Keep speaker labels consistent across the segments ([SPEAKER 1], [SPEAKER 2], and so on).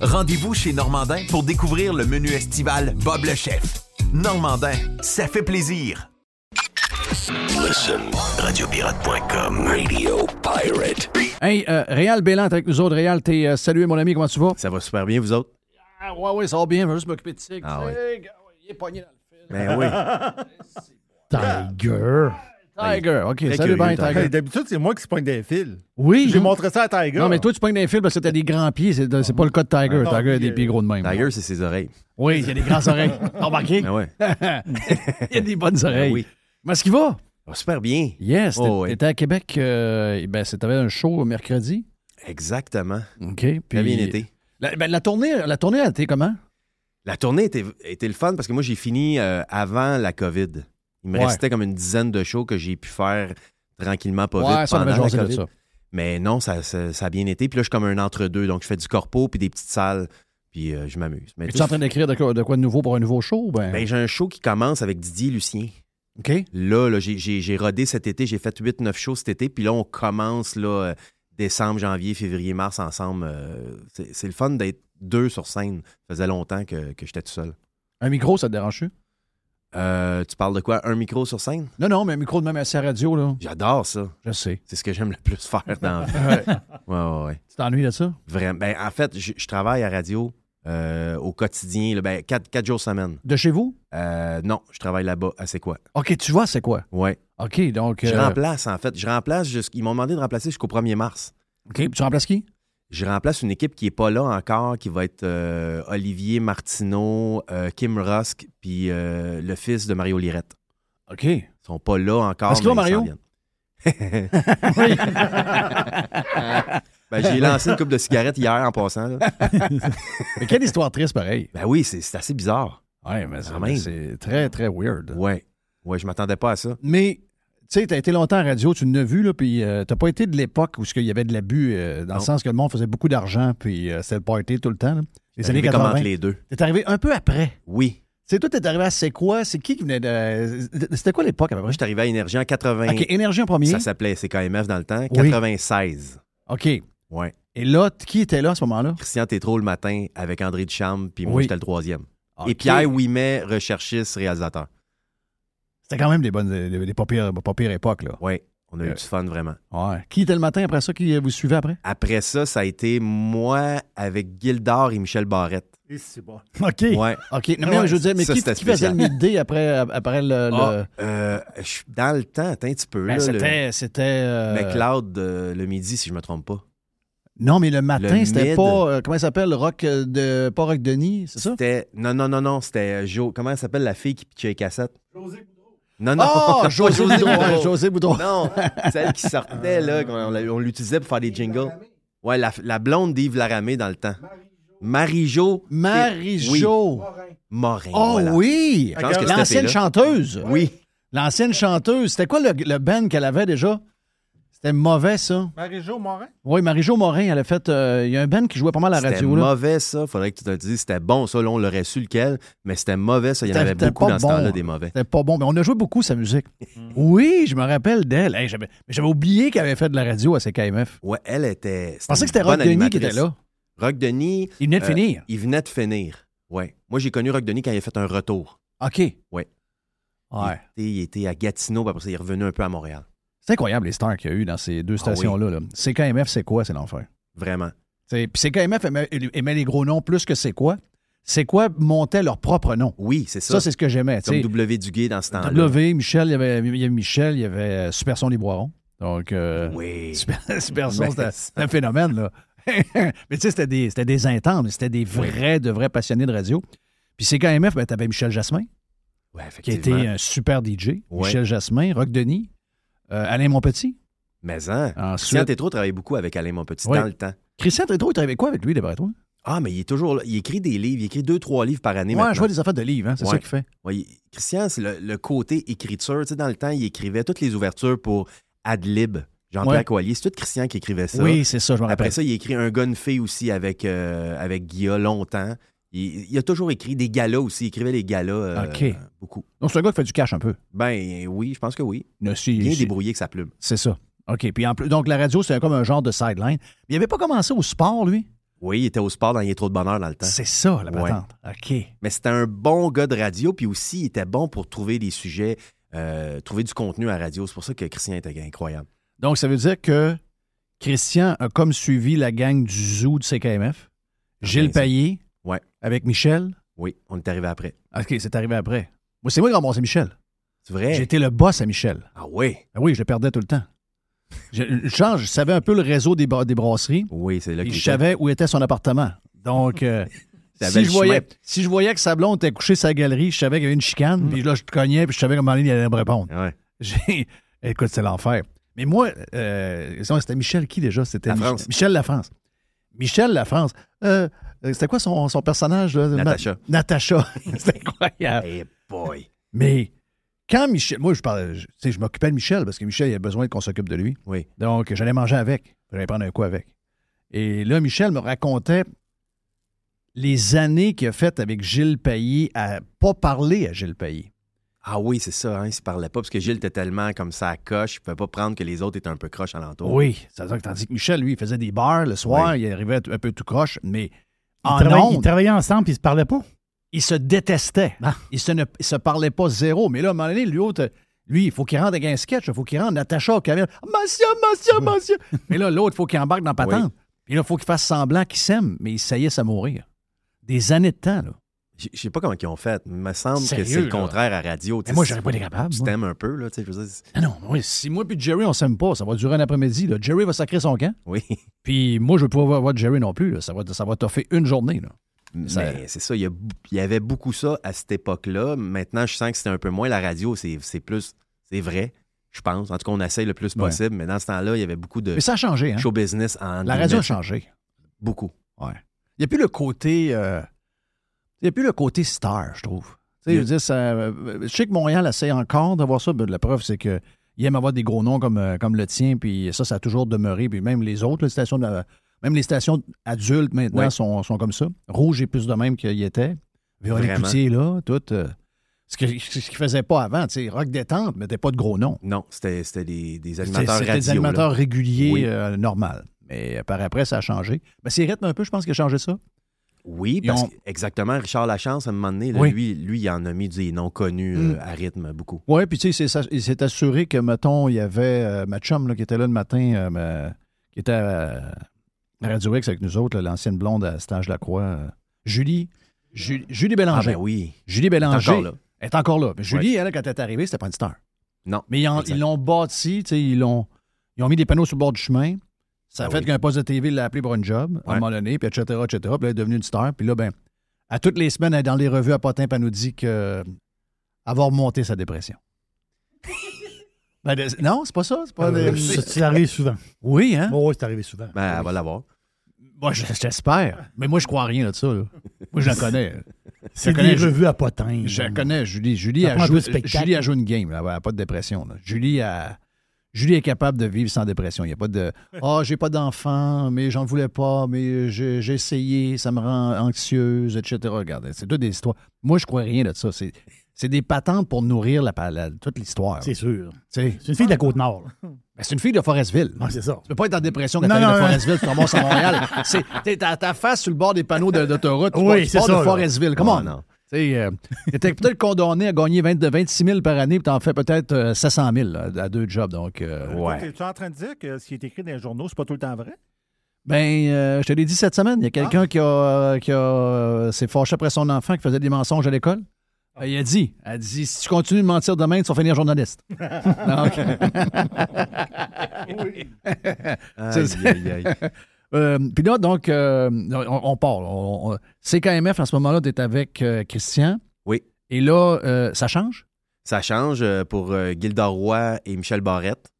[SPEAKER 1] Rendez-vous chez Normandin pour découvrir le menu estival Bob le chef. Normandin, ça fait plaisir.
[SPEAKER 2] Listen, radiopirate.com, Radio Pirate.
[SPEAKER 3] Hey, euh, Réal Bélan est avec nous autres. Réal, t'es euh, salué, mon ami, comment tu vas?
[SPEAKER 4] Ça va super bien, vous autres?
[SPEAKER 3] Ah, ouais, ouais, ça va bien, je vais juste m'occuper de Tig.
[SPEAKER 4] Ah ouais.
[SPEAKER 3] Tig, ah ouais, il est pogné dans le fil.
[SPEAKER 4] Ben oui.
[SPEAKER 5] Tiger.
[SPEAKER 3] Tiger, ok,
[SPEAKER 4] Très
[SPEAKER 3] salut
[SPEAKER 4] curieux,
[SPEAKER 3] bien,
[SPEAKER 4] Tiger.
[SPEAKER 3] Tiger.
[SPEAKER 6] Hey, D'habitude, c'est moi qui se pointe des fils.
[SPEAKER 3] Oui.
[SPEAKER 6] J'ai montré ça à Tiger.
[SPEAKER 4] Ah.
[SPEAKER 3] Non, mais toi, tu pognes des fils parce que t'as des grands pieds. C'est c'est pas le cas de Tiger.
[SPEAKER 6] Non,
[SPEAKER 3] Tiger a des
[SPEAKER 6] puis,
[SPEAKER 3] pieds gros de même.
[SPEAKER 4] Tiger, c'est ses oreilles.
[SPEAKER 3] Oui, il a des grandes oreilles. Remarqué?
[SPEAKER 4] Ben ouais. Ben
[SPEAKER 3] il a des bonnes oreilles.
[SPEAKER 4] oui.
[SPEAKER 3] Mais est-ce qu'il va?
[SPEAKER 4] Ça va super bien.
[SPEAKER 3] Yes, t'es-
[SPEAKER 4] Oh, oui.
[SPEAKER 3] t'étais à Québec. euh, et ben, c'était un show mercredi.
[SPEAKER 4] Exactement.
[SPEAKER 3] OK. Puis,
[SPEAKER 4] Très bien été.
[SPEAKER 3] La, ben, la tournée, la tournée a été comment?
[SPEAKER 4] La tournée était, était le fun parce que moi, j'ai fini euh, avant la COVID. Il me
[SPEAKER 3] Ouais.
[SPEAKER 4] restait comme une dizaine de shows que j'ai pu faire tranquillement, pas
[SPEAKER 3] ouais,
[SPEAKER 4] vite,
[SPEAKER 3] ça, on
[SPEAKER 4] pendant
[SPEAKER 3] avait
[SPEAKER 4] la
[SPEAKER 3] jasé de
[SPEAKER 4] COVID.
[SPEAKER 3] ça.
[SPEAKER 4] Mais non, ça, ça- ça a bien été. Puis là, je suis comme un entre-deux. Donc, je fais du corpo puis des petites salles. Puis euh, je m'amuse. Mais
[SPEAKER 3] Es-tu
[SPEAKER 4] tout-
[SPEAKER 3] en train d'écrire de quoi, de quoi de nouveau pour un nouveau show? Ben,
[SPEAKER 4] ben, j'ai un show qui commence avec Didier Lucien.
[SPEAKER 3] OK.
[SPEAKER 4] Là, là, j'ai- j'ai j'ai rodé cet été, j'ai fait 8-9 shows cet été, puis là, on commence là, euh, décembre, janvier, février, mars ensemble. euh, c'est c'est le fun d'être deux sur scène. Ça faisait longtemps que, que j'étais tout seul.
[SPEAKER 3] Un micro, ça te dérange-tu?
[SPEAKER 4] Euh, tu parles de quoi? Un micro sur scène?
[SPEAKER 3] Non, non, mais un micro de même à sa radio, là.
[SPEAKER 4] J'adore ça.
[SPEAKER 3] Je sais.
[SPEAKER 4] C'est ce que j'aime le plus faire dans la vie. Ouais, ouais, ouais.
[SPEAKER 3] Tu t'ennuies de ça?
[SPEAKER 4] Vraiment. Ben, en fait, je je travaille à radio euh, au quotidien, là, ben, quatre, quatre jours semaine.
[SPEAKER 3] De chez vous?
[SPEAKER 4] Euh, non, je travaille là-bas. Ah, c'est quoi?
[SPEAKER 3] OK, tu vois, c'est quoi?
[SPEAKER 4] Ouais.
[SPEAKER 3] OK, donc.
[SPEAKER 4] Je
[SPEAKER 3] euh,
[SPEAKER 4] remplace, en fait. Je remplace jusqu'- Ils m'ont demandé de remplacer jusqu'au 1er mars.
[SPEAKER 3] OK, puis tu remplaces qui?
[SPEAKER 4] Je remplace une équipe qui n'est pas là encore, qui va être euh, Olivier Martineau, euh, Kim Rusk, puis euh, le fils de Mario Lirette.
[SPEAKER 3] OK.
[SPEAKER 4] Ils sont pas là encore.
[SPEAKER 3] Est-ce qu'il va,
[SPEAKER 4] mais ils s'en
[SPEAKER 3] Mario?
[SPEAKER 4] viennent. Ben, j'ai lancé une coupe de cigarettes hier en passant. là.
[SPEAKER 3] Mais quelle histoire triste, pareil.
[SPEAKER 4] Ben oui, c'est c'est assez bizarre.
[SPEAKER 3] Ouais, mais
[SPEAKER 4] Quand Ah, même.
[SPEAKER 3] c'est très, très weird.
[SPEAKER 4] Ouais. Ouais, je m'attendais pas à ça.
[SPEAKER 3] Mais, tu sais, t'as été longtemps en radio, tu l'as vu, là, puis euh, t'as pas été de l'époque où il y avait de l'abus, euh, dans le
[SPEAKER 4] Non.
[SPEAKER 3] sens que le monde faisait beaucoup d'argent, puis euh, c'était le party tout le temps. là. Les années
[SPEAKER 4] Arrivé comme
[SPEAKER 3] 80.
[SPEAKER 4] entre les deux.
[SPEAKER 3] T'es arrivé un peu après.
[SPEAKER 4] Oui.
[SPEAKER 3] Tu sais, toi, t'es arrivé à C'est quoi? C'est qui qui venait de. C'était quoi l'époque à peu
[SPEAKER 4] Moi,
[SPEAKER 3] près?
[SPEAKER 4] je suis arrivé à Énergie en 80.
[SPEAKER 3] OK, Énergie en premier.
[SPEAKER 4] Ben, Ça s'appelait CKMF dans le temps.
[SPEAKER 3] Oui.
[SPEAKER 4] 96.
[SPEAKER 3] OK. Et
[SPEAKER 4] Ouais.
[SPEAKER 3] là, t- qui était là à ce moment-là?
[SPEAKER 4] Christian Tétrault le matin avec André Duchamp, puis moi,
[SPEAKER 3] Oui.
[SPEAKER 4] j'étais le troisième.
[SPEAKER 3] OK.
[SPEAKER 4] Et Pierre Ouimet, recherchiste, réalisateur.
[SPEAKER 3] C'était quand même des bonnes, des, des pas, pires, pas pires époques, là.
[SPEAKER 4] Oui, on
[SPEAKER 3] Euh.
[SPEAKER 4] a eu du fun vraiment.
[SPEAKER 3] Ouais. Qui était le matin après ça, qui euh, vous suivait après?
[SPEAKER 4] Après ça, ça a été moi avec Gildard et Michel Barrette.
[SPEAKER 6] Et c'est bon.
[SPEAKER 3] OK.
[SPEAKER 4] Ouais.
[SPEAKER 3] OK. Non,
[SPEAKER 4] Ouais.
[SPEAKER 3] mais je veux dire, mais
[SPEAKER 4] Ça,
[SPEAKER 3] qui,
[SPEAKER 4] c'était
[SPEAKER 3] qui faisait le
[SPEAKER 4] spécial.
[SPEAKER 3] midday après, après le. le-
[SPEAKER 4] Ah, euh, je suis dans le temps, attends un petit peu.
[SPEAKER 3] Ben,
[SPEAKER 4] là,
[SPEAKER 3] c'était. c'était,
[SPEAKER 4] le...
[SPEAKER 3] euh,
[SPEAKER 4] McLeod euh, le midi, si je me trompe pas.
[SPEAKER 3] Non, mais le matin,
[SPEAKER 4] le
[SPEAKER 3] c'était
[SPEAKER 4] mid.
[SPEAKER 3] pas. euh, comment il s'appelle? Rock euh, de. Pas Rock Denis, c'est ça?
[SPEAKER 4] C'était. Non, non, non, non. C'était euh, Jo. Comment elle s'appelle la fille qui pitchait les cassettes? José Boudreau. Non, non.
[SPEAKER 3] Oh,
[SPEAKER 4] pas
[SPEAKER 3] José
[SPEAKER 4] José
[SPEAKER 3] Boudreau.
[SPEAKER 4] Boudreau.
[SPEAKER 3] euh, José Boudreau.
[SPEAKER 4] Non, celle qui sortait, là, qu'on- on, l'a- on l'utilisait pour faire des jingles. Ouais, la, la blonde d'Yves Laramé dans le temps. Marie-Jo.
[SPEAKER 3] Marie-Jo.
[SPEAKER 4] Morin.
[SPEAKER 3] Oh
[SPEAKER 4] voilà.
[SPEAKER 3] oui!
[SPEAKER 4] Je pense que c'était
[SPEAKER 3] L'ancienne
[SPEAKER 4] fait là.
[SPEAKER 3] chanteuse.
[SPEAKER 4] Oui.
[SPEAKER 3] L'ancienne chanteuse. C'était quoi le, le band qu'elle avait déjà? C'était mauvais, ça.
[SPEAKER 6] Marie-Jo Morin?
[SPEAKER 3] Oui, Marie-Jo Morin, elle a fait. euh, Il y a un band qui jouait pas mal à la
[SPEAKER 4] C'était
[SPEAKER 3] radio, là.
[SPEAKER 4] mauvais, ça. Faudrait que tu te le dises. C'était bon, ça. Là, on l'aurait su lequel, mais c'était mauvais, ça. Il y en
[SPEAKER 3] C'était-
[SPEAKER 4] avait
[SPEAKER 3] c'était
[SPEAKER 4] beaucoup
[SPEAKER 3] pas
[SPEAKER 4] dans ce
[SPEAKER 3] bon.
[SPEAKER 4] temps-là, des mauvais.
[SPEAKER 3] C'était pas bon, mais on a joué beaucoup sa musique.
[SPEAKER 4] Mm.
[SPEAKER 3] Oui, je me rappelle d'elle. Hey, j'avais, mais j'avais oublié qu'elle avait fait de la radio à CKMF.
[SPEAKER 4] Ouais, elle était.
[SPEAKER 3] Je pensais que c'était Rock Denis qui était là.
[SPEAKER 4] Rock Denis,
[SPEAKER 3] Il venait de
[SPEAKER 4] Euh,
[SPEAKER 3] finir.
[SPEAKER 4] il venait de finir. Ouais. Moi, j'ai connu Rock Denis quand il a fait un retour.
[SPEAKER 3] OK.
[SPEAKER 4] Ouais.
[SPEAKER 3] Ouais.
[SPEAKER 4] Il, était, il était à Gatineau, puis après ça, il est revenu un peu à Montréal.
[SPEAKER 3] C'est incroyable les stars qu'il y a eu dans ces deux
[SPEAKER 4] Ah
[SPEAKER 3] stations-là. là. CKMF, c'est quoi? C'est l'enfer.
[SPEAKER 4] Vraiment.
[SPEAKER 3] C'est- Puis CKMF aimait, aimait les gros noms plus que c'est quoi. C'est quoi montait leur propre nom.
[SPEAKER 4] Oui, c'est ça.
[SPEAKER 3] Ça, c'est ce que j'aimais. tu
[SPEAKER 4] Comme
[SPEAKER 3] sais.
[SPEAKER 4] W. Duguay dans ce temps-là.
[SPEAKER 3] W, Michel, il y avait, il y avait Michel, il y avait euh, Super Son des Boirons. Donc, euh,
[SPEAKER 4] Oui.
[SPEAKER 3] Super, Super Son,
[SPEAKER 4] Mais
[SPEAKER 3] c'était
[SPEAKER 4] ça-
[SPEAKER 3] c'était un phénomène, là. mais tu sais, c'était des, c'était des intents, mais c'était des vrais, de vrais passionnés de radio. Puis c'est quand MF, ben, t'avais Michel Jasmin,
[SPEAKER 4] Ouais,
[SPEAKER 3] qui
[SPEAKER 4] effectivement.
[SPEAKER 3] était euh, un super DJ.
[SPEAKER 4] Ouais.
[SPEAKER 3] Michel Jasmin, Rock Denis, euh, Alain Monpetit.
[SPEAKER 4] Mais hein. Christian
[SPEAKER 3] Ensuite,
[SPEAKER 4] Tétrault travaillait beaucoup avec Alain Monpetit
[SPEAKER 3] Oui.
[SPEAKER 4] dans le temps.
[SPEAKER 3] Christian Tétrault, il travaillait quoi avec lui, d'après toi?
[SPEAKER 4] Ah, mais il est toujours là. Il écrit des livres. Il écrit deux, trois livres par année
[SPEAKER 3] Ouais, je
[SPEAKER 4] maintenant.
[SPEAKER 3] vois des affaires de livres, hein, c'est
[SPEAKER 4] Ouais.
[SPEAKER 3] ça qu'il fait.
[SPEAKER 4] Ouais, il- Christian, c'est le, le côté écriture. Tu sais, dans le temps, il écrivait toutes les ouvertures pour Adlib, Jean-Pierre
[SPEAKER 3] Ouais.
[SPEAKER 4] Coallier. C'est tout Christian qui écrivait ça.
[SPEAKER 3] Oui, c'est ça, je me
[SPEAKER 4] Après
[SPEAKER 3] rappelle.
[SPEAKER 4] ça, il a écrit un gun fée aussi avec, euh, avec Guilla longtemps. Il, il a toujours écrit des galas aussi. Il écrivait les galas euh,
[SPEAKER 3] OK.
[SPEAKER 4] beaucoup.
[SPEAKER 3] Donc, c'est un gars qui fait du cash un peu.
[SPEAKER 4] Ben oui, je pense que oui.
[SPEAKER 3] Ne- si-
[SPEAKER 4] Bien
[SPEAKER 3] si-
[SPEAKER 4] débrouillé avec sa plume.
[SPEAKER 3] C'est ça. OK. Puis en plus, donc la radio, c'est comme un genre de sideline. Mais il n'avait pas commencé au sport, lui.
[SPEAKER 4] Oui, il était au sport dans Il est trop de bonheur dans le temps.
[SPEAKER 3] C'est ça, la
[SPEAKER 4] Ouais.
[SPEAKER 3] patente. OK.
[SPEAKER 4] Mais c'était un bon gars de radio, puis aussi, il était bon pour trouver des sujets, euh, trouver du contenu à radio. C'est pour ça que Christian était incroyable.
[SPEAKER 3] Donc, ça veut dire que Christian a comme suivi la gang du zoo du CKMF. Gilles
[SPEAKER 4] bien ça.
[SPEAKER 3] Payet.
[SPEAKER 4] Ouais.
[SPEAKER 3] Avec Michel.
[SPEAKER 4] Oui, on est arrivé après.
[SPEAKER 3] OK, c'est arrivé après. Moi, c'est moi qui ai ramassé Michel.
[SPEAKER 4] C'est vrai?
[SPEAKER 3] J'étais le boss à Michel.
[SPEAKER 4] Ah oui?
[SPEAKER 3] Ben oui, je le perdais tout le temps. Je, je- genre, je savais un peu le réseau des, bra- des brasseries.
[SPEAKER 4] Oui, c'est là
[SPEAKER 3] Puis
[SPEAKER 4] qu'il
[SPEAKER 3] je
[SPEAKER 4] était.
[SPEAKER 3] savais où était son appartement. Donc, euh,
[SPEAKER 4] T'avais
[SPEAKER 3] si,
[SPEAKER 4] le
[SPEAKER 3] je voyais,
[SPEAKER 4] chemin.
[SPEAKER 3] si je voyais que sa blonde était couchée sur la galerie, je savais qu'il y avait une chicane. Puis là, je te cognais, puis je savais comment il allait me répondre.
[SPEAKER 4] Ouais.
[SPEAKER 3] J'ai- Écoute, c'est l'enfer. Mais moi, euh, non, c'était Michel qui déjà? C'était
[SPEAKER 4] La
[SPEAKER 3] Mich-
[SPEAKER 4] France.
[SPEAKER 3] Michel Lafrance. Michel Lafrance. Euh, euh, c'était quoi son, son personnage? là, de-
[SPEAKER 4] Natacha.
[SPEAKER 3] Ma- Natacha. c'était incroyable.
[SPEAKER 4] Hey boy.
[SPEAKER 3] Mais quand Michel... Moi, je parlais, je, tu sais, je m'occupais de Michel parce que Michel, il a besoin qu'on s'occupe de lui.
[SPEAKER 4] Oui.
[SPEAKER 3] Donc, j'allais manger avec. J'allais prendre un coup avec. Et là, Michel me racontait les années qu'il a faites avec Gilles Payet à pas parler à Gilles Payet.
[SPEAKER 4] Ah oui, c'est ça, hein, il se parlait pas parce que Gilles était tellement comme ça à coche, il pouvait pas prendre que les autres étaient un peu croches alentour.
[SPEAKER 3] Oui, c'est-à-dire que tandis que Michel, lui, il faisait des bars le soir, il arrivait un peu tout croche, mais
[SPEAKER 5] Ils,
[SPEAKER 3] en
[SPEAKER 5] travaillaient- ils
[SPEAKER 3] ondes,
[SPEAKER 5] travaillaient ensemble puis ils se parlaient pas.
[SPEAKER 3] il se détestait.
[SPEAKER 5] Ah.
[SPEAKER 3] Il se ne il se parlait pas zéro. Mais là, à un moment donné, lui, autre, lui il faut qu'il rentre avec un sketch, il faut qu'il rentre Natacha au camion. Monsieur, monsieur, monsieur. mais là, l'autre, il faut qu'il embarque dans Patente. Et là, il faut qu'il fasse semblant qu'il s'aime, mais il saillisse à mourir. Des années de temps, là.
[SPEAKER 4] Je je sais pas comment ils ont fait, mais il me semble
[SPEAKER 3] Sérieux,
[SPEAKER 4] que c'est
[SPEAKER 3] là.
[SPEAKER 4] le contraire à radio. tu
[SPEAKER 3] Mais
[SPEAKER 4] sais,
[SPEAKER 3] moi,
[SPEAKER 4] si
[SPEAKER 3] j'aurais pas été capable.
[SPEAKER 4] Tu
[SPEAKER 3] moi.
[SPEAKER 4] t'aimes un peu, là, tu sais, je veux dire, c'est-
[SPEAKER 3] Ah non, oui, si moi puis Jerry, on s'aime pas, ça va durer un après-midi. là. Jerry va sacrer son camp.
[SPEAKER 4] Oui.
[SPEAKER 3] Puis moi, je vais pas avoir voir Jerry non plus. là. Ça, va, ça va toffer une journée, là. Ça-
[SPEAKER 4] Mais c'est ça, il y, a bou- il y avait beaucoup ça à cette époque-là. Maintenant, je sens que c'était un peu moins la radio, c'est c'est plus, c'est vrai, je pense. En tout cas, on essaye le plus
[SPEAKER 3] Ouais.
[SPEAKER 4] possible, mais dans ce temps-là, il y avait beaucoup de
[SPEAKER 3] Mais ça a changé, hein?
[SPEAKER 4] show business en
[SPEAKER 3] La radio a
[SPEAKER 4] guillemets,
[SPEAKER 3] changé.
[SPEAKER 4] beaucoup.
[SPEAKER 3] Il n'y a plus le côté. euh, il n'y a plus le côté star, je trouve. Tu sais, je, veux dire, ça, euh, je sais que Montréal essaie encore d'avoir ça. mais La preuve, c'est que il aime avoir des gros noms comme, euh, comme le tien, puis ça, ça a toujours demeuré. Puis même les autres, les stations de- même les stations adultes maintenant
[SPEAKER 4] Ouais.
[SPEAKER 3] sont, sont comme ça. Rouge est plus de même qu'il y était. Véronique
[SPEAKER 4] Vraiment.
[SPEAKER 3] Coutier, là, tout. euh, ce que- ce qu'ils ne faisaient pas avant, tu sais, Rock Détente, mais t'es pas de gros noms.
[SPEAKER 4] Non, c'était c'était des, des
[SPEAKER 3] C'était
[SPEAKER 4] animateurs
[SPEAKER 3] c'était
[SPEAKER 4] radio.
[SPEAKER 3] des
[SPEAKER 4] là.
[SPEAKER 3] animateurs réguliers,
[SPEAKER 4] Oui.
[SPEAKER 3] Ben, euh, normal. Mais euh, par après, ça a changé. Mais c'est rythme un peu, je pense, qui a changé ça.
[SPEAKER 4] Oui,
[SPEAKER 3] Ils
[SPEAKER 4] parce
[SPEAKER 3] ont-
[SPEAKER 4] que- exactement. Richard Lachance, à un moment donné, là,
[SPEAKER 3] Oui. Mm.
[SPEAKER 4] lui, lui, il en a mis des noms connus euh, à rythme beaucoup.
[SPEAKER 3] Oui, puis tu sais, c'est ça- il s'est assuré que, mettons, il y avait euh, ma chum là, qui était là le matin, euh, ma- qui était à à Radio X avec nous autres, là, l'ancienne blonde à Stage Lacroix, euh, Julie, Ju- Julie
[SPEAKER 4] Ah
[SPEAKER 3] Bélanger.
[SPEAKER 4] ben oui.
[SPEAKER 3] Julie Bélanger
[SPEAKER 4] Encore là.
[SPEAKER 3] elle est encore là. Mais Julie, elle, quand elle est arrivée, c'était pas une star.
[SPEAKER 4] Non.
[SPEAKER 3] Mais ils en-
[SPEAKER 4] Exact.
[SPEAKER 3] ils l'ont bâti, tu sais, ils l'ont, ils ont mis des panneaux sur le bord du chemin. Ça a
[SPEAKER 4] Ah
[SPEAKER 3] fait
[SPEAKER 4] oui.
[SPEAKER 3] qu'un poste de TV l'a appelé pour un job, à un
[SPEAKER 4] Ouais.
[SPEAKER 3] moment donné, puis etc., etc. Puis là, elle est devenue une star. Puis là, ben, à toutes les semaines, elle est dans les revues à Potin, puis elle nous dit que avoir monté sa dépression. Ben, de- non, c'est pas ça. C'est
[SPEAKER 4] Ah
[SPEAKER 3] pas des-
[SPEAKER 6] Euh, Ça, c'est arrivé souvent.
[SPEAKER 3] Oui, hein?
[SPEAKER 6] Oh, oui, c'est arrivé souvent.
[SPEAKER 4] Ben, elle va l'avoir.
[SPEAKER 3] Moi, je- j'espère. Mais moi, je crois à rien là, de ça. là. Moi, je la connais.
[SPEAKER 6] c'est
[SPEAKER 3] je connais-
[SPEAKER 6] des revues à potin.
[SPEAKER 3] Je la
[SPEAKER 6] là.
[SPEAKER 3] connais, Julie. Julie
[SPEAKER 6] Ça
[SPEAKER 3] a,
[SPEAKER 6] prend un
[SPEAKER 3] joué,
[SPEAKER 6] peu de spectacle.
[SPEAKER 3] Julie a joué une game. là. Elle n'a pas de dépression. là. Julie, a- Julie est capable de vivre sans dépression. Il n'y a pas de « Ah, j'ai pas d'enfant, mais j'en voulais pas, mais j'ai j'ai essayé, ça me rend anxieuse, etc. » Regardez, c'est toutes des histoires. Moi, je crois rien de ça. C'est c'est des patentes pour nourrir la, pa- la- toute l'histoire.
[SPEAKER 6] C'est
[SPEAKER 3] Tu
[SPEAKER 6] sûr.
[SPEAKER 3] sais.
[SPEAKER 6] C'est une fille de la Côte-Nord. là.
[SPEAKER 3] Ben, C'est une fille de Forestville.
[SPEAKER 6] Ouais, c'est ça.
[SPEAKER 3] Tu peux pas être en dépression quand
[SPEAKER 6] Non,
[SPEAKER 3] t'arrives
[SPEAKER 6] non,
[SPEAKER 3] à
[SPEAKER 6] non.
[SPEAKER 3] Forestville, tu commences à Montréal. C'est- T'es à ta face sur le bord des panneaux de- d'autoroute. tu
[SPEAKER 6] Oui,
[SPEAKER 3] pars- tu
[SPEAKER 6] c'est
[SPEAKER 3] pars
[SPEAKER 6] ça,
[SPEAKER 3] de
[SPEAKER 6] là.
[SPEAKER 3] Forestville. Comment?
[SPEAKER 4] Ah, non.
[SPEAKER 3] Tu sais, euh, t'étais peut-être condamné à gagner 20 de 26 000 par année, puis t'en fais peut-être euh, 700 000 là, à deux jobs. Donc, euh,
[SPEAKER 4] Ouais.
[SPEAKER 6] Tu es en train de dire que ce qui est écrit dans les journaux, c'est pas tout le temps vrai?
[SPEAKER 3] ben, euh, je te l'ai dit cette semaine, il y a quelqu'un
[SPEAKER 6] Ah.
[SPEAKER 3] qui, a, qui a, euh, s'est fâché après son enfant qui faisait des mensonges à l'école.
[SPEAKER 6] Ah.
[SPEAKER 3] Euh, Il a dit, elle a dit, si tu continues de mentir demain, tu vas finir journaliste. Donc, euh,
[SPEAKER 4] Aïe,
[SPEAKER 3] C'est-
[SPEAKER 4] aïe, aïe.
[SPEAKER 3] Euh, Puis là, donc, euh, on, on part. On, on- CKMF, en ce moment-là, tu avec euh, Christian.
[SPEAKER 4] Oui.
[SPEAKER 3] Et là, euh, ça change?
[SPEAKER 4] Ça change euh, pour euh, Gilda Roy et Michel Barrette.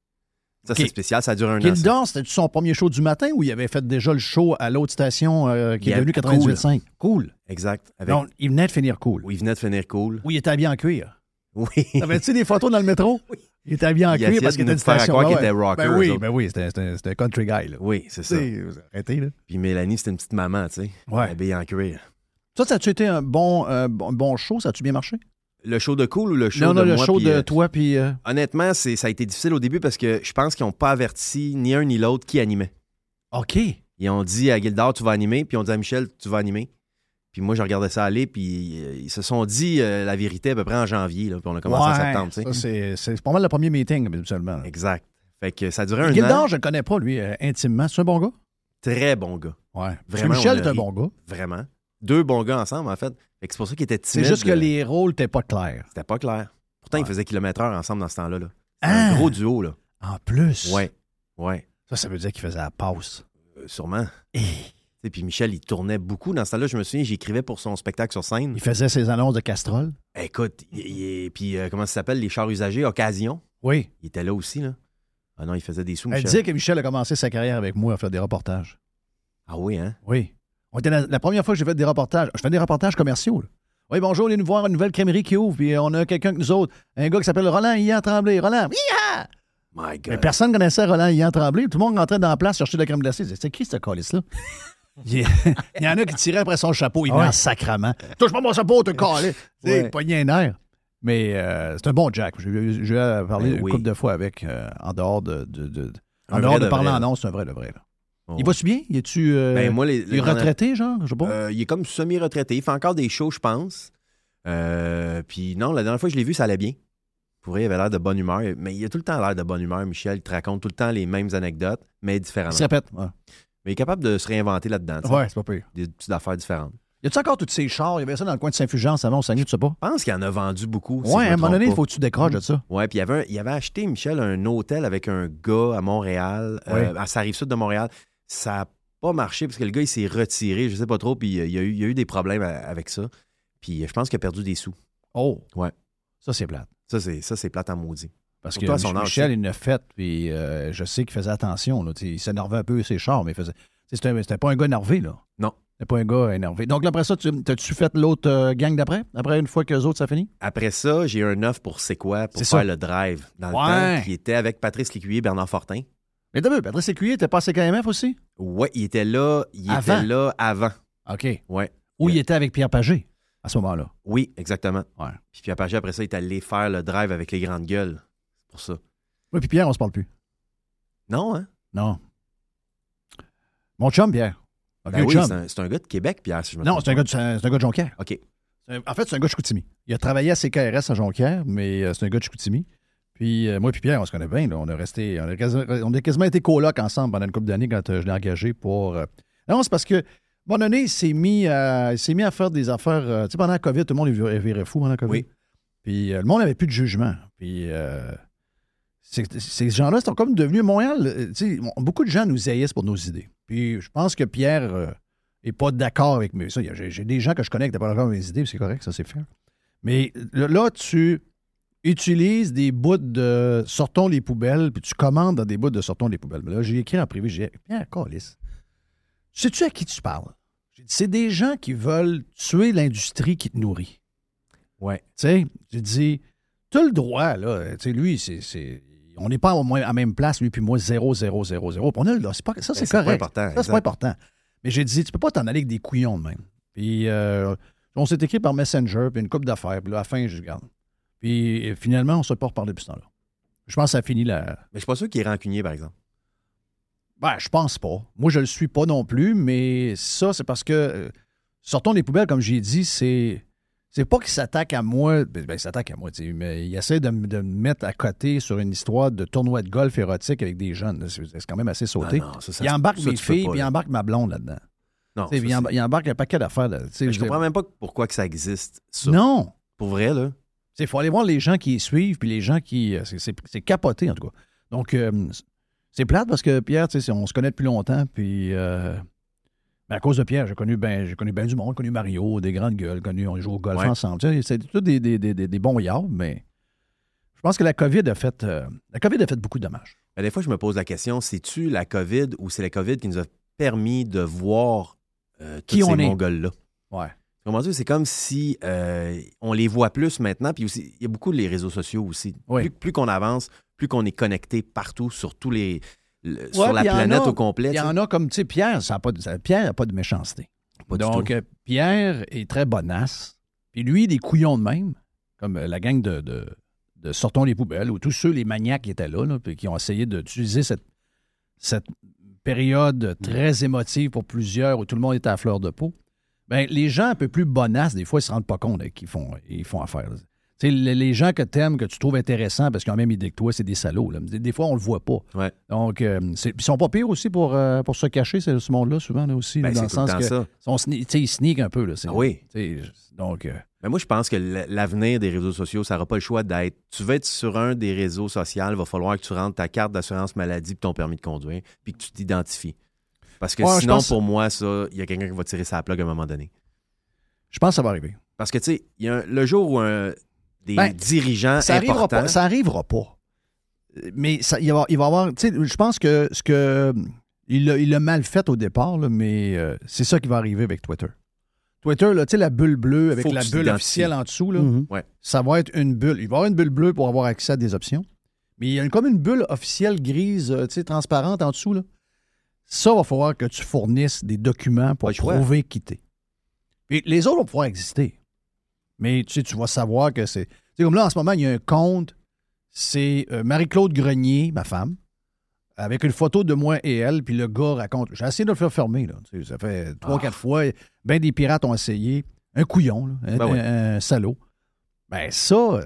[SPEAKER 4] Ça,
[SPEAKER 3] Ok.
[SPEAKER 4] c'est spécial. Ça dure un an. ça.
[SPEAKER 3] Gildor, c'était-tu son premier show du matin ou il avait fait déjà le show à l'autre station euh, qui
[SPEAKER 4] Il
[SPEAKER 3] est devenue
[SPEAKER 4] a-
[SPEAKER 3] 98.5? Cool.
[SPEAKER 4] Exact. Avec-
[SPEAKER 3] Donc, il venait de finir cool.
[SPEAKER 4] où il venait de finir cool.
[SPEAKER 3] Oui, il était habillé en cuir.
[SPEAKER 4] Oui.
[SPEAKER 3] T'avais-tu des photos dans le métro? Il était habillé en
[SPEAKER 4] Il
[SPEAKER 3] cuir
[SPEAKER 4] essayait
[SPEAKER 3] parce qu'il
[SPEAKER 4] de
[SPEAKER 3] était
[SPEAKER 4] nous
[SPEAKER 3] une
[SPEAKER 4] faire à
[SPEAKER 3] station.
[SPEAKER 4] croire qu'il
[SPEAKER 3] ouais.
[SPEAKER 4] était rocker,
[SPEAKER 3] Ben
[SPEAKER 4] eux
[SPEAKER 3] oui,
[SPEAKER 4] autres.
[SPEAKER 3] ben oui, c'était c'était- c'était un country guy. Là.
[SPEAKER 4] Oui, c'est ça.
[SPEAKER 3] T'sais, vous arrêtez, là.
[SPEAKER 4] Puis Mélanie, c'était une petite maman, tu sais.
[SPEAKER 3] Ouais.
[SPEAKER 4] Habillée en cuir.
[SPEAKER 3] Ça, ça a-tu été un bon, euh, bon, bon show? Ça a-tu bien marché?
[SPEAKER 4] Le show de cool ou le show
[SPEAKER 3] non,
[SPEAKER 4] de
[SPEAKER 3] non, le
[SPEAKER 4] moi,
[SPEAKER 3] show
[SPEAKER 4] puis,
[SPEAKER 3] de
[SPEAKER 4] euh,
[SPEAKER 3] toi, puis... euh,
[SPEAKER 4] Honnêtement, c'est- ça a été difficile au début parce que je pense qu'ils n'ont pas averti ni un ni l'autre qui animait.
[SPEAKER 3] OK.
[SPEAKER 4] Ils ont dit à Gildard, tu vas animer, puis ils ont dit à Michel, tu vas animer. Puis moi, je regardais ça aller, puis euh, ils se sont dit euh, la vérité à peu près en janvier, là, puis on a commencé en
[SPEAKER 3] Ouais,
[SPEAKER 4] septembre, tu sais.
[SPEAKER 3] ça, c'est- C'est pas mal le premier meeting, habituellement. là.
[SPEAKER 4] Exact. Fait que ça durait un
[SPEAKER 3] Gildor,
[SPEAKER 4] an.
[SPEAKER 3] je le connais pas, lui, euh, intimement. C'est un bon gars?
[SPEAKER 4] Très bon gars,
[SPEAKER 3] Ouais. Parce que
[SPEAKER 4] Vraiment,
[SPEAKER 3] Michel
[SPEAKER 4] on a
[SPEAKER 3] est un
[SPEAKER 4] ri.
[SPEAKER 3] bon gars.
[SPEAKER 4] vraiment. Deux bons gars ensemble, en fait. Fait que c'est pour ça qu'ils étaient
[SPEAKER 3] C'est
[SPEAKER 4] timides.
[SPEAKER 3] juste que
[SPEAKER 4] là.
[SPEAKER 3] les rôles t'es pas clair.
[SPEAKER 4] C'était pas clair. Pourtant, ils faisaient kilomètre-heure ensemble dans ce temps-là. là. C'était
[SPEAKER 3] Ah!
[SPEAKER 4] Un gros duo, là.
[SPEAKER 3] En plus.
[SPEAKER 4] Ouais. Ouais.
[SPEAKER 3] Ça, ça veut dire qu'il faisait la passe.
[SPEAKER 4] Euh, sûrement.
[SPEAKER 3] Eh.
[SPEAKER 4] Tu sais, Puis Michel, il tournait beaucoup dans ce temps-là. Je me souviens, j'écrivais pour son spectacle sur scène.
[SPEAKER 3] Il faisait ses annonces de Castrol.
[SPEAKER 4] Écoute, il- il- puis euh, comment ça s'appelle, les chars usagés, Occasion.
[SPEAKER 3] Oui.
[SPEAKER 4] Il était là aussi, là. Ah non, il faisait des sous,
[SPEAKER 3] Elle
[SPEAKER 4] Michel.
[SPEAKER 3] dit que Michel a commencé sa carrière avec moi à faire des reportages.
[SPEAKER 4] Ah oui, hein?
[SPEAKER 3] Oui. On était la, la première fois que j'ai fait des reportages, je fais des reportages commerciaux. là. Oui, bonjour, allez nous voir une nouvelle crèmerie qui ouvre, puis on a quelqu'un que nous autres, un gars qui s'appelle Roland Ian Tremblay. Roland,
[SPEAKER 4] My
[SPEAKER 3] Mais
[SPEAKER 4] God.
[SPEAKER 3] personne connaissait Roland Ian Tremblay. Tout le monde rentrait dans la place chercher de la crème glacée. Ils disaient, C'est qui ce calice-là? Il y- il y en a qui tiraient après son chapeau. Il venait en sacrament. Touche pas mon chapeau, te calais. Tu sais,
[SPEAKER 4] Ouais.
[SPEAKER 3] poignait un air. Mais euh, c'est un bon Jack. J'ai eu- j'ai eu à parler
[SPEAKER 4] Ben
[SPEAKER 3] une
[SPEAKER 4] oui.
[SPEAKER 3] couple de fois avec, euh, en dehors de, de- de- en
[SPEAKER 4] Un
[SPEAKER 3] dehors
[SPEAKER 4] vrai
[SPEAKER 3] de
[SPEAKER 4] de
[SPEAKER 3] parler
[SPEAKER 4] vrai,
[SPEAKER 3] en
[SPEAKER 4] là.
[SPEAKER 3] nom, c'est un vrai de vrai. là.
[SPEAKER 4] Oh.
[SPEAKER 3] Il va-tu bien? Il est-tu euh,
[SPEAKER 4] Ben, moi, les-
[SPEAKER 3] il est
[SPEAKER 4] les dernières-
[SPEAKER 3] retraité, genre? Je sais pas.
[SPEAKER 4] Euh, il est comme semi-retraité. Il fait encore des shows, je pense. Euh, puis non, la dernière fois que je l'ai vu, ça allait bien. Pour vrai, il avait l'air de bonne humeur. Mais il a tout le temps l'air de bonne humeur, Michel. Il te raconte tout le temps les mêmes anecdotes, mais
[SPEAKER 3] il
[SPEAKER 4] différemment.
[SPEAKER 3] se répète. Ouais,
[SPEAKER 4] Mais il est capable de se réinventer là-dedans. tu sais.
[SPEAKER 3] Ouais, c'est pas pire.
[SPEAKER 4] Des petites affaires différentes.
[SPEAKER 3] Y a-tu encore toutes ces chars? Il y avait ça dans le coin de Saint-Fulgence avant, au Saguenay, tu sais pas?
[SPEAKER 4] Je pense qu'il en a vendu beaucoup. si
[SPEAKER 3] Ouais,
[SPEAKER 4] je
[SPEAKER 3] à
[SPEAKER 4] me
[SPEAKER 3] un moment
[SPEAKER 4] trompe
[SPEAKER 3] donné, il
[SPEAKER 4] pas.
[SPEAKER 3] faut que tu décroches de ça.
[SPEAKER 4] Ouais, puis il avait, un- il avait acheté, Michel, un hôtel avec un gars à Montréal, euh, à sa rive sud de Montréal. Ça n'a pas marché parce que le gars, il s'est retiré, je sais pas trop, puis euh, il y a, eu- il y a eu des problèmes à- avec ça. Puis euh, je pense qu'il a perdu des sous.
[SPEAKER 3] Oh.
[SPEAKER 4] Ouais.
[SPEAKER 3] Ça, c'est plate.
[SPEAKER 4] Ça, c'est, ça, c'est plate à maudit.
[SPEAKER 3] Parce
[SPEAKER 4] Pour
[SPEAKER 3] que
[SPEAKER 4] toi, son
[SPEAKER 3] Mich-
[SPEAKER 4] âge,
[SPEAKER 3] Michel,
[SPEAKER 4] c'est-
[SPEAKER 3] il ne fait, puis euh, je sais qu'il faisait attention. Là, Tu sais, il s'énervait un peu ses chars, mais il faisait. tu sais, C'était, c'était pas un gars énervé, là.
[SPEAKER 4] Non.
[SPEAKER 3] C'était pas un gars énervé. Donc, là, après ça, tu, t'as-tu fait l'autre euh, gang d'après? Après, une fois que les autres, ça finit?
[SPEAKER 4] Après ça, j'ai eu un offre pour C'est quoi, pour
[SPEAKER 3] C'est
[SPEAKER 4] faire
[SPEAKER 3] ça.
[SPEAKER 4] le drive dans
[SPEAKER 3] Ouais.
[SPEAKER 4] le temps, qui était avec Patrice Lécuyer, Bernard Fortin.
[SPEAKER 3] Mais t'as vu, Patrice Écuyer, t'es passé KMF aussi?
[SPEAKER 4] Ouais, il était là, il
[SPEAKER 3] Avant.
[SPEAKER 4] était là avant.
[SPEAKER 3] OK.
[SPEAKER 4] Ouais.
[SPEAKER 3] Où il
[SPEAKER 4] Yeah.
[SPEAKER 3] était avec Pierre Pagé à ce moment-là.
[SPEAKER 4] Oui, exactement.
[SPEAKER 3] Ouais.
[SPEAKER 4] Puis Pierre Pagé, après ça, il est allé faire le drive avec les grandes gueules. C'est pour ça.
[SPEAKER 3] Oui, puis Pierre, on se parle plus.
[SPEAKER 4] Non, hein?
[SPEAKER 3] Non. Mon chum, Pierre. Un
[SPEAKER 4] Ben
[SPEAKER 3] vieux
[SPEAKER 4] oui,
[SPEAKER 3] chum.
[SPEAKER 4] c'est un, c'est un gars de Québec, Pierre, si je me
[SPEAKER 3] Ah, Non,
[SPEAKER 4] trompe
[SPEAKER 3] c'est un,
[SPEAKER 4] pas.
[SPEAKER 3] gars de- c'est un c'est un gars de Jonquière.
[SPEAKER 4] OK.
[SPEAKER 3] C'est un- En fait, c'est un gars de Chicoutimi. Il a travaillé à CKRS à Jonquière, mais euh, c'est un gars de Chicoutimi. Puis euh, moi et Pierre, on se connaît bien. là. On, a resté, on, a quasi- on a quasiment été colocs ensemble pendant une couple d'années quand euh, je l'ai engagé pour... euh, Non, c'est parce que, à un moment donné, il s'est mis, à- il s'est mis à faire des affaires... euh, Tu sais, pendant la COVID, tout le monde est viré- viré fou pendant la COVID.
[SPEAKER 4] Oui.
[SPEAKER 3] Puis euh, le monde n'avait plus de jugement. Puis... euh, c'est- ces gens-là sont comme devenus Montréal. euh, tu sais, on- beaucoup de gens nous haïssent pour nos idées. Puis je pense que Pierre euh, est pas d'accord avec mes. ça, il y a- J'ai j'ai des gens que je connais qui n'étaient pas d'accord avec mes idées, puis c'est correct, ça c'est fair. Mais le- là, tu utilises des bouts de sortons les poubelles, puis tu commandes dans des bouts de sortons les poubelles. Mais là, j'ai écrit en privé, j'ai dit Pierre, calisse. Sais-tu à qui tu parles? J'ai dit, c'est des gens qui veulent tuer l'industrie qui te nourrit.
[SPEAKER 4] Ouais.
[SPEAKER 3] Tu sais, j'ai dit, tu as le droit, là. Tu sais, lui, c'est. c'est- On n'est pas au moins à même place, lui puis moi, 0, 0, 0, 0. Puis on a le droit. C'est pas- Ça,
[SPEAKER 4] Ben,
[SPEAKER 3] c'est
[SPEAKER 4] pas
[SPEAKER 3] correct.
[SPEAKER 4] important.
[SPEAKER 3] Ça, c'est pas
[SPEAKER 4] exact.
[SPEAKER 3] important. Mais j'ai dit, tu peux pas t'en aller avec des couillons de même. Puis euh, on s'est écrit par Messenger, puis une coupe d'affaires. Puis là, à la fin, je regarde. Puis euh, finalement, on s'est pas reparlé depuis ce temps-là. Je pense que ça finit la.
[SPEAKER 4] Mais je suis pas sûr qu'il est rancunier, par exemple.
[SPEAKER 3] Ben, je pense pas. Moi, je le suis pas non plus, mais ça, c'est parce que. euh, sortons des poubelles, comme j'ai dit, c'est. C'est pas qu'il s'attaque à moi. Ben, ben, il s'attaque à moi, tu sais, mais il essaie de, me- de me mettre à côté sur une histoire de tournoi de golf érotique avec des jeunes. C'est c'est quand même assez sauté.
[SPEAKER 4] Ah non, ça, ça-
[SPEAKER 3] il embarque
[SPEAKER 4] ça,
[SPEAKER 3] mes
[SPEAKER 4] tu peux
[SPEAKER 3] filles,
[SPEAKER 4] pas,
[SPEAKER 3] puis il
[SPEAKER 4] là.
[SPEAKER 3] embarque ma blonde là-dedans.
[SPEAKER 4] Non,
[SPEAKER 3] Tu sais,
[SPEAKER 4] ça,
[SPEAKER 3] il, emba-
[SPEAKER 4] c'est-
[SPEAKER 3] il embarque un paquet d'affaires. là, tu sais,
[SPEAKER 4] Mais
[SPEAKER 3] je
[SPEAKER 4] je
[SPEAKER 3] veux
[SPEAKER 4] comprends
[SPEAKER 3] dire,
[SPEAKER 4] même pas pourquoi que ça existe. ça.
[SPEAKER 3] Non!
[SPEAKER 4] Pour vrai, là.
[SPEAKER 3] Il faut aller voir les gens qui suivent, puis les gens qui. euh, c'est- C'est c'est capoté, en tout cas. Donc, euh, c'est plate parce que Pierre, tu sais, on se connaît depuis longtemps, puis. euh, ben, à cause de Pierre, j'ai connu ben, j'ai connu ben du monde, connu Mario, des grandes gueules, connu, on joue au golf
[SPEAKER 4] Ouais.
[SPEAKER 3] ensemble. Tu sais, C'est tous des, des- des- des- des bons yards, mais je pense que la COVID a fait, euh, la COVID a fait beaucoup de dommages.
[SPEAKER 4] Mais ben, des fois, je me pose la question, c'est-tu la COVID ou c'est la COVID qui nous a permis de voir euh, tous
[SPEAKER 3] Qui
[SPEAKER 4] ces
[SPEAKER 3] on est.
[SPEAKER 4] Mongols-là?
[SPEAKER 3] Ouais.
[SPEAKER 4] Comment dire, c'est comme si euh, on les voit plus maintenant, puis aussi, il y a beaucoup les réseaux sociaux aussi.
[SPEAKER 3] Oui.
[SPEAKER 4] Plus, plus qu'on avance, plus qu'on est connecté partout, sur tous les... le-
[SPEAKER 3] Ouais,
[SPEAKER 4] sur la
[SPEAKER 3] puis il y en
[SPEAKER 4] planète
[SPEAKER 3] a-
[SPEAKER 4] au complet.
[SPEAKER 3] Il y
[SPEAKER 4] tu sais.
[SPEAKER 3] en a comme, tu sais, Pierre, ça a pas de, ça- Pierre n'a pas de méchanceté.
[SPEAKER 4] Pas du
[SPEAKER 3] Donc,
[SPEAKER 4] tout.
[SPEAKER 3] euh, Pierre est très bonasse. Puis lui, des couillons de même, comme euh, la gang de, de- de Sortons les poubelles, ou tous ceux, les maniaques qui étaient là, là, puis qui ont essayé d'utiliser cette, cette période très émotive pour plusieurs, où tout le monde était à fleur de peau. Ben, les gens un peu plus bonasses, des fois, ils se rendent pas compte euh, qu'ils font, ils font affaire. là. Tu sais, les les gens que tu aimes, que tu trouves intéressants parce qu'ils ont la même idée que toi, c'est des salauds. là. Des, des fois, on le voit pas.
[SPEAKER 4] Ouais.
[SPEAKER 3] Donc, euh, c'est- ils sont pas pires aussi pour, euh, pour se cacher, ce ce monde-là, souvent, là, aussi,
[SPEAKER 4] Ben,
[SPEAKER 3] dans
[SPEAKER 4] c'est
[SPEAKER 3] le
[SPEAKER 4] tout le
[SPEAKER 3] sens
[SPEAKER 4] temps
[SPEAKER 3] que
[SPEAKER 4] ça.
[SPEAKER 3] on sne- tu sais, ils sneak un peu. Là, c'est-
[SPEAKER 4] Ah oui.
[SPEAKER 3] tu sais, je- Donc, euh,
[SPEAKER 4] Mais moi, je pense que l- l'avenir des réseaux sociaux, ça n'aura pas le choix d'être. Tu veux être sur un des réseaux sociaux, il va falloir que tu rentres ta carte d'assurance maladie puis ton permis de conduire, puis que tu t'identifies. Parce que
[SPEAKER 3] Ouais, je
[SPEAKER 4] sinon,
[SPEAKER 3] pense-
[SPEAKER 4] pour moi, ça, il y a quelqu'un qui va tirer sa plaque à un moment donné.
[SPEAKER 3] je pense que ça va arriver.
[SPEAKER 4] Parce que, tu sais, il y a un- le jour où un, des
[SPEAKER 3] Ben,
[SPEAKER 4] dirigeants
[SPEAKER 3] Ça arrivera
[SPEAKER 4] importants.
[SPEAKER 3] pas. Ça arrivera pas. Mais ça- il, va, il va y avoir. tu sais, Je pense que ce que. Il l'a il l'a mal fait au départ, là, mais euh, c'est ça qui va arriver avec Twitter. Twitter, là, tu sais, la bulle bleue avec
[SPEAKER 4] Faut que
[SPEAKER 3] la
[SPEAKER 4] tu
[SPEAKER 3] bulle
[SPEAKER 4] t'identifies.
[SPEAKER 3] officielle en dessous, là,
[SPEAKER 6] Mhm.
[SPEAKER 3] ça va être une bulle. Il va y avoir une bulle bleue pour avoir accès à des options. Mais il y a une- comme une bulle officielle grise, euh, tu sais, transparente en dessous. Là. Ça, va falloir que tu fournisses des documents pour
[SPEAKER 4] Pas le choix.
[SPEAKER 3] prouver qui t'es. Puis les autres vont pouvoir exister. Mais tu sais, tu vas savoir que c'est. Tu sais, comme là, en ce moment, il y a un compte. C'est euh, Marie-Claude Grenier, ma femme, avec une photo de moi et elle, puis le gars raconte. J'ai essayé de le faire fermer, là. Tu sais, ça fait trois,
[SPEAKER 4] Ah.
[SPEAKER 3] quatre fois. Ben des pirates ont essayé. Un couillon, là, un,
[SPEAKER 4] Ben ouais.
[SPEAKER 3] un- un salaud. Ben ça, euh,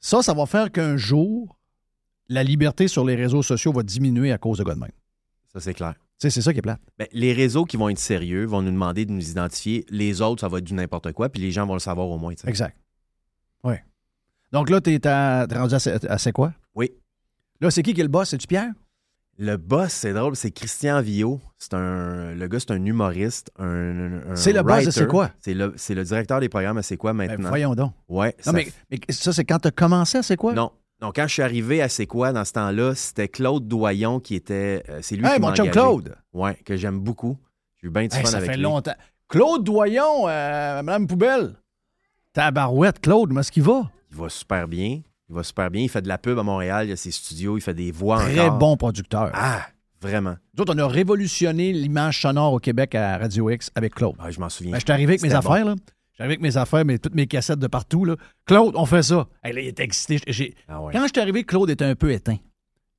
[SPEAKER 3] ça, ça va faire qu'un jour, la liberté sur les réseaux sociaux va diminuer à cause de gars de même.
[SPEAKER 4] Ça, c'est clair.
[SPEAKER 3] Tu sais, c'est ça qui est plate.
[SPEAKER 4] Ben, les réseaux qui vont être sérieux vont nous demander de nous identifier. Les autres, ça va être du n'importe quoi, puis les gens vont le savoir au moins. tu sais.
[SPEAKER 3] Exact. Oui. Donc là, t'es à- t'es rendu à, c'est- à c'est quoi?
[SPEAKER 4] Oui.
[SPEAKER 3] Là, c'est qui qui est le boss? C'est-tu Pierre?
[SPEAKER 4] Le boss, c'est drôle, c'est Christian Villot. C'est un, le gars, c'est un humoriste, un, un
[SPEAKER 3] C'est le boss de
[SPEAKER 4] writer.
[SPEAKER 3] C'est quoi?
[SPEAKER 4] C'est le, c'est le directeur des programmes à C'est quoi
[SPEAKER 3] Ben,
[SPEAKER 4] maintenant?
[SPEAKER 3] voyons donc.
[SPEAKER 4] ouais.
[SPEAKER 3] Non,
[SPEAKER 4] ça
[SPEAKER 3] mais,
[SPEAKER 4] fait-
[SPEAKER 3] mais ça, c'est quand t'as commencé à c'est quoi?
[SPEAKER 4] non. Non, quand je suis arrivé à C'est quoi dans ce temps-là, c'était Claude Doyon qui était. euh, c'est lui
[SPEAKER 3] Hey,
[SPEAKER 4] qui
[SPEAKER 3] mon
[SPEAKER 4] m'a
[SPEAKER 3] chum
[SPEAKER 4] engagé.
[SPEAKER 3] Claude!
[SPEAKER 4] Ouais, que j'aime beaucoup. J'ai eu bien du
[SPEAKER 3] Hey,
[SPEAKER 4] fun
[SPEAKER 3] ça
[SPEAKER 4] avec
[SPEAKER 3] fait
[SPEAKER 4] lui.
[SPEAKER 3] longtemps. Claude Doyon, euh, Madame Poubelle. Tabarouette, Claude, mais ce qu'il va?
[SPEAKER 4] Il va super bien. Il va super bien. Il fait de la pub à Montréal, il a ses studios, il fait des voix
[SPEAKER 3] Très
[SPEAKER 4] encore.
[SPEAKER 3] bon producteur.
[SPEAKER 4] Ah, vraiment.
[SPEAKER 3] Nous autres, on a révolutionné l'image sonore au Québec à Radio X avec Claude.
[SPEAKER 4] Ah, je m'en souviens.
[SPEAKER 3] Ben, je suis arrivé avec mes
[SPEAKER 4] C'était
[SPEAKER 3] affaires, là. Je suis arrivé avec mes affaires, mais toutes mes cassettes de partout, là. Claude, on fait ça. Hey, là, il était excité. J'ai-
[SPEAKER 4] Ah ouais.
[SPEAKER 3] Quand je suis arrivé, Claude était un peu éteint.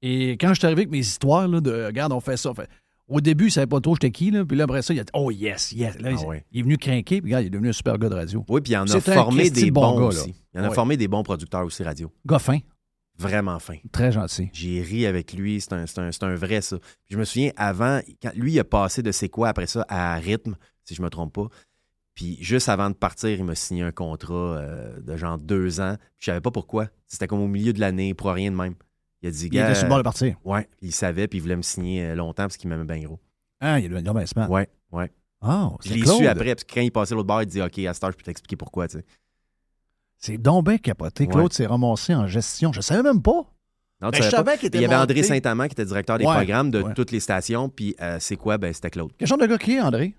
[SPEAKER 3] Et quand je suis arrivé avec mes histoires, là, de regarde, on fait ça. on fait- Au début, il savait pas trop j'étais qui, là. Puis là, après ça, il a dit Oh yes, yes. Là, il,
[SPEAKER 4] Ah ouais.
[SPEAKER 3] il est venu craquer, puis regarde, il est devenu un super gars de radio.
[SPEAKER 4] Oui, puis il en a
[SPEAKER 3] C'est un
[SPEAKER 4] formé
[SPEAKER 3] Christy
[SPEAKER 4] des
[SPEAKER 3] bon
[SPEAKER 4] bons
[SPEAKER 3] gars, là.
[SPEAKER 4] aussi. Il en a
[SPEAKER 3] Ouais.
[SPEAKER 4] formé des bons producteurs aussi radio.
[SPEAKER 3] Gars fin,
[SPEAKER 4] Vraiment fin.
[SPEAKER 3] très gentil.
[SPEAKER 4] J'ai ri avec lui, c'est un, c'est un- c'est un vrai ça. Je me souviens avant, quand lui il a passé de c'est quoi après ça à rythme, si je me trompe pas. Puis juste avant de partir, il m'a signé un contrat euh, de genre deux ans. Je savais pas pourquoi. C'était comme au milieu de l'année, pour rien de même. Il a dit,
[SPEAKER 3] Il
[SPEAKER 4] gars,
[SPEAKER 3] était sur le bord
[SPEAKER 4] euh,
[SPEAKER 3] de partir.
[SPEAKER 4] ouais, il savait, puis il voulait me signer euh, longtemps parce qu'il m'aimait bien gros.
[SPEAKER 3] Ah, il est devenu un ben, c'est mal.
[SPEAKER 4] Ouais, ouais.
[SPEAKER 3] Ah,
[SPEAKER 4] Je
[SPEAKER 3] c'est
[SPEAKER 4] l'ai
[SPEAKER 3] Claude.
[SPEAKER 4] su après, parce que quand il passait l'autre bord, il dit, OK, à cette heure, je peux t'expliquer pourquoi, tu sais.
[SPEAKER 3] C'est donc bien capoté.
[SPEAKER 4] Ouais.
[SPEAKER 3] Claude s'est ramassé en gestion. Je savais même pas.
[SPEAKER 4] Non, tu
[SPEAKER 3] Ben, je
[SPEAKER 4] savais pas.
[SPEAKER 3] savais qu'il était
[SPEAKER 4] Il y avait André
[SPEAKER 3] monté.
[SPEAKER 4] Saint-Amand qui était directeur des
[SPEAKER 3] Ouais,
[SPEAKER 4] programmes de
[SPEAKER 3] ouais.
[SPEAKER 4] toutes les stations, puis euh, c'est quoi? Ben, c'était Claude.
[SPEAKER 3] Quel genre de gars qui est, André?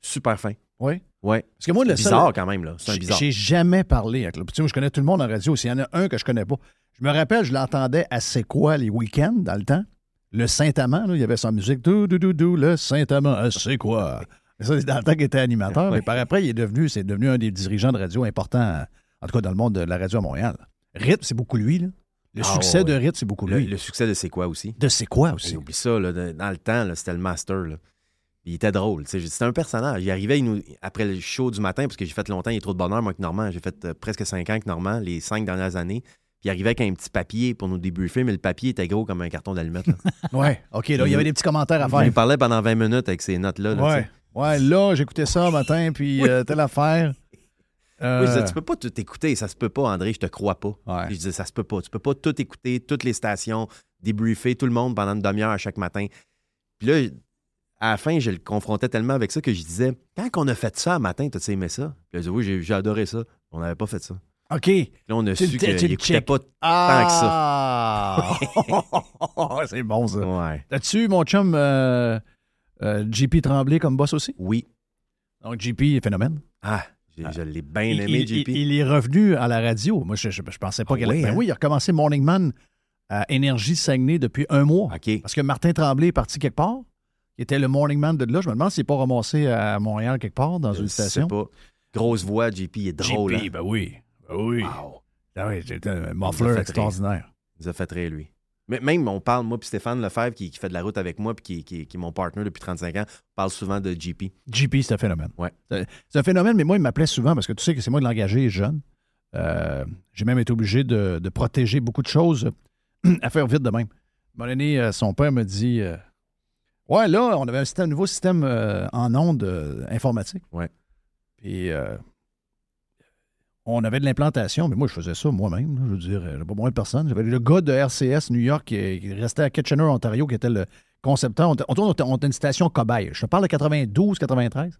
[SPEAKER 4] Super fin.
[SPEAKER 3] Oui.
[SPEAKER 4] Ouais.
[SPEAKER 3] Parce que moi, le seul-
[SPEAKER 4] bizarre quand même, là. C'est un
[SPEAKER 3] J'ai-
[SPEAKER 4] bizarre.
[SPEAKER 3] J'ai jamais parlé avec le petit. Moi, Je connais tout le monde en radio. S'il y en a un que je connais pas, je me rappelle, je l'entendais à C'est quoi les week-ends dans le temps. Le Saint-Amand, là, il y avait sa musique. Dou, dou, dou, dou, le Saint-Amand, à C'est quoi? Ça, c'est dans le temps qu'il était animateur.
[SPEAKER 4] Ouais.
[SPEAKER 3] Mais par après, il est devenu, c'est devenu un des dirigeants de radio importants, en tout cas dans le monde de la radio à Montréal. Rythme, c'est beaucoup lui. là. Le
[SPEAKER 4] Ah,
[SPEAKER 3] succès
[SPEAKER 4] ouais,
[SPEAKER 3] de
[SPEAKER 4] ouais.
[SPEAKER 3] Rythme, c'est beaucoup
[SPEAKER 4] Le,
[SPEAKER 3] lui.
[SPEAKER 4] le succès de C'est quoi aussi?
[SPEAKER 3] De C'est quoi aussi?
[SPEAKER 4] Et Oublie ça, là, de- dans le temps, là, c'était le master. Là. Il était drôle. tu sais, C'était un personnage. Il arrivait il nous- après le show du matin, parce que j'ai fait longtemps, il est trop de bonheur, moi, que Normand. J'ai fait euh, presque cinq ans avec Normand, les cinq dernières années. Puis il arrivait avec un petit papier pour nous débriefer, mais le papier était gros comme un carton d'allumette. là.
[SPEAKER 3] Ouais. OK, là, il y avait des petits commentaires à
[SPEAKER 4] Il nous
[SPEAKER 3] faire.
[SPEAKER 4] parlait pendant 20 minutes avec ces notes-là. là, tu
[SPEAKER 3] Ah Ouais.
[SPEAKER 4] sais.
[SPEAKER 3] Ouais, là, j'écoutais ça un matin, puis euh, telle affaire.
[SPEAKER 4] Moi, je
[SPEAKER 3] Euh,
[SPEAKER 4] disais, tu peux pas tout écouter, ça se peut pas, André, je te crois pas.
[SPEAKER 3] ouais.
[SPEAKER 4] Puis je disais, ça se peut pas. Tu peux pas tout écouter, toutes les stations, débriefer tout le monde pendant une demi-heure à chaque matin. Puis là, à la fin, je le confrontais tellement avec ça que je disais, quand on a fait ça un matin, t'as-tu aimé ça? Puis il a dit, oui, j'ai j'ai adoré ça. On n'avait pas fait ça.
[SPEAKER 3] OK.
[SPEAKER 4] Puis Là, on a
[SPEAKER 3] Tu
[SPEAKER 4] su
[SPEAKER 3] le- tu le
[SPEAKER 4] qu'il n'écoutait
[SPEAKER 3] check.
[SPEAKER 4] pas.
[SPEAKER 3] Ah!
[SPEAKER 4] Ah!
[SPEAKER 3] c'est bon, ça.
[SPEAKER 4] Ouais.
[SPEAKER 3] T'as-tu, mon chum, euh, euh, JP Tremblay comme boss aussi?
[SPEAKER 4] Oui.
[SPEAKER 3] Donc, JP est phénomène.
[SPEAKER 4] Ah, j'ai- je l'ai bien
[SPEAKER 3] Il,
[SPEAKER 4] aimé,
[SPEAKER 3] il-
[SPEAKER 4] JP.
[SPEAKER 3] il- il est revenu à la radio. Moi, je, je, je pensais pas
[SPEAKER 4] Ah
[SPEAKER 3] qu'elle
[SPEAKER 4] oui,
[SPEAKER 3] Ben
[SPEAKER 4] hein?
[SPEAKER 3] oui, il a recommencé Morning Man à Énergie Saguenay depuis un mois.
[SPEAKER 4] OK.
[SPEAKER 3] Parce que Martin Tremblay est parti quelque part. Il était le Morning Man de là. Je me demande s'il n'est pas ramassé à Montréal quelque part dans
[SPEAKER 4] Je
[SPEAKER 3] une
[SPEAKER 4] sais
[SPEAKER 3] station.
[SPEAKER 4] pas. Grosse voix, JP, il est drôle.
[SPEAKER 3] JP,
[SPEAKER 4] hein?
[SPEAKER 3] ben oui. Ben oui.
[SPEAKER 4] Wow.
[SPEAKER 3] Ah oui, c'est un
[SPEAKER 4] Il nous a
[SPEAKER 3] muffler
[SPEAKER 4] fait
[SPEAKER 3] extraordinaire.
[SPEAKER 4] Il nous a fait rire, lui. Mais même, on parle, moi, puis Stéphane Lefebvre, qui, qui fait de la route avec moi, puis qui, qui- qui est mon partenaire depuis 35 ans, parle souvent de JP.
[SPEAKER 3] JP, c'est un phénomène.
[SPEAKER 4] Ouais.
[SPEAKER 3] C'est c'est un phénomène, mais moi, il m'appelait souvent parce que tu sais que c'est moi de l'engager jeune. Euh, J'ai même été obligé de, de protéger beaucoup de choses euh, à faire vite de même. À un moment donné, euh, son père me dit euh, Ouais, là, on avait un, système- un nouveau système euh, en ondes euh, informatique.
[SPEAKER 4] Ouais.
[SPEAKER 3] Puis euh, on avait de l'implantation, mais moi, je faisais ça moi-même. là. Je veux dire, euh, pas moins de personnes. J'avais le gars de RCS New York qui, qui restait à Kitchener, Ontario, qui était le concepteur. On était- on était- on était une station cobaye. Je te parle de 92, 93.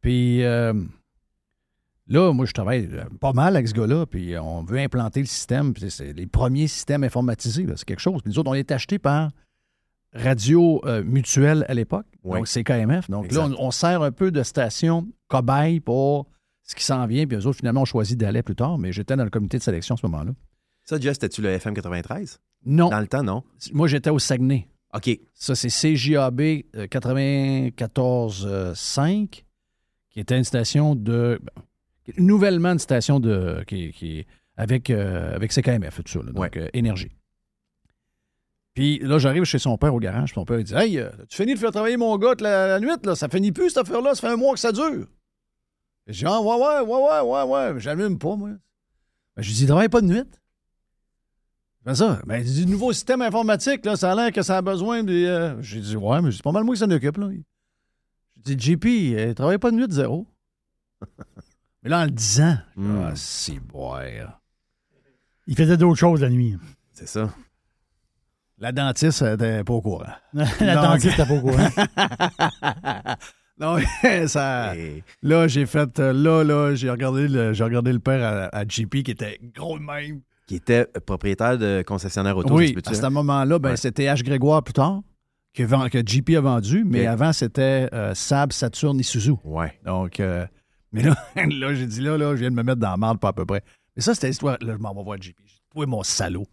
[SPEAKER 3] Puis euh, là, moi, je travaille euh, pas mal avec ce gars-là, puis euh, on veut implanter le système. puis C'est c'est les premiers systèmes informatisés, là, c'est quelque chose. Puis nous autres, on est acheté par Radio euh, Mutuelle à l'époque,
[SPEAKER 4] Ouais.
[SPEAKER 3] donc CKMF. Donc là,
[SPEAKER 4] Exact.
[SPEAKER 3] on, on sert un peu de station cobaye pour ce qui s'en vient. Puis eux autres, finalement, ont choisi d'aller plus tard, mais j'étais dans le comité de sélection à ce moment-là.
[SPEAKER 4] Ça, Jess, t'as-tu le FM 93?
[SPEAKER 3] Non,
[SPEAKER 4] Dans le temps, non?
[SPEAKER 3] moi, j'étais au Saguenay.
[SPEAKER 4] OK.
[SPEAKER 3] Ça, c'est CJAB 94.5, euh, qui était une station de. ben, nouvellement une station de. Qui, qui- avec, euh, avec CKMF, tout ça, là, donc
[SPEAKER 4] Ouais.
[SPEAKER 3] euh, énergie. Puis là, j'arrive chez son père au garage, puis son père il dit Hey, euh, tu finis de faire travailler mon gars toute la, la nuit, là, ça finit plus cette affaire-là, ça fait un mois que ça dure. Je dis Ah, ouais, ouais, ouais, ouais, ouais, ouais, mais j'allume pas, moi. Ben, je lui dis Travaille pas de nuit. Ben ça, ben, du nouveau système informatique, là, ça a l'air que ça a besoin. puis, euh, j'ai dit, ouais, mais c'est pas mal moi qui s'en occupe. Là. J'ai dit, JP, euh, travaille pas de nuit de zéro. mais là, en le disant,
[SPEAKER 4] Mm.
[SPEAKER 3] ah, c'est boire.
[SPEAKER 6] Il faisait d'autres choses la nuit.
[SPEAKER 4] C'est ça.
[SPEAKER 3] La dentiste elle était pas au courant.
[SPEAKER 6] la
[SPEAKER 3] Non,
[SPEAKER 6] dentiste, t'as pas au courant.
[SPEAKER 3] Non, mais ça.
[SPEAKER 4] Et-
[SPEAKER 3] Là, j'ai fait. euh, Là, là, j'ai regardé le, j'ai regardé le père à, à JP qui était gros de même.
[SPEAKER 4] Qui était propriétaire de concessionnaire auto, ça se
[SPEAKER 3] oui,
[SPEAKER 4] peut-tu,
[SPEAKER 3] à ce
[SPEAKER 4] hein?
[SPEAKER 3] moment-là, ben,
[SPEAKER 4] Ouais.
[SPEAKER 3] c'était H. Grégoire plus tard que, vend- que JP a vendu, mais
[SPEAKER 4] Ok.
[SPEAKER 3] avant, c'était euh, Saab, Saturn, Isuzu.
[SPEAKER 4] Ouais.
[SPEAKER 3] Donc, euh, mais là, là j'ai dit, là, là, je viens de me mettre dans la marde, pas à peu près. Mais ça, c'était l'histoire. Là, je m'en vais voir JP. J'ai dit, toi, mon salaud.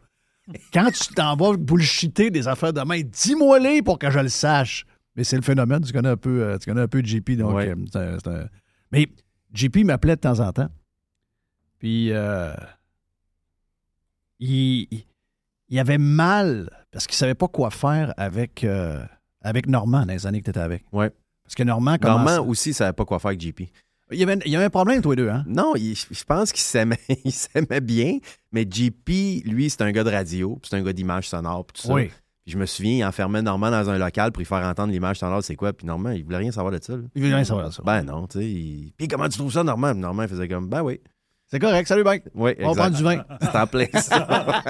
[SPEAKER 3] Quand tu t'en vas bullshiter des affaires de main, dis-moi-les pour que je le sache. Mais c'est le phénomène. Tu connais un peu, euh, tu connais un peu JP. Donc,
[SPEAKER 4] Ouais.
[SPEAKER 3] euh, c'est un- c'est un- Mais JP m'appelait de temps en temps. Puis, euh, il, il avait mal parce qu'il savait pas quoi faire avec, euh, Avec Normand, dans les années que tu étais avec.
[SPEAKER 4] Ouais.
[SPEAKER 3] Parce que Normand commence.
[SPEAKER 4] Normand aussi, ça savait pas quoi faire avec JP.
[SPEAKER 3] Il y, avait, il y avait un problème, toi les deux, hein?
[SPEAKER 4] Non, il- je pense qu'il s'aimait, il s'aimait bien, mais JP, lui, c'est un gars de radio, puis c'est un gars d'image sonore, puis tout ça. Puis je me souviens, il enfermait Normand dans un local pour lui faire entendre l'image sonore, c'est quoi, puis Normand, il voulait rien savoir de ça. là.
[SPEAKER 3] Il veut rien savoir de ça.
[SPEAKER 4] Ben non, tu sais. il- Puis comment tu trouves ça, Normand? Puis Normand, il faisait comme, ben oui.
[SPEAKER 3] C'est correct. Salut, Mike.
[SPEAKER 4] Oui,
[SPEAKER 3] On va prendre
[SPEAKER 4] exact.
[SPEAKER 3] du vin.
[SPEAKER 4] C'est en plein ça.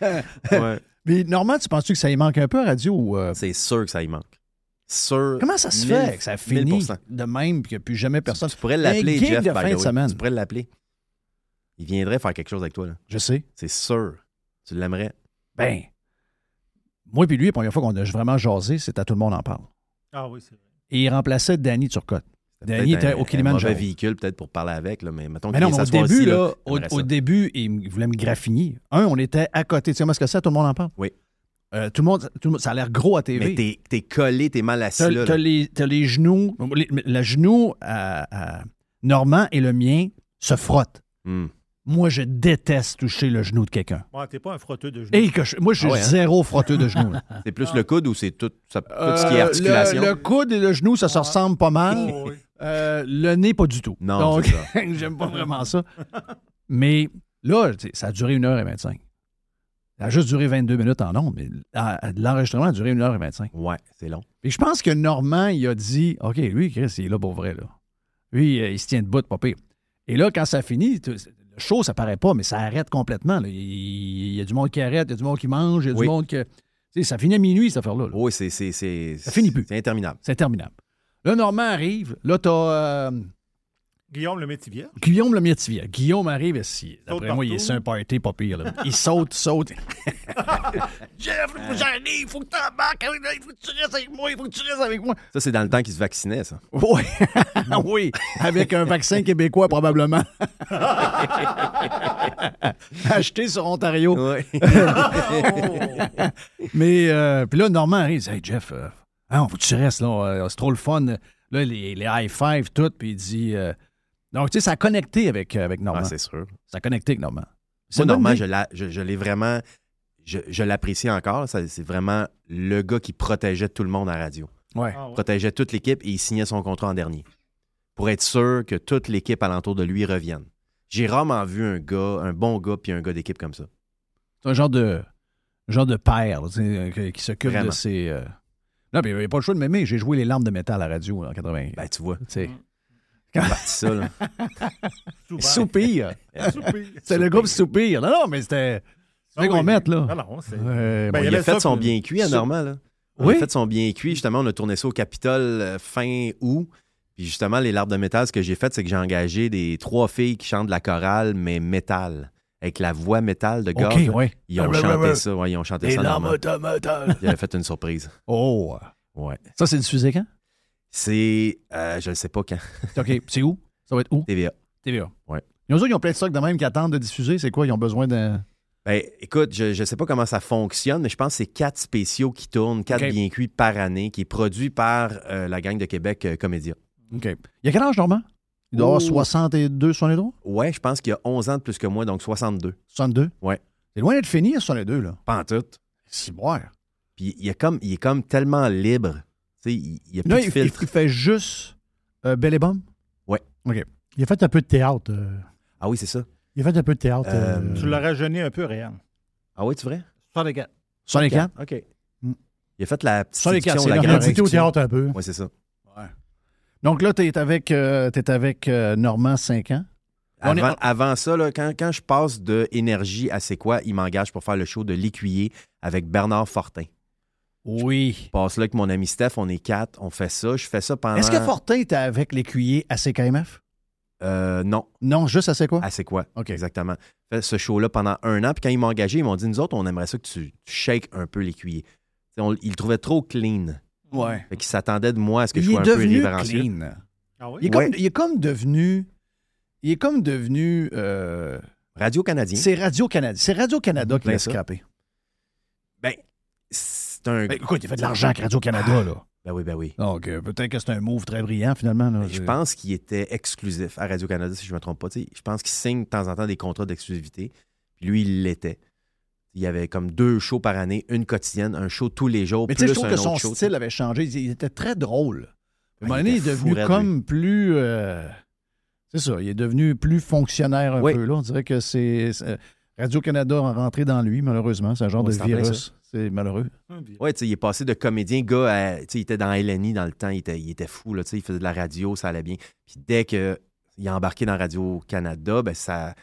[SPEAKER 4] Ouais.
[SPEAKER 3] Mais Normand, tu penses-tu que ça y manque un peu à radio? ou, euh,
[SPEAKER 4] C'est sûr que ça y manque. Sûr.
[SPEAKER 3] Comment ça se
[SPEAKER 4] Mille-
[SPEAKER 3] fait que ça finit
[SPEAKER 4] 1000%.
[SPEAKER 3] de même puis qu'il n'y a plus jamais personne?
[SPEAKER 4] Tu pourrais
[SPEAKER 3] Un
[SPEAKER 4] l'appeler,
[SPEAKER 3] gig
[SPEAKER 4] Jeff,
[SPEAKER 3] de
[SPEAKER 4] by
[SPEAKER 3] fin
[SPEAKER 4] the
[SPEAKER 3] de
[SPEAKER 4] way.
[SPEAKER 3] semaine.
[SPEAKER 4] Tu pourrais l'appeler. Il viendrait faire quelque chose avec toi, là.
[SPEAKER 3] Je sais.
[SPEAKER 4] C'est sûr. Tu l'aimerais.
[SPEAKER 3] Ben, moi puis lui, la première fois qu'on a vraiment jasé, c'était à tout le monde en parle.
[SPEAKER 5] Ah oui, c'est vrai.
[SPEAKER 3] Et il remplaçait Danny Turcotte.
[SPEAKER 4] C'était
[SPEAKER 3] Danny
[SPEAKER 4] peut-être
[SPEAKER 3] était
[SPEAKER 4] un-
[SPEAKER 3] au Kilimanjaro.
[SPEAKER 4] Un mauvais véhicule, peut-être, pour parler avec, là, mais mettons
[SPEAKER 3] Mais
[SPEAKER 4] qu'il
[SPEAKER 3] non, mais
[SPEAKER 4] vient
[SPEAKER 3] au
[SPEAKER 4] s'asseoir
[SPEAKER 3] début,
[SPEAKER 4] ici,
[SPEAKER 3] là, au,
[SPEAKER 4] j'aimerais
[SPEAKER 3] au
[SPEAKER 4] ça.
[SPEAKER 3] début, il voulait me graffiner. Un, on était à côté. Tu sais comment est-ce que ça, tout le monde en parle?
[SPEAKER 4] Oui.
[SPEAKER 3] Euh, tout, le monde, tout le monde- ça a l'air gros à TV.
[SPEAKER 4] Mais t'es, t'es collé, t'es mal assis,
[SPEAKER 3] T'as
[SPEAKER 4] là.
[SPEAKER 3] t'as
[SPEAKER 4] là.
[SPEAKER 3] les, t'as les genoux. les- le genou à, à Normand et le mien se frottent.
[SPEAKER 4] Hum.
[SPEAKER 3] Moi, je déteste toucher le genou de quelqu'un.
[SPEAKER 5] Bon, t'es pas un frotteux de genoux.
[SPEAKER 3] Et que je- moi, je suis
[SPEAKER 4] Ah ouais, hein?
[SPEAKER 3] zéro frotteux de genoux. là.
[SPEAKER 4] C'est plus le coude ou c'est tout, ça- tout ce qui est
[SPEAKER 3] Ah. Euh,
[SPEAKER 4] articulation?
[SPEAKER 3] Le, le coude et le genou, ça se ressemble pas mal.
[SPEAKER 5] Ah. Oh, oui.
[SPEAKER 3] Euh, le nez, pas du tout.
[SPEAKER 4] Non,
[SPEAKER 3] Donc,
[SPEAKER 4] c'est ça.
[SPEAKER 3] j'aime pas vraiment ça. Mais là, tu sais, ça a duré 1h25. Ça a juste duré 22 minutes en nombre, mais euh, l'enregistrement a duré 1h25.
[SPEAKER 4] Ouais, c'est long.
[SPEAKER 3] Et je pense que Normand, il a dit OK, lui, Chris, il est là pour vrai. Là. Lui, euh, il se tient debout, pas pire. Et là, quand ça finit, tu- le show, ça paraît pas, mais ça arrête complètement. là. Il, il y a du monde qui arrête, il y a du monde qui mange, il y a du
[SPEAKER 4] Oui.
[SPEAKER 3] monde qui. Tu sais, ça finit à minuit, cette affaire-là. là.
[SPEAKER 5] Oh.
[SPEAKER 4] Oui, c'est, c'est, c'est.
[SPEAKER 3] Ça finit plus.
[SPEAKER 4] C'est interminable.
[SPEAKER 3] C'est interminable. Là, Normand arrive. Là, t'as euh,
[SPEAKER 5] Guillaume le métivier.
[SPEAKER 3] Guillaume le Métivier. Guillaume arrive ici. D'après
[SPEAKER 5] Saute
[SPEAKER 3] moi, il est
[SPEAKER 5] partout.
[SPEAKER 3] sur un party, pas pire. là. Il saute, saute.
[SPEAKER 4] Ça, c'est dans le temps qu'ils se vaccinaient, ça.
[SPEAKER 3] Oui, oui, avec un vaccin québécois probablement. Acheté sur Ontario.
[SPEAKER 4] Ouais.
[SPEAKER 3] Mais euh, puis là, Normand arrive, il dit Hey Jeff, euh, hein, on faut que tu restes, là, euh, c'est trop le fun. Là, les, les high five, tout, puis il dit. euh, donc, tu sais, ça a connecté avec, euh, avec Normand.
[SPEAKER 4] Ah, c'est sûr.
[SPEAKER 3] ça a connecté avec Normand.
[SPEAKER 4] Moi,
[SPEAKER 3] une bonne
[SPEAKER 4] Normand,
[SPEAKER 3] idée.
[SPEAKER 4] je, la- je- je l'ai vraiment. Je, je l'apprécie encore. Ça, c'est vraiment le gars qui protégeait tout le monde à la radio.
[SPEAKER 3] Ouais.
[SPEAKER 5] Ah, ouais.
[SPEAKER 4] Protégeait toute l'équipe et il signait son contrat en dernier. Pour être sûr que toute l'équipe alentour de lui revienne. J'ai rarement vu un gars, un bon gars puis un gars d'équipe comme ça.
[SPEAKER 3] C'est un genre de, genre de père là, tu sais, euh, qui- qui s'occupe de
[SPEAKER 4] Vraiment.
[SPEAKER 3] ses. euh, Non, puis il avait pas le choix de m'aimer. J'ai joué les larmes de métal à la radio en 80.
[SPEAKER 4] Ben, tu vois,
[SPEAKER 3] tu sais.
[SPEAKER 4] c'est parti ça, là.
[SPEAKER 5] Souvent. Eh,
[SPEAKER 3] Soupir.
[SPEAKER 5] Soupir.
[SPEAKER 3] C'était le groupe Soupir. Non, non, mais c'était.
[SPEAKER 5] Ah
[SPEAKER 3] C'est
[SPEAKER 5] oui.
[SPEAKER 3] qu'on mette, là.
[SPEAKER 5] Non, non, c'est.
[SPEAKER 3] Euh,
[SPEAKER 5] Ben,
[SPEAKER 3] bon,
[SPEAKER 5] y
[SPEAKER 4] Il a
[SPEAKER 5] avait
[SPEAKER 4] fait
[SPEAKER 5] ça,
[SPEAKER 4] son
[SPEAKER 5] puis-
[SPEAKER 4] bien cuit à
[SPEAKER 3] ça-
[SPEAKER 4] Normand, là.
[SPEAKER 3] Oui.
[SPEAKER 4] On a fait son bien cuit. Justement, on a tourné ça au Capitole euh, fin août. Puis justement, les larves de métal, ce que j'ai fait, c'est que j'ai engagé des trois filles qui chantent de la chorale, mais métal. Avec la voix métal de
[SPEAKER 3] OK,
[SPEAKER 4] gorge.
[SPEAKER 3] oui.
[SPEAKER 4] Ils ont
[SPEAKER 3] Ouais, ouais,
[SPEAKER 4] chanté
[SPEAKER 3] ouais.
[SPEAKER 4] ça. ouais, ils ont chanté
[SPEAKER 3] Les
[SPEAKER 4] ça.
[SPEAKER 3] larmes
[SPEAKER 4] Normand.
[SPEAKER 3] de métal.
[SPEAKER 4] Ils avaient fait une surprise.
[SPEAKER 3] Oh.
[SPEAKER 4] Ouais.
[SPEAKER 3] Ça, c'est diffusé quand?
[SPEAKER 4] C'est. euh, je ne sais pas quand.
[SPEAKER 3] OK. C'est où? Ça va être où?
[SPEAKER 4] TVA.
[SPEAKER 3] TVA.
[SPEAKER 4] Ouais.
[SPEAKER 3] Ils ont, ils ont plein de stocks de même qui attendent de diffuser. C'est quoi? Ils ont besoin de.
[SPEAKER 4] Ben, écoute, je ne sais pas comment ça fonctionne, mais je pense que c'est quatre spéciaux qui tournent, quatre
[SPEAKER 3] OK.
[SPEAKER 4] bien cuits par année, qui est produit par euh, la gang de Québec euh, Comédia.
[SPEAKER 3] OK. Il y a quel âge, Normand? Il doit avoir
[SPEAKER 4] Oh.
[SPEAKER 3] 62, 63?
[SPEAKER 4] Ouais, je pense qu'il y a 11 ans de plus que moi, donc 62.
[SPEAKER 3] 62?
[SPEAKER 4] Ouais.
[SPEAKER 3] C'est loin d'être fini, 62, là.
[SPEAKER 4] Pas en tout.
[SPEAKER 3] C'est boire.
[SPEAKER 4] Puis il, est comme, il est comme tellement libre. Tu sais, il n'y a plus
[SPEAKER 3] Non,
[SPEAKER 4] de
[SPEAKER 3] il, il
[SPEAKER 4] filtre.
[SPEAKER 3] fait juste euh, Belle et Bombe?
[SPEAKER 6] Il a fait un peu de théâtre. euh.
[SPEAKER 4] Ah oui, c'est ça.
[SPEAKER 6] Il a fait un peu de théâtre.
[SPEAKER 4] Euh,
[SPEAKER 6] euh.
[SPEAKER 5] Tu l'aurais jeûné un peu, Réan.
[SPEAKER 4] Ah oui, tu vrai?
[SPEAKER 5] 64.
[SPEAKER 3] 64?
[SPEAKER 4] OK.
[SPEAKER 6] Mm.
[SPEAKER 4] Il a fait la petite
[SPEAKER 3] Ça, les quatre,
[SPEAKER 4] séduction,
[SPEAKER 3] c'est leur
[SPEAKER 4] la
[SPEAKER 6] Il a
[SPEAKER 4] grande
[SPEAKER 3] réalité.
[SPEAKER 6] goûté au théâtre un peu.
[SPEAKER 4] Oui, c'est ça.
[SPEAKER 3] Donc là, t'es avec, euh, t'es avec euh, Normand, 5 ans. On est-
[SPEAKER 4] Avant,
[SPEAKER 3] on-
[SPEAKER 4] avant ça, là, quand, quand je passe de énergie à c'est quoi, il m'engage pour faire le show de l'écuyer avec Bernard Fortin.
[SPEAKER 3] Oui.
[SPEAKER 4] Je passe là avec mon ami Steph, on est quatre, on fait ça. Je fais ça pendant.
[SPEAKER 3] Est-ce que Fortin était avec l'écuyer à CKMF?
[SPEAKER 4] Euh, non,
[SPEAKER 3] Non, juste à C'est quoi?
[SPEAKER 4] à c'est quoi.
[SPEAKER 3] OK.
[SPEAKER 4] Exactement. Fait ce show-là pendant un an. Puis quand ils m'ont engagé, ils m'ont dit Nous autres, on aimerait ça que tu, tu shakes un peu l'écuyer. Tu sais, on- Ils le trouvaient trop clean.
[SPEAKER 3] Ouais.
[SPEAKER 4] Fait qu'ils s'attendaient de moi à ce que je
[SPEAKER 3] Il
[SPEAKER 4] sois
[SPEAKER 3] est
[SPEAKER 4] un peu
[SPEAKER 3] devenu
[SPEAKER 4] irrévérencieux.
[SPEAKER 3] clean.
[SPEAKER 5] Ah oui?
[SPEAKER 3] Il est, comme,
[SPEAKER 4] Ouais.
[SPEAKER 3] il est comme devenu. Il est comme devenu. euh,
[SPEAKER 4] Radio-Canadien.
[SPEAKER 3] c'est Radio-Canada. C'est Radio-Canada qui
[SPEAKER 4] Plein
[SPEAKER 3] l'a
[SPEAKER 4] ça.
[SPEAKER 3] scrappé.
[SPEAKER 4] Ben, c'est un.
[SPEAKER 3] Ben, écoute, il fait de l'argent avec Radio-Canada, là.
[SPEAKER 4] Ben oui, ben oui.
[SPEAKER 3] Donc, euh, peut-être que c'est un move très brillant, finalement. là.
[SPEAKER 4] Ben, Je pense qu'il était exclusif à Radio-Canada, si je ne me trompe pas. Tu sais, je pense qu'il signe de temps en temps des contrats d'exclusivité. Puis lui, il l'était. Tu Il y avait comme deux shows par année, une quotidienne, un show tous les jours,
[SPEAKER 3] Mais tu sais,
[SPEAKER 4] plus
[SPEAKER 3] je
[SPEAKER 4] un
[SPEAKER 3] trouve que
[SPEAKER 4] autre
[SPEAKER 3] son
[SPEAKER 4] show.
[SPEAKER 3] style avait changé. Il était très drôle. À un
[SPEAKER 4] Ah,
[SPEAKER 3] moment
[SPEAKER 4] il
[SPEAKER 3] donné, il est
[SPEAKER 4] était fou
[SPEAKER 3] devenu
[SPEAKER 4] raide,
[SPEAKER 3] comme plus. euh, c'est ça, il est devenu plus fonctionnaire un
[SPEAKER 4] Oui.
[SPEAKER 3] peu. Là. On dirait que c'est. c'est- Radio-Canada a rentré dans lui, malheureusement. C'est un genre
[SPEAKER 4] Ouais,
[SPEAKER 3] de
[SPEAKER 4] c'est en plein
[SPEAKER 3] virus. C'est malheureux.
[SPEAKER 4] Ouais, tu sais, il est passé de comédien gars à. Tu sais, il était dans Eleni dans le temps, il était, il était fou, là, tu sais, il faisait de la radio, ça allait bien. Puis dès qu'il a embarqué dans Radio-Canada, ben ça.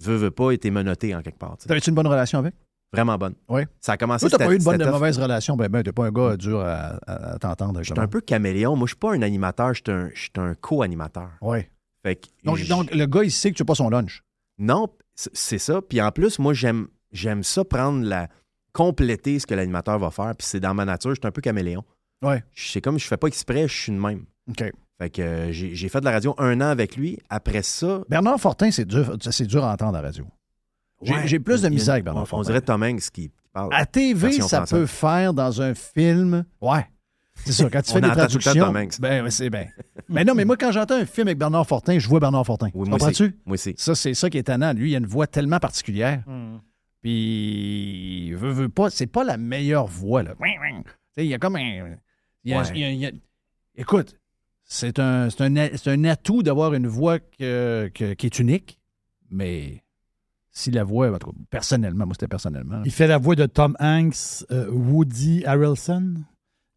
[SPEAKER 4] Veut, veut pas, il était menotté en quelque part. tu sais.
[SPEAKER 3] T'avais-tu une bonne relation avec?
[SPEAKER 4] Vraiment bonne.
[SPEAKER 3] Oui.
[SPEAKER 4] Ah, Ça a commencé
[SPEAKER 3] Toi, t'as
[SPEAKER 4] c'était-
[SPEAKER 3] pas eu de bonne
[SPEAKER 4] c'était
[SPEAKER 3] de
[SPEAKER 4] tough.
[SPEAKER 3] mauvaise relation. Ben, ben, t'es pas un gars dur à, à- à t'entendre.
[SPEAKER 4] J'étais un peu caméléon. Moi, je suis pas un animateur, je suis un, je suis un co-animateur.
[SPEAKER 3] Ouais.
[SPEAKER 4] Fait que
[SPEAKER 3] Donc,
[SPEAKER 4] je-
[SPEAKER 3] donc, le gars, il sait que tu n'as pas son lunch.
[SPEAKER 4] Non, c- c'est ça. Puis en plus, moi, j'aime, j'aime ça prendre la. compléter ce que l'animateur va faire. Puis c'est dans ma nature, je suis un peu caméléon.
[SPEAKER 3] Ouais.
[SPEAKER 4] Je- C'est comme je fais pas exprès, je suis de même.
[SPEAKER 3] OK.
[SPEAKER 4] Fait que euh, j'ai j'ai fait de la radio un an avec lui. Après ça.
[SPEAKER 3] Bernard Fortin, c'est dur, c'est dur à entendre à la radio. J'ai-
[SPEAKER 4] ouais,
[SPEAKER 3] j'ai plus de
[SPEAKER 4] il y a-
[SPEAKER 3] misère avec Bernard
[SPEAKER 4] on- On
[SPEAKER 3] Fortin.
[SPEAKER 4] dirait Tom Hanks qui qui parle.
[SPEAKER 3] À TV,
[SPEAKER 4] Version
[SPEAKER 3] ça
[SPEAKER 4] française.
[SPEAKER 3] peut faire dans un film. Ouais. C'est ça, quand tu
[SPEAKER 4] On
[SPEAKER 3] fais des
[SPEAKER 4] entend tout le temps
[SPEAKER 3] traductions.
[SPEAKER 4] Tom Hanks.
[SPEAKER 3] Ben, ouais, c'est bien. Mais non, mais moi, quand j'entends un film avec Bernard Fortin, je vois Bernard Fortin.
[SPEAKER 4] Oui, moi aussi.
[SPEAKER 3] Comprends-tu?
[SPEAKER 4] Moi aussi.
[SPEAKER 3] Ça, c'est ça qui est tannant. Lui, il a une voix tellement particulière.
[SPEAKER 5] Hmm.
[SPEAKER 3] Puis, il veut, veut pas. C'est pas la meilleure voix, là. Tu sais, il y a comme un. il y a-
[SPEAKER 4] Ouais.
[SPEAKER 3] il y a- il y a- Écoute, c'est un, c'est un, a- c'est un atout d'avoir une voix que- que- qui est unique, mais si la voix, en tout cas, personnellement, moi, c'était personnellement. là.
[SPEAKER 6] Il fait la voix de Tom Hanks, euh, Woody Harrelson.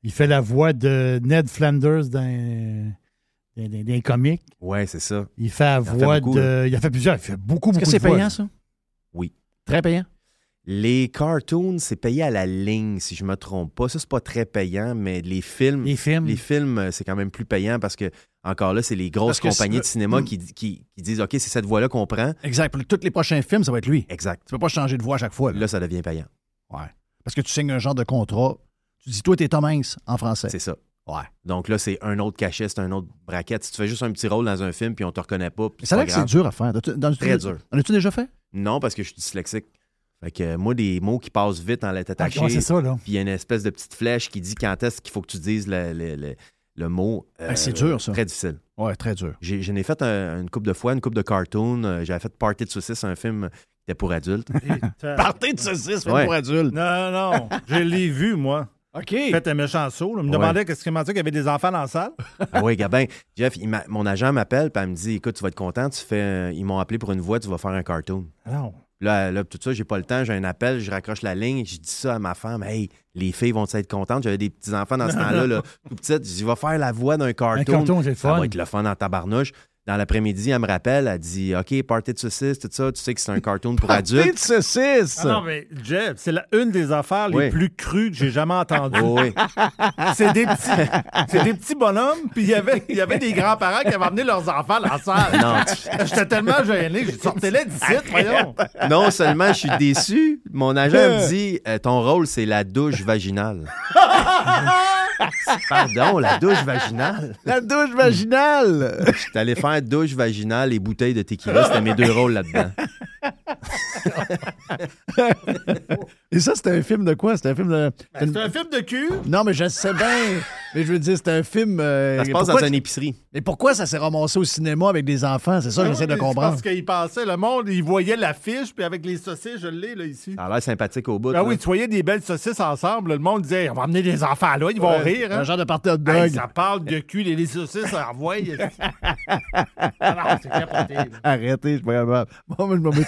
[SPEAKER 6] Il fait la voix de Ned Flanders dans dans- dans- dans les comiques.
[SPEAKER 4] Ouais, c'est ça.
[SPEAKER 6] Il fait la
[SPEAKER 4] en fait
[SPEAKER 6] voix
[SPEAKER 4] beaucoup,
[SPEAKER 6] de. Il a fait plusieurs. Il fait beaucoup,
[SPEAKER 3] Est-ce
[SPEAKER 6] beaucoup
[SPEAKER 3] que
[SPEAKER 6] de
[SPEAKER 3] c'est
[SPEAKER 6] voix.
[SPEAKER 3] payant, ça?
[SPEAKER 4] Oui.
[SPEAKER 3] Très payant.
[SPEAKER 4] Les cartoons, c'est payé à la ligne, si je me trompe pas. Ça, c'est pas très payant, mais les films.
[SPEAKER 6] Les
[SPEAKER 3] Mm.
[SPEAKER 6] films. Ah,
[SPEAKER 4] Les films, euh, c'est quand même plus payant parce que, encore là, c'est les grosses
[SPEAKER 3] Parce que
[SPEAKER 4] compagnies
[SPEAKER 3] c'est- Mm.
[SPEAKER 4] de cinéma qui, qui- qui disent OK, c'est cette voie-là qu'on prend.
[SPEAKER 3] Exact. Pour tous les prochains films, ça va être lui.
[SPEAKER 4] Exact.
[SPEAKER 3] Tu peux pas changer de voix à chaque fois. là.
[SPEAKER 4] Là, ça devient payant.
[SPEAKER 3] Ouais. Parce que tu signes un genre de contrat. Tu dis, toi, t'es Tom Hanks en français.
[SPEAKER 4] C'est ça.
[SPEAKER 3] Ouais.
[SPEAKER 4] Donc là, c'est un autre cachet, c'est un autre braquette. Si tu fais juste un petit rôle dans un film puis on te reconnaît pas, puis
[SPEAKER 3] Mais
[SPEAKER 4] c'est
[SPEAKER 3] ça a
[SPEAKER 4] pas
[SPEAKER 3] l'air que c'est
[SPEAKER 4] grave.
[SPEAKER 3] dur à faire. Dans- dans-
[SPEAKER 4] Très dur.
[SPEAKER 3] En as-tu déjà fait?
[SPEAKER 4] Non, parce que je suis dyslexique. Fait que euh, moi, des mots qui passent vite en lettres
[SPEAKER 6] Ah,
[SPEAKER 4] attachées,
[SPEAKER 6] ouais, c'est ça, là.
[SPEAKER 4] puis il y a une espèce de petite flèche qui dit quand est-ce qu'il faut que tu dises le, le- le- le mot. euh,
[SPEAKER 3] Ben, c'est dur, ça.
[SPEAKER 4] Très difficile.
[SPEAKER 3] Ouais, très dur.
[SPEAKER 4] J'ai- J'en ai, fait un- une coupe de fois, une coupe de cartoon. Euh, J'avais fait Party de saucisse, un film qui était pour adultes.
[SPEAKER 3] Partez de saucisse,
[SPEAKER 4] Ouais.
[SPEAKER 3] pour adulte.
[SPEAKER 5] Non, non, je l'ai vu, moi.
[SPEAKER 3] OK.
[SPEAKER 5] Faites un méchant saut. là. Il me
[SPEAKER 4] Ouais.
[SPEAKER 5] demandait qu'est-ce qu'il m'a dit qu'il y avait des enfants dans la salle.
[SPEAKER 4] ah oui, Gabin. Jeff, il m'a- mon agent m'appelle, puis elle me dit Écoute, tu vas être content, tu fais, euh, ils m'ont appelé pour une voix, tu vas faire un cartoon.
[SPEAKER 5] Non.
[SPEAKER 4] Là, là, tout ça, j'ai pas le temps, j'ai un appel, je raccroche la ligne, je dis ça à ma femme, hey, les filles vont être contentes. J'avais des petits enfants dans ce temps-là, là, tout petit, je dis, va faire la voix d'un cartoon.
[SPEAKER 6] Un carton, j'ai le
[SPEAKER 4] ça
[SPEAKER 6] fun.
[SPEAKER 4] va être le fun en tabarnouche. Dans l'après-midi, elle me rappelle, elle dit, OK, party de saucisse, tout ça, tu sais que c'est un cartoon pour
[SPEAKER 3] Partez de
[SPEAKER 4] adultes.
[SPEAKER 3] saucisse.
[SPEAKER 5] Ah non, mais Jeff, c'est la- une des affaires les
[SPEAKER 4] Oui.
[SPEAKER 5] plus crues que j'ai jamais entendues.
[SPEAKER 4] Oh, oui.
[SPEAKER 5] C'est des petits, c'est des petits bonhommes, puis il y avait, il y avait des grands-parents qui avaient amené leurs enfants dans la salle.
[SPEAKER 4] Non,
[SPEAKER 5] J'étais tellement gêné, j'ai sorti les d'ici, voyons.
[SPEAKER 4] Non seulement je suis déçu, mon agent me dit euh, ton rôle c'est la douche vaginale. Pardon, la douche vaginale.
[SPEAKER 3] La douche vaginale.
[SPEAKER 4] J'étais allé faire douche vaginale et bouteille de tequila, c'était mes deux rôles là-dedans.
[SPEAKER 3] Et ça, c'était un film de quoi? C'était un film de...
[SPEAKER 5] C'est un film de cul.
[SPEAKER 3] Non, mais je sais bien. mais je veux dire, c'était un film... euh,
[SPEAKER 4] Ça se passe
[SPEAKER 3] pourquoi
[SPEAKER 4] dans une
[SPEAKER 3] tu-
[SPEAKER 4] épicerie.
[SPEAKER 3] Mais pourquoi ça s'est ramassé au cinéma avec des enfants? C'est ça que j'essaie de
[SPEAKER 5] Ah C'est
[SPEAKER 3] comprendre.
[SPEAKER 5] Parce qu'il pensait, le monde, il voyait l'affiche, puis avec les saucisses, je l'ai là ici.
[SPEAKER 4] Ça a l'air sympathique au bout.
[SPEAKER 5] Ah
[SPEAKER 4] là.
[SPEAKER 5] oui, tu voyais des belles saucisses ensemble, le monde disait, on va amener des enfants là, ils vont rire. hein.
[SPEAKER 3] Un genre de party hot dog.
[SPEAKER 5] Hey, ça parle de cul et les saucisses, ça envoie. Ah non, c'est capoté, là.
[SPEAKER 3] Arrêtez, je suis pas capable. Moi, moi, je vais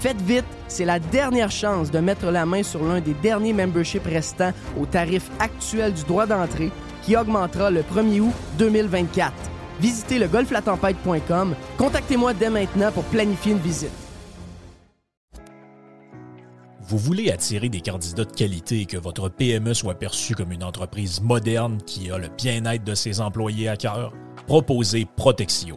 [SPEAKER 7] Faites vite, c'est la dernière chance de mettre la main sur l'un des derniers memberships restants au tarif actuel du droit d'entrée qui augmentera le 1er août 2024. Visitez le golflatempête.com. Contactez-moi dès maintenant pour planifier une visite.
[SPEAKER 8] Vous voulez attirer des candidats de qualité et que votre PME soit perçue comme une entreprise moderne qui a le bien-être de ses employés à cœur? Proposez Protexio,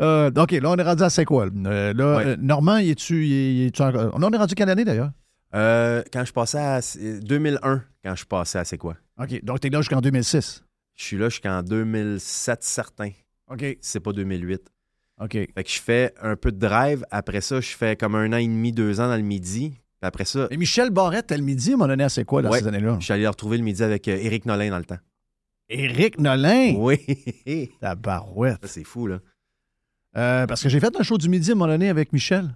[SPEAKER 3] Euh, OK, là, on est rendu à c'est quoi? Euh, là,
[SPEAKER 4] Ouais.
[SPEAKER 3] euh, Normand, y es-tu. y- y es-tu en- Là, on est rendu quelle année d'ailleurs?
[SPEAKER 4] Euh, quand je passais à. c'est- 2001, quand je passais à C'est quoi?
[SPEAKER 3] OK, donc t'es là jusqu'en 2006.
[SPEAKER 4] Je suis là jusqu'en 2007, certain.
[SPEAKER 3] OK.
[SPEAKER 4] C'est pas 2008.
[SPEAKER 3] OK.
[SPEAKER 4] Fait que je fais un peu de drive. Après ça, je fais comme un an et demi, deux ans dans le midi. Puis après ça,
[SPEAKER 3] Et Michel Barrette, elle midi, m'a donné à c'est quoi dans
[SPEAKER 4] Ouais.
[SPEAKER 3] ces années-là?
[SPEAKER 4] je suis allé le retrouver le midi avec euh, Éric Nolin dans le temps.
[SPEAKER 3] Éric Nolin!
[SPEAKER 4] Oui.
[SPEAKER 3] La barouette.
[SPEAKER 4] Ça, c'est fou, là.
[SPEAKER 3] Euh, parce que j'ai fait un show du midi à un moment donné avec Michel.
[SPEAKER 4] Ben,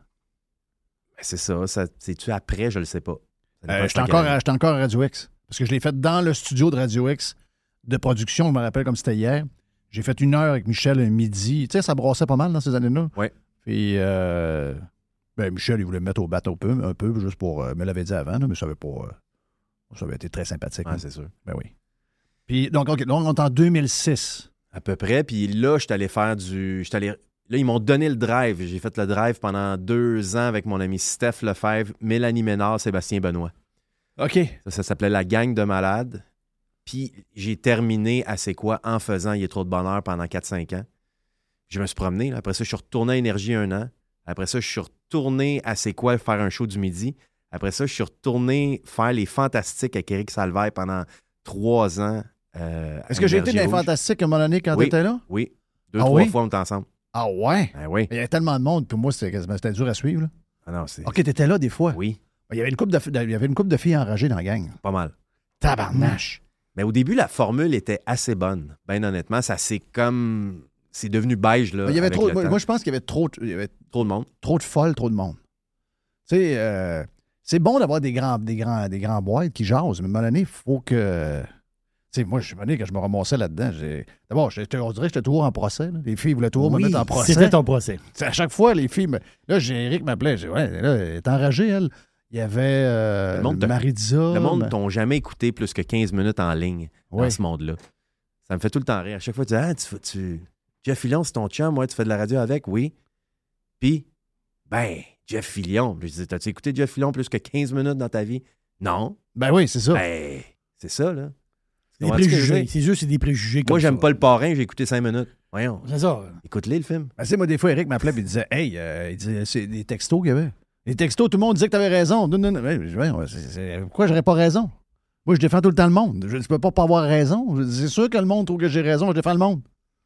[SPEAKER 4] C'est ça. ça C'est-tu après? Je le sais pas. Ça dépend
[SPEAKER 3] Euh,
[SPEAKER 4] de
[SPEAKER 3] J'étais
[SPEAKER 4] quand
[SPEAKER 3] encore,
[SPEAKER 4] il
[SPEAKER 3] à- j'étais encore à Radio X. Parce que je l'ai fait dans le studio de Radio X de production, je me rappelle comme c'était hier. J'ai fait une heure avec Michel un midi. Tu sais, ça brassait pas mal dans ces années-là.
[SPEAKER 4] Ouais.
[SPEAKER 3] Puis, euh, ben, Michel, il voulait me mettre au bateau un peu, un peu juste pour. euh, me l'avait dit avant, là, mais ça avait pas. euh, ça avait été très sympathique.
[SPEAKER 4] arrive.
[SPEAKER 3] là.
[SPEAKER 4] Ouais, c'est sûr.
[SPEAKER 3] ben oui. Puis, donc, OK, donc, on est en 2006.
[SPEAKER 4] À peu près. Puis là, je suis allé faire du. j'étais allé- Là, ils m'ont donné le drive. J'ai fait le drive pendant deux ans avec mon ami Steph Lefebvre, Mélanie Ménard, Sébastien Benoît.
[SPEAKER 3] OK.
[SPEAKER 4] Ça, ça s'appelait La Gang de Malades. Puis j'ai terminé à C'est quoi en faisant Il est trop de bonheur pendant 4-5 ans. Je me suis promené. là. Après ça, je suis retourné à Énergie un an. Après ça, je suis retourné à C'est quoi faire un show du midi. Après ça, je suis retourné faire les Fantastiques avec Eric Salvaire pendant trois ans. euh, à
[SPEAKER 3] Est-ce que j'ai été
[SPEAKER 4] Énergie
[SPEAKER 3] dans les
[SPEAKER 4] Rouge.
[SPEAKER 3] fantastiques à un moment donné quand
[SPEAKER 4] Oui.
[SPEAKER 3] t'étais là?
[SPEAKER 4] Oui. Deux,
[SPEAKER 3] Ah
[SPEAKER 4] trois
[SPEAKER 3] oui?
[SPEAKER 4] fois, on était ensemble.
[SPEAKER 3] Ah ouais?
[SPEAKER 4] Ben oui.
[SPEAKER 3] Il y avait tellement de monde, puis moi, c'était quasiment- c'était dur à suivre. là.
[SPEAKER 4] Ah non, c'est.
[SPEAKER 3] OK, t'étais là des fois.
[SPEAKER 4] Oui,
[SPEAKER 3] Il y avait une couple de, fi- il y avait une couple de filles enragées dans la gang.
[SPEAKER 4] pas mal.
[SPEAKER 3] Tabarnache.
[SPEAKER 4] Mais au début, la formule était assez bonne. Ben honnêtement, ça s'est comme. C'est devenu beige, là.
[SPEAKER 3] il y avait
[SPEAKER 4] avec
[SPEAKER 3] trop,
[SPEAKER 4] le
[SPEAKER 3] moi,
[SPEAKER 4] temps.
[SPEAKER 3] moi, je pense qu'il y avait trop, de- il y avait
[SPEAKER 4] Trop de monde.
[SPEAKER 3] trop de folles, trop de monde. Tu sais, euh, c'est bon d'avoir des grands, des grands, des grands boîtes qui jasent, mais à un moment donné, il faut que. Tu sais, moi, je suis venu quand je me ramassais là-dedans. j'ai- D'abord, j'étais- on dirait que j'étais toujours en procès. là. Les filles voulaient toujours
[SPEAKER 6] Oui,
[SPEAKER 3] me mettre en procès.
[SPEAKER 6] C'était ton procès.
[SPEAKER 3] Tu sais, à chaque fois, les filles. me- Là, j'ai Eric m'appelait. J'ai dit, ouais, là, elle est enragée, elle. Il y avait euh,
[SPEAKER 4] Le monde te-
[SPEAKER 3] Maritza.
[SPEAKER 4] Le monde
[SPEAKER 3] mais-
[SPEAKER 4] t'ont jamais écouté plus que 15 minutes en ligne
[SPEAKER 3] ben. Ouais.
[SPEAKER 4] dans ce monde-là. Ça me fait tout le temps rire. À chaque fois, tu dis Ah, tu. fais- tu... Jeff Fillion, c'est ton chum, ouais, tu fais de la radio avec, oui. Puis, ben, Jeff Fillion. Je dis T'as-tu écouté Jeff Fillion plus que 15 minutes dans ta vie Non.
[SPEAKER 3] Ben oui, c'est ça.
[SPEAKER 4] Ben, c'est ça, là.
[SPEAKER 6] Des
[SPEAKER 4] Comprends-tu ce que je veux
[SPEAKER 6] préjugés.
[SPEAKER 4] dire?
[SPEAKER 6] C'est juste c'est des préjugés.
[SPEAKER 4] Moi,
[SPEAKER 6] comme
[SPEAKER 4] j'aime
[SPEAKER 6] ça.
[SPEAKER 4] pas le parrain, j'ai écouté 5 minutes. Voyons,
[SPEAKER 6] C'est ça.
[SPEAKER 4] écoute-les le film.
[SPEAKER 3] Ben, tu sais, moi, des fois, Eric m'appelait et il disait Hey, euh, il disait, c'est des textos qu'il y avait. Les textos, tout le monde disait que t'avais raison. Non, non, non. Ben, je- ben, c'est- c'est- pourquoi j'aurais pas raison? Moi, je défends tout le temps le monde. Je ne peux pas, pas avoir raison. Je- C'est sûr que le monde trouve que j'ai raison. Je défends le monde.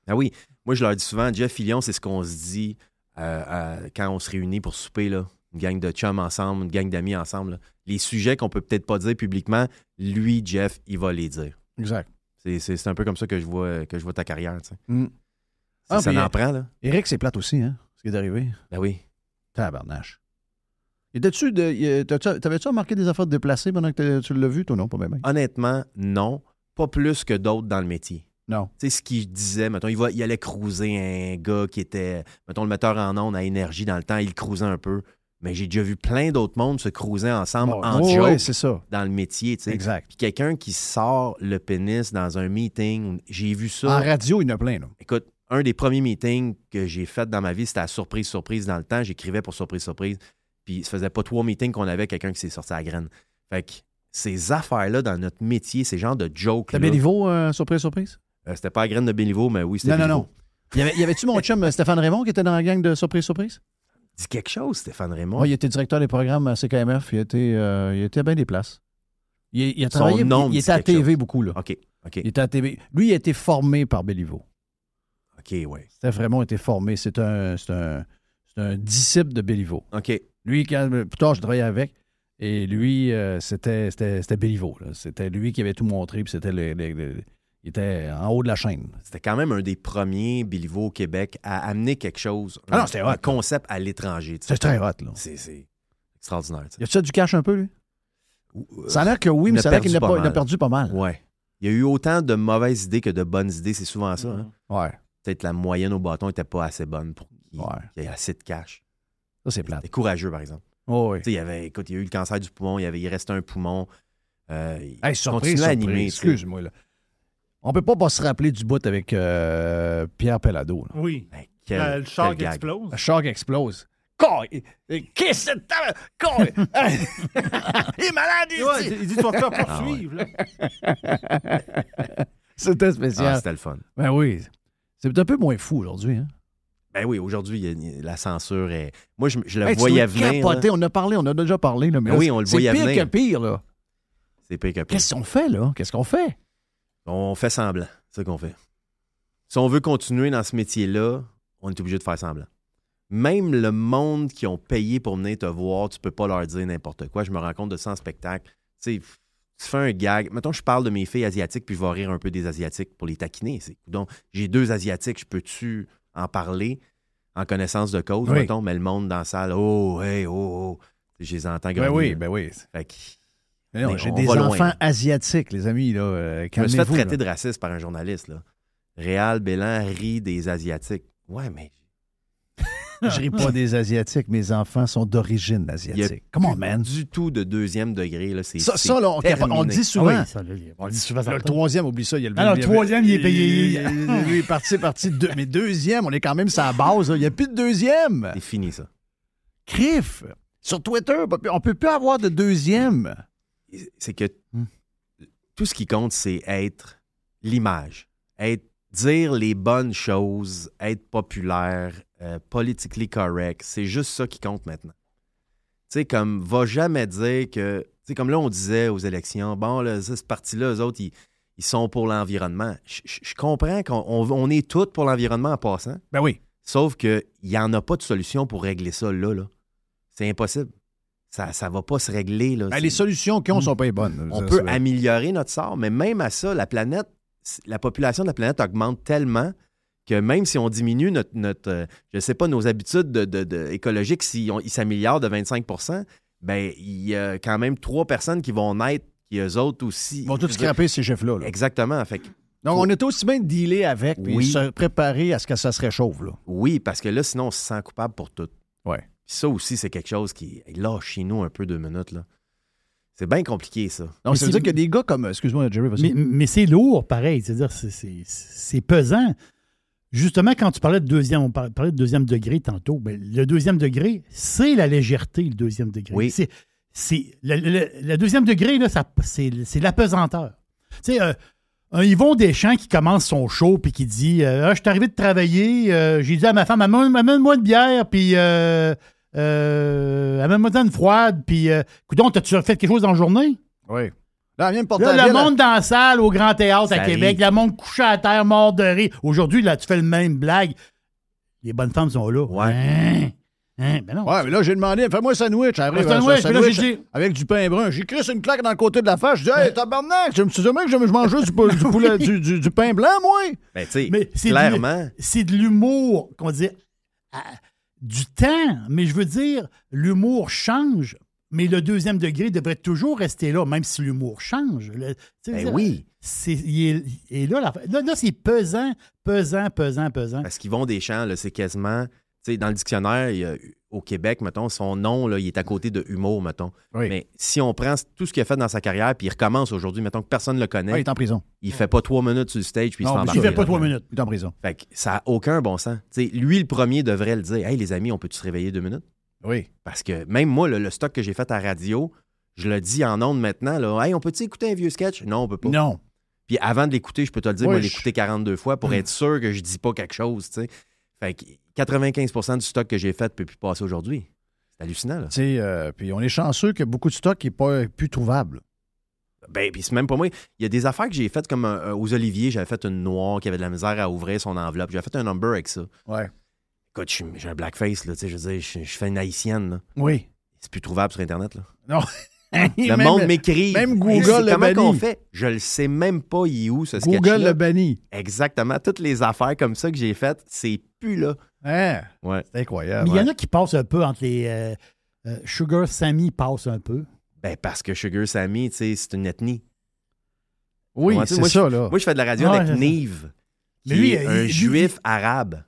[SPEAKER 4] Ah oui, moi je leur dis souvent, Jeff Fillion, c'est ce qu'on se dit euh, euh, quand on se réunit pour souper, là. une gang de chums ensemble, une gang d'amis ensemble. là. Les sujets qu'on peut peut-être pas dire publiquement, lui, Jeff, il va les dire.
[SPEAKER 3] Exact.
[SPEAKER 4] C'est- C'est c'est un peu comme ça que je vois, que je vois ta carrière. tu sais.
[SPEAKER 3] Mm.
[SPEAKER 4] Ça,
[SPEAKER 3] Ah,
[SPEAKER 4] ça
[SPEAKER 3] puis-
[SPEAKER 4] en prend, là?
[SPEAKER 3] Eric, c'est plate aussi, hein, ce qui est arrivé.
[SPEAKER 4] Ben oui.
[SPEAKER 3] Tabarnache. Et t'as-tu de- y- t'as-tu- T'avais-tu remarqué des affaires déplacées pendant que t'as- tu l'as vu, toi, non? Pas bien, bien.
[SPEAKER 4] Honnêtement, non. Pas plus que d'autres dans le métier.
[SPEAKER 3] Non.
[SPEAKER 4] Tu sais, ce qu'il disait, mettons, il, va, il allait cruiser un gars qui était, mettons, le metteur en ondes à énergie dans le temps, il le cruisait un peu. Mais j'ai déjà vu plein d'autres mondes se cruiser ensemble Ah, en
[SPEAKER 3] Ouais,
[SPEAKER 4] joke
[SPEAKER 3] ouais, c'est ça.
[SPEAKER 4] dans le métier, tu sais.
[SPEAKER 3] Exact.
[SPEAKER 4] Puis quelqu'un qui sort le pénis dans un meeting, j'ai vu ça.
[SPEAKER 3] En radio, il y en a plein, là.
[SPEAKER 4] Écoute, un des premiers meetings que j'ai fait dans ma vie, c'était à surprise, surprise dans le temps. J'écrivais pour surprise, surprise. Puis ça faisait pas trois meetings qu'on avait quelqu'un qui s'est sorti à la graine. Fait que ces affaires-là dans notre métier, ces genres de jokes.
[SPEAKER 3] T'as Béliveau, euh, surprise, surprise?
[SPEAKER 4] c'était pas à graine de Béliveau, mais oui, c'était.
[SPEAKER 3] Non, non,
[SPEAKER 4] Béliveau.
[SPEAKER 3] non. Y avait- y avait-tu mon chum euh, Stéphane Raymond qui était dans la gang de surprise, surprise?
[SPEAKER 4] Dis quelque chose, Stéphane Raymond.
[SPEAKER 3] Oui, il était directeur des programmes à CKMF. Il était, euh, il était à bien des places. Il, il a
[SPEAKER 4] Son
[SPEAKER 3] travaillé. il,
[SPEAKER 4] nom me
[SPEAKER 3] il
[SPEAKER 4] dit
[SPEAKER 3] était à
[SPEAKER 4] quelque
[SPEAKER 3] TV beaucoup, là.
[SPEAKER 4] OK, OK,
[SPEAKER 3] Il était à TV. Lui, il a été formé par Béliveau.
[SPEAKER 4] OK, ouais.
[SPEAKER 3] C'était vraiment été formé. C'est un, c'est un, c'est un disciple de Béliveau.
[SPEAKER 4] OK.
[SPEAKER 3] Lui, quand, plus tard, je travaillais avec. Et lui, euh, c'était c'était c'était Béliveau, là. C'était lui qui avait tout montré, puis c'était le- le- le- il était en haut de la chaîne.
[SPEAKER 4] C'était quand même un des premiers Bilivo au Québec à amener quelque chose,
[SPEAKER 3] Ah non,
[SPEAKER 4] un,
[SPEAKER 3] c'était
[SPEAKER 4] un
[SPEAKER 3] hot.
[SPEAKER 4] concept à l'étranger. tu sais.
[SPEAKER 3] C'est très hot, là.
[SPEAKER 4] C'est c'est extraordinaire. tu
[SPEAKER 3] Y a-tu du cash un peu, lui?
[SPEAKER 4] sais.
[SPEAKER 3] Ça a l'air que oui,
[SPEAKER 4] Euh, il
[SPEAKER 3] mais
[SPEAKER 4] a
[SPEAKER 3] ça a l'air qu'il
[SPEAKER 4] perdu
[SPEAKER 3] n'a
[SPEAKER 4] pas
[SPEAKER 3] pas- il
[SPEAKER 4] mal.
[SPEAKER 3] a perdu pas mal.
[SPEAKER 4] Ouais. Il y a eu autant de mauvaises idées que de bonnes idées, c'est souvent ça. hein.
[SPEAKER 3] Ouais.
[SPEAKER 4] Peut-être la moyenne au bâton n'était pas assez bonne pour qu'il
[SPEAKER 3] Ouais.
[SPEAKER 4] qu'il y ait assez de cash.
[SPEAKER 3] Ça, c'est plate.
[SPEAKER 4] C'était courageux, par exemple.
[SPEAKER 3] Oh, oui.
[SPEAKER 4] Tu sais, il y avait, écoute, il y a eu le cancer du poumon, il, y avait, il restait un poumon. euh, il
[SPEAKER 3] Hey, surprise,
[SPEAKER 4] continuait
[SPEAKER 3] surprise.
[SPEAKER 4] à animer. tu sais.
[SPEAKER 3] Excuse-moi, là. On peut pas, pas se rappeler du bout avec euh, Pierre Pellado. là.
[SPEAKER 5] Oui.
[SPEAKER 4] Hey, Ben, quel-
[SPEAKER 5] Euh, le char
[SPEAKER 4] quel
[SPEAKER 5] qui
[SPEAKER 4] gag.
[SPEAKER 5] explose.
[SPEAKER 3] Le char qui explose. Con- Qu'est-ce que t'as- con- Il est malade, il
[SPEAKER 5] Ouais,
[SPEAKER 3] dit. Ah,
[SPEAKER 5] il dit, tu vas te faire poursuivre. là.
[SPEAKER 3] C'était
[SPEAKER 4] Ah,
[SPEAKER 3] spécial.
[SPEAKER 4] c'était le fun.
[SPEAKER 3] ben oui. C'est un peu moins fou aujourd'hui. Hein?
[SPEAKER 4] Ben oui, aujourd'hui, il y a- la censure est. Moi, je, je la
[SPEAKER 3] Hey, tu
[SPEAKER 4] voyais
[SPEAKER 3] dois
[SPEAKER 4] venir.
[SPEAKER 3] capoter.
[SPEAKER 4] là.
[SPEAKER 3] On a parlé, on a déjà parlé. Là, mais
[SPEAKER 4] Ah
[SPEAKER 3] là,
[SPEAKER 4] oui, on le voyait
[SPEAKER 3] C'est pire
[SPEAKER 4] venir.
[SPEAKER 3] que pire. là.
[SPEAKER 4] C'est pire que pire.
[SPEAKER 3] Qu'est-ce qu'on fait, là? Qu'est-ce qu'on fait?
[SPEAKER 4] On fait semblant. C'est ce qu'on fait. Si on veut continuer dans ce métier-là, on est obligé de faire semblant. Même le monde qui ont payé pour venir te voir, tu peux pas leur dire n'importe quoi. Je me rends compte de ça en spectacle. Tu sais, f- tu fais un gag. Mettons, je parle de mes filles asiatiques, puis je vais rire un peu des Asiatiques pour les taquiner. C'est- Donc, j'ai deux Asiatiques, je peux-tu en parler en connaissance de cause,
[SPEAKER 3] Oui.
[SPEAKER 4] mettons, mais le monde dans la salle, oh, hey, oh, oh. Je les entends grogner.
[SPEAKER 3] ben oui.
[SPEAKER 4] Fait que
[SPEAKER 3] Mais non,
[SPEAKER 4] Mais
[SPEAKER 3] J'ai
[SPEAKER 4] on
[SPEAKER 3] des
[SPEAKER 4] va loin,
[SPEAKER 3] enfants
[SPEAKER 4] là.
[SPEAKER 3] asiatiques, les amis. Là, euh,
[SPEAKER 4] Je me suis fait
[SPEAKER 3] calmez-vous, là.
[SPEAKER 4] traiter de raciste par un journaliste. Là. Réal Bélan rit des Asiatiques. Ouais, mais
[SPEAKER 3] Je ris pas des Asiatiques. Mes enfants sont d'origine
[SPEAKER 4] il y a
[SPEAKER 3] asiatique. Comment, man?
[SPEAKER 4] du tout de deuxième degré. Là. C'est,
[SPEAKER 3] Ça,
[SPEAKER 4] c'est
[SPEAKER 3] ça là, on,
[SPEAKER 4] terminé.
[SPEAKER 3] on le dit
[SPEAKER 6] Ah
[SPEAKER 3] souvent.
[SPEAKER 6] oui, ça, là, on le dit souvent. ça
[SPEAKER 3] Là, le
[SPEAKER 6] retombe.
[SPEAKER 3] troisième, oublie ça. Il y a le,
[SPEAKER 6] Ah non, le
[SPEAKER 3] il y a-
[SPEAKER 6] troisième, il est payé.
[SPEAKER 3] il- il- Lui, il est parti, parti. de Deux, mais deuxième, on est quand même sa base. là. Il n'y a plus de deuxième.
[SPEAKER 4] C'est fini, ça.
[SPEAKER 3] Criff! Sur Twitter, on peut plus avoir de deuxième.
[SPEAKER 4] C'est que
[SPEAKER 6] Hmm.
[SPEAKER 4] tout ce qui compte, c'est être l'image, être dire les bonnes choses, être populaire, euh, politically correct. C'est juste ça qui compte maintenant. Tu sais, comme, va jamais dire que. Tu sais, comme là, on disait aux élections, bon, là, ça, ce parti-là, eux autres, ils, ils sont pour l'environnement. Je- Je je comprends qu'on on- on est tous pour l'environnement en passant.
[SPEAKER 3] Ben oui.
[SPEAKER 4] Sauf qu'il n'y en a pas de solution pour régler ça là. là. C'est impossible. Ça ne va pas se régler. Là.
[SPEAKER 3] Ben,
[SPEAKER 4] C'est-
[SPEAKER 3] les solutions qu'ils ont sont pas les bonnes.
[SPEAKER 4] on
[SPEAKER 3] Ça,
[SPEAKER 4] peut
[SPEAKER 3] ça.
[SPEAKER 4] améliorer notre sort, mais même à ça, la planète, la population de la planète augmente tellement que même si on diminue notre, notre euh, je sais pas, nos habitudes de- de- de- écologiques, si on- ils s'améliorent de 25 ben il y a quand même trois personnes qui vont naître, qui eux autres aussi.
[SPEAKER 3] Ils vont tous scraper ces chefs-là. là.
[SPEAKER 4] Exactement. Fait que
[SPEAKER 3] Donc, on est aussi bien de dealer avec puis
[SPEAKER 4] Oui.
[SPEAKER 3] se préparer à ce que ça se réchauffe. Là.
[SPEAKER 4] oui, parce que là, sinon, on se sent coupable pour tout.
[SPEAKER 3] Ouais.
[SPEAKER 4] Puis ça aussi, c'est quelque chose qui est là chez nous un peu deux minutes. là. C'est bien compliqué, ça.
[SPEAKER 3] Donc, ça veut
[SPEAKER 6] si-
[SPEAKER 3] dire qu'il y a des gars comme. Excuse-moi, Jerry, vas-y.
[SPEAKER 6] Mais, mais c'est lourd, pareil. C'est-à-dire, c'est- c'est c'est pesant. Justement, quand tu parlais de deuxième, on par- parlait de deuxième degré tantôt. ben, le deuxième degré, c'est la légèreté, le deuxième degré.
[SPEAKER 4] Oui.
[SPEAKER 6] C'est, c'est- le, le- le deuxième degré, là, ça, c'est, c'est l'apesanteur. Tu sais, euh, un Yvon Deschamps qui commence son show puis qui dit euh, Ah, Je suis arrivé de travailler, euh, j'ai dit à ma femme, Amène- amène-moi une bière, puis euh, euh, amène-moi une froide, puis euh, Coudon, t'as-tu fait quelque chose dans la journée
[SPEAKER 3] Oui. Là, viens me porter la
[SPEAKER 6] Là, le
[SPEAKER 3] bière, là.
[SPEAKER 6] monde dans la salle au Grand Théâtre
[SPEAKER 4] Ça
[SPEAKER 6] à Québec,
[SPEAKER 4] rit.
[SPEAKER 6] le monde couché à terre, mort de rire. Aujourd'hui, là, tu fais le même blague. Les bonnes femmes sont là.
[SPEAKER 4] Ouais.
[SPEAKER 6] Hein? Hein? Ben non. Ah,
[SPEAKER 3] Ouais, mais là, j'ai demandé, fais-moi un sandwich. J'arrive
[SPEAKER 6] Un
[SPEAKER 3] à-
[SPEAKER 6] sandwich,
[SPEAKER 3] sur
[SPEAKER 6] puis là, j'ai dit-
[SPEAKER 3] avec du pain brun. J'ai crissé une claque dans le côté de la face. Je dis, hey, tabarnak, je me suis dit que je, je mange juste du, pou- du poulet- du- du- du pain blanc, moi.
[SPEAKER 4] Ben, tu sais,
[SPEAKER 6] Mais c'est de
[SPEAKER 4] clairement,
[SPEAKER 6] C'est de l'humour qu'on dit à- du temps, mais je veux dire, l'humour change, mais le deuxième degré devrait toujours rester là, même si l'humour change. Le- tu sais,
[SPEAKER 4] ben
[SPEAKER 6] dire,
[SPEAKER 4] oui.
[SPEAKER 6] c'est- il est- et là, la- là, là, c'est pesant, pesant, pesant, pesant.
[SPEAKER 4] Parce qu'ils vont des champs, là, c'est quasiment. Tu sais, dans le dictionnaire, il y a- au Québec, mettons, son nom, là, il est à côté de humour, mettons.
[SPEAKER 3] Oui.
[SPEAKER 4] Mais si on prend tout ce qu'il a fait dans sa carrière, puis il recommence aujourd'hui, mettons que personne ne le connaît,
[SPEAKER 3] Ouais, Ah, il est en prison.
[SPEAKER 4] il fait pas trois minutes sur le stage, puis
[SPEAKER 3] Non,
[SPEAKER 4] il
[SPEAKER 3] mais
[SPEAKER 4] se fait
[SPEAKER 6] Il fait
[SPEAKER 4] embarquer.
[SPEAKER 6] pas trois minutes.
[SPEAKER 3] Il est en prison.
[SPEAKER 4] Fait que ça n'a aucun bon sens. Tu sais, lui, le premier, devrait le dire Hey, les amis, on peut-tu se réveiller deux minutes
[SPEAKER 3] Oui.
[SPEAKER 4] Parce que même moi, le, le stock que j'ai fait à radio, je le dis en ondes maintenant là, Hey, on peut-tu écouter un vieux sketch Non, on peut pas.
[SPEAKER 3] Non.
[SPEAKER 4] Puis avant de l'écouter, je peux te le dire,
[SPEAKER 3] Oui,
[SPEAKER 4] moi,
[SPEAKER 3] je- Hmm.
[SPEAKER 4] l'écouter 42 fois pour être sûr que je dis pas quelque chose, tu sais. Fait que 95 du stock que j'ai fait peut plus passer aujourd'hui. C'est hallucinant, là.
[SPEAKER 3] Tu sais, euh, puis on est chanceux que beaucoup de stock n'est pas plus trouvable.
[SPEAKER 4] Ben, puis c'est même pas moi. Il y a des affaires que j'ai faites comme euh, aux Oliviers, j'avais fait une noire qui avait de la misère à ouvrir son enveloppe. J'avais fait un number avec ça.
[SPEAKER 3] Ouais.
[SPEAKER 4] Écoute, je suis- j'ai un blackface, là, tu sais, je veux dire, je, je fais une haïtienne, là.
[SPEAKER 3] Oui.
[SPEAKER 4] C'est plus trouvable sur Internet. Là.
[SPEAKER 3] Non.
[SPEAKER 4] Ah. Le monde m'écrit.
[SPEAKER 3] même
[SPEAKER 4] Hey,
[SPEAKER 3] Google le
[SPEAKER 4] Comment qu'on
[SPEAKER 3] bannit.
[SPEAKER 4] fait? Je le sais même pas, il est où ce
[SPEAKER 3] Google
[SPEAKER 4] sketch-là.
[SPEAKER 3] le banni.
[SPEAKER 4] Exactement. Toutes les affaires comme ça que j'ai faites, c'est plus là.
[SPEAKER 3] Hein?
[SPEAKER 4] Euh, Ouais.
[SPEAKER 3] C'est incroyable.
[SPEAKER 6] Mais il y en a qui passent un peu entre les. euh, euh, Sugar Sammy passe un peu.
[SPEAKER 4] Ben, parce que Sugar Sammy, tu sais, c'est une ethnie.
[SPEAKER 3] Oui,
[SPEAKER 4] Comprends-tu?
[SPEAKER 3] c'est
[SPEAKER 4] Moi, je-
[SPEAKER 3] ça, là.
[SPEAKER 4] Moi, je fais de la radio
[SPEAKER 6] Ouais,
[SPEAKER 4] avec
[SPEAKER 6] c'est ça.
[SPEAKER 4] Nive.
[SPEAKER 6] Mais
[SPEAKER 4] qui
[SPEAKER 6] lui,
[SPEAKER 4] est
[SPEAKER 6] il-
[SPEAKER 4] un
[SPEAKER 6] lui-
[SPEAKER 4] juif arabe.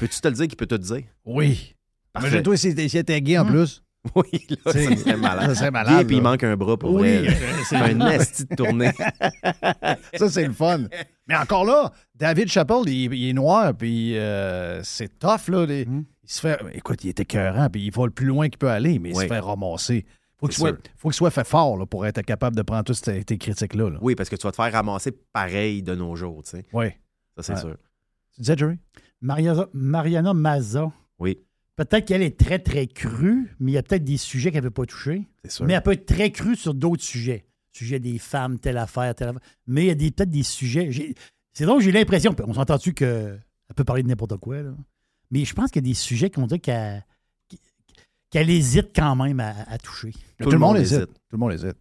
[SPEAKER 4] Peux-tu te le dire qu'il peut te le dire?
[SPEAKER 3] Oui.
[SPEAKER 4] Parfait.
[SPEAKER 3] Mais toi, si t'étais gay en plus.
[SPEAKER 4] Oui, là, ça
[SPEAKER 3] C'est-
[SPEAKER 4] serait malade.
[SPEAKER 3] ça serait malade,
[SPEAKER 4] Gay, puis il
[SPEAKER 3] là.
[SPEAKER 4] manque un bras pour
[SPEAKER 3] Oui,
[SPEAKER 4] vrai. là. C'est un esti de tournée.
[SPEAKER 3] Ça, c'est le fun. Mais encore là, David Chappelle, il, il est noir, puis euh, c'est tough, là. Les- Il se fait. Écoute, il est écœurant, puis il va le plus loin qu'il peut aller, mais il
[SPEAKER 4] Oui.
[SPEAKER 3] se fait ramasser. Faut qu'il
[SPEAKER 4] C'est
[SPEAKER 3] soit,
[SPEAKER 4] sûr.
[SPEAKER 3] faut qu'il soit fait fort là, pour être capable de prendre toutes ces- tes critiques-là. là.
[SPEAKER 4] Oui, parce que tu vas te faire ramasser pareil de nos jours, tu sais.
[SPEAKER 3] Oui.
[SPEAKER 4] Ça, c'est
[SPEAKER 3] Ouais.
[SPEAKER 4] sûr.
[SPEAKER 3] Tu disais, Jerry?
[SPEAKER 6] Mariana, Mariana Mazza.
[SPEAKER 4] Oui.
[SPEAKER 6] Peut-être qu'elle est très, très crue, mais il y a peut-être des sujets qu'elle ne veut pas toucher.
[SPEAKER 4] C'est sûr.
[SPEAKER 6] Mais elle peut être très crue sur d'autres sujets. Sujet des femmes, telle affaire, telle affaire. Mais il y a des- peut-être des sujets. j'ai- C'est donc j'ai l'impression, on s'entend-tu qu'elle peut parler de n'importe quoi, là? Mais je pense qu'il y a des sujets qu'on dit qu'elle qu'elle hésite quand même à, à toucher.
[SPEAKER 3] Tout, le monde hésite. Tout le monde hésite.